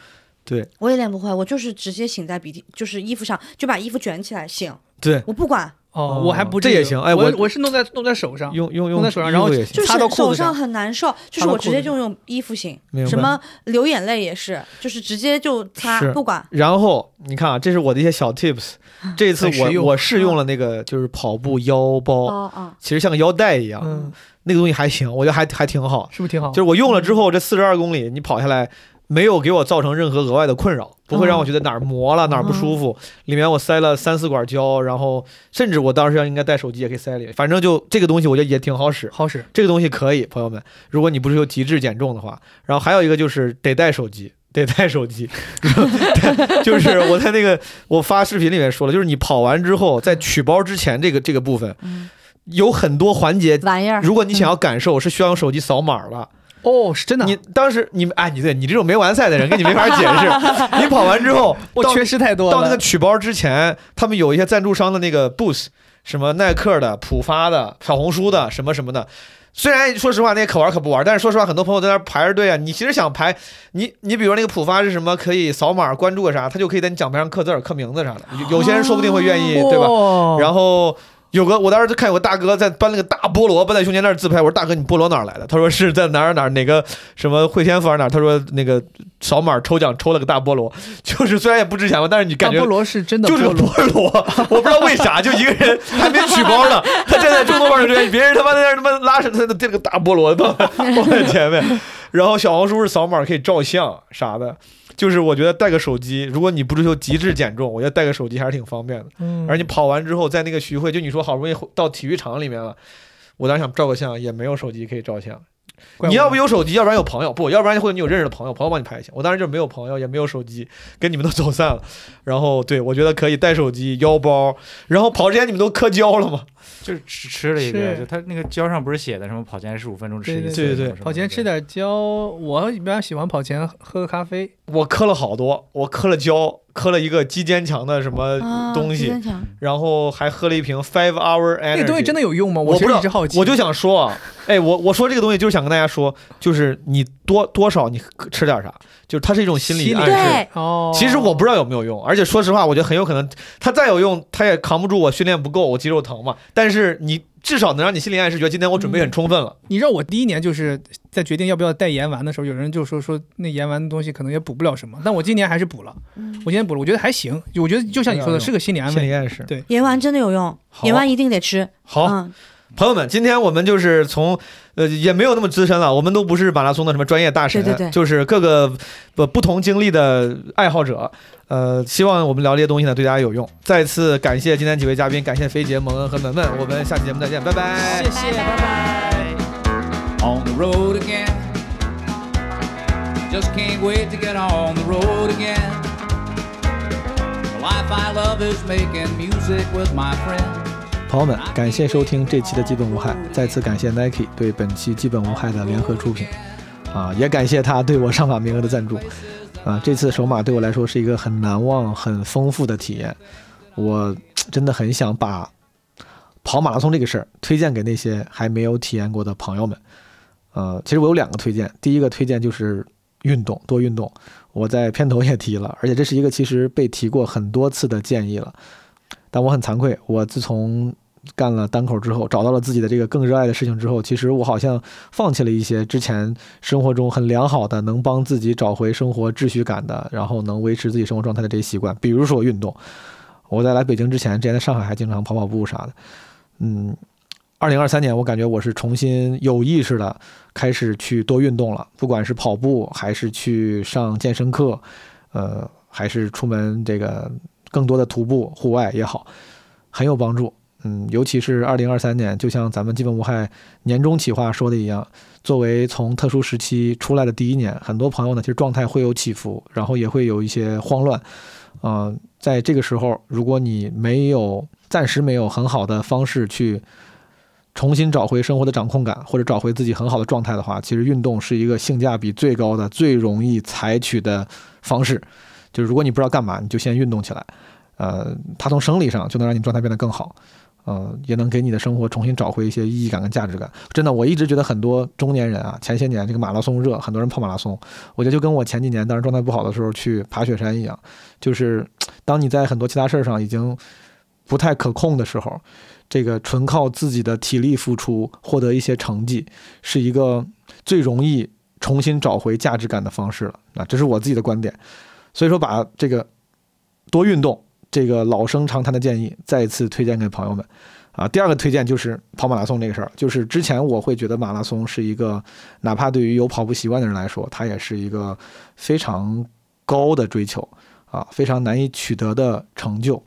对
我也练不会，我就是直接醒在鼻涕，就是衣服上，就把衣服卷起来醒，
对，
我不管，
哦我还不
这
至于
也行哎
我
我
是弄在弄在手上，
用用
弄啊在手上，然
衣
后
服也行。
就是
擦到裤
手
子
上。很难受，就是
到
我
裤
直
子
接
上
就用衣服醒
明，白
什么流眼泪也是，就是直接就擦
是，
不管。
然后你看啊，这是我的一些小 tips。这次
啊很实
我
用嗯啊
我试用了那个就是跑步腰包，
哦哦，
其实像个腰带一样，
嗯，啊
那个东西还行，我觉得还还挺好。
是不是挺好？
就是我用了之后，这四十二公里你跑下来，没有给我造成任何额外的困
啊
扰，不会让我觉得哪儿磨了、哪儿不舒服。里面我塞了三四管胶，然后甚至我当时要应该带手机也可以塞里，反正就这个东西我觉得也挺好使。
好使，
这个东西可以，朋友们，如果你不追求极致减重的话，然后还有一个就是得带手机。 得带手机，就是我在那个我发视频里面说了，就是你跑完之后，在取包之前这个这个部分，
嗯
有很多环节，
玩意儿，
如果你想要感受，是需要用手机扫码的。
哦，是真的。
你当时你哎，你对你这种没完赛的人，跟你没法解 释。你跑完之后，
我
到
缺失太多了。
到那个取包之前，他们有一些赞助商的那个 booth，什么耐克的、浦发的、小红书的什么什么的。虽然说实话那些可玩可不玩，但是说实话，很多朋友在那儿排着队啊。你其实想排，你你比如那个浦发是什么，可以扫码关注个啥，他就可以在你奖牌上刻字儿、刻名字啥的。有有些人说不定会愿意，对吧？
哦
然后有个我当时就看有个大哥在搬了个大菠萝搬在胸前那儿自拍，我说大哥你菠萝哪儿来的？他说是在哪儿哪儿哪个什么汇天坊哪儿，他说那个扫码抽奖抽了个大菠萝，就是虽然也不值钱吧，但是你
大
感
菠
觉。
萝是真的
就是
菠
个
萝，
菠萝，我不知道为啥，就一个人还没取包呢，他站在中东半球边，别人他妈在那儿他妈拉着他的这个大菠萝放放在前面，然后小红书是扫码可以照相啥的，就是我觉得带个手机，如果你不追求极致减重，我觉得带个手机还是挺方便的。
嗯
而你跑完之后，在那个徐汇，就你说好不容易到体育场里面了，我当时想照个相，也没有手机可以照相。
怪
你
我
要不有手机，要不然有朋友，不，要不然或者你有认识的朋友，朋友帮你拍一下。我当时就没有朋友，也没有手机，跟你们都走散了。然后对我觉得可以带手机、腰包，然后跑之前你们都磕胶了吗？
就是吃吃了一个，
是
就他那个胶上不是写的什么跑前十五 分钟吃一
对
次，
对对对
什么什么
跑前吃
的，
点胶，我一般喜欢跑前喝个咖啡。
我磕了好多，我磕了胶，磕了一个肌坚强的什么
啊
东西，
肌坚强
然后还喝了一瓶 Five Hour
那
Energy。
个东西真的有用吗？
我
其
不知
实
道
一直好奇。
我就想说啊，哎，我我说这个东西就是想跟大家说，就是你多多少你吃点啥，就是它是一种心理
心理
暗示。
对，
哦，
其实我不知道有没有用，而且说实话，我觉得很有可能它再有用，它也扛不住我训练不够，我肌肉疼嘛。但是你至少能让你心理暗示，觉得今天我准备
嗯
很充分了。
你知道我第一年就是在决定要不要带盐丸的时候，有人就说说那盐丸的东西可能也补不了什么，但我今年还是补了，
嗯
我今年补了，我觉得还行，我觉得就像你说的，是个心理安
心
慰
理。暗示。
盐丸真的有用，
好
盐丸一定得吃。
好，
嗯，
朋友们，今天我们就是从，呃，也没有那么资深了，我们都不是马拉松的什么专业大神，
对对对
就是各个不不同经历的爱好者。呃，希望我们聊这些东西呢对大家有用。再次感谢今天几位嘉宾，感谢飞姐、蒙恩和门门，我们下期节目再见，拜拜。
谢谢，拜拜。
on the road again. Just can't wait to get on the road again. The life I love is making music with my friends.
朋友们，感谢收听这期的《基本无害》，再次感谢 Nike 对本期《基本无害》的联合出品，啊，也感谢他对我上马名额的赞助，啊，这次首马对我来说是一个很难忘、很丰富的体验，我真的很想把跑马拉松这个事儿推荐给那些还没有体验过的朋友们，呃，其实我有两个推荐，第一个推荐就是运动，多运动，我在片头也提了，而且这是一个其实被提过很多次的建议了。但我很惭愧，我自从干了单口之后，找到了自己的这个更热爱的事情之后，其实我好像放弃了一些之前生活中很良好的，能帮自己找回生活秩序感的，然后能维持自己生活状态的这些习惯，比如说运动。我在来北京之前，之前在上海还经常跑跑步啥的。嗯，二零二三年我感觉我是重新有意识的开始去多运动了，不管是跑步，还是去上健身课，呃，还是出门这个更多的徒步、户外也好，很有帮助。嗯，尤其是二零二三年，就像咱们基本无害年终企划说的一样，作为从特殊时期出来的第一年，很多朋友呢，其实状态会有起伏，然后也会有一些慌乱。嗯、在这个时候，如果你没有暂时没有很好的方式去重新找回生活的掌控感，或者找回自己很好的状态的话，其实运动是一个性价比最高的、最容易采取的方式。就是如果你不知道干嘛，你就先运动起来。呃，它从生理上就能让你状态变得更好，呃，也能给你的生活重新找回一些意义感跟价值感。真的，我一直觉得很多中年人啊，前些年这个马拉松热，很多人跑马拉松，我觉得就跟我前几年当时状态不好的时候去爬雪山一样，就是当你在很多其他事儿上已经不太可控的时候，这个纯靠自己的体力付出获得一些成绩，是一个最容易重新找回价值感的方式了。啊，这是我自己的观点。所以说，把这个多运动这个老生常谈的建议，再次推荐给朋友们。啊，第二个推荐就是跑马拉松这个事儿，就是之前我会觉得马拉松是一个，哪怕对于有跑步习惯的人来说，它也是一个非常高的追求啊，非常难以取得的成就。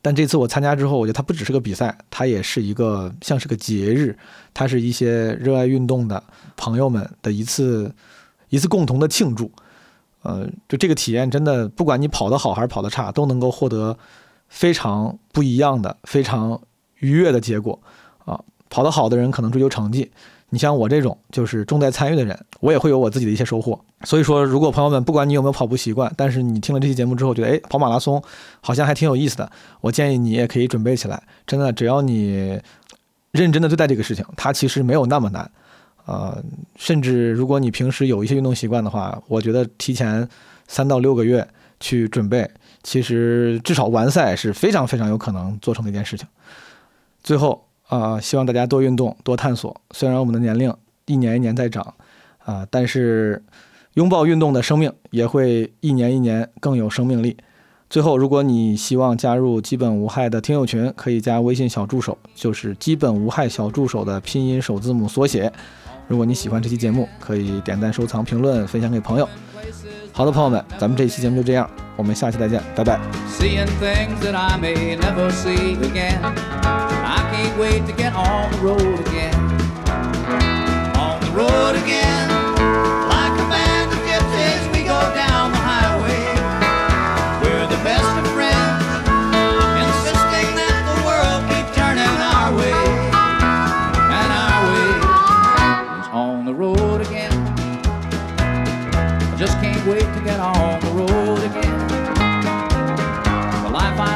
但这次我参加之后，我觉得它不只是个比赛，它也是一个像是个节日，它是一些热爱运动的朋友们的一次一次共同的庆祝。呃，就这个体验真的，不管你跑得好还是跑得差，都能够获得非常不一样的、非常愉悦的结果啊。跑得好的人可能追求成绩，你像我这种就是重在参与的人，我也会有我自己的一些收获。所以说，如果朋友们不管你有没有跑步习惯，但是你听了这期节目之后觉得，哎，跑马拉松好像还挺有意思的，我建议你也可以准备起来。真的，只要你认真的对待这个事情，它其实没有那么难。呃，甚至如果你平时有一些运动习惯的话，我觉得提前三到六个月去准备，其实至少完赛是非常非常有可能做成的一件事情。最后啊、呃希望大家多运动，多探索。虽然我们的年龄一年一年在长，啊、但是拥抱运动的生命也会一年一年更有生命力。最后，如果你希望加入基本无害的听友群，可以加微信小助手，就是基本无害小助手的拼音首字母缩写。如果你喜欢这期节目，可以点赞、收藏、评论、分享给朋友。好的，朋友们，咱们这期节目就这样，我们下期再见，拜拜。
seeing things that I may never see again. I can't wait to get on the road again. On the road again, like a band of gypsies, we go down the highway. We're the best of friends, insisting that the world keep turning our way.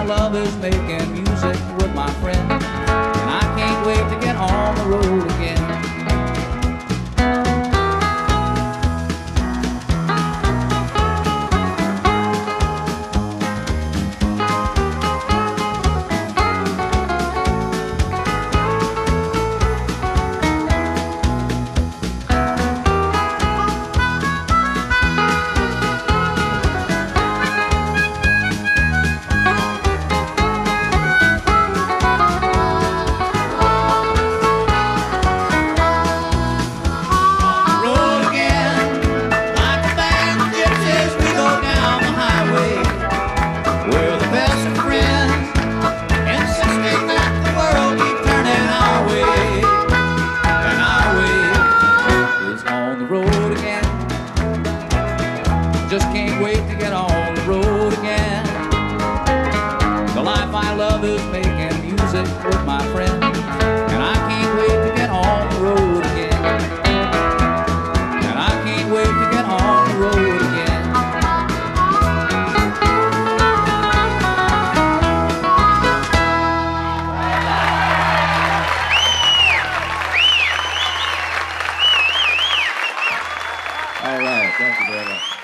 love is making music with my friend. And I can't wait to get on the road again. road again. Like a band of gypsies, we go down the highway. We're the best of friends, insisting that the world keep turning our way. And our way is on the road again. Just can't wait to get on the road again. The life I love is making music with my friend. And I can't wait to get on the road again. And I can't wait to get on the road again. All right, thank you very much.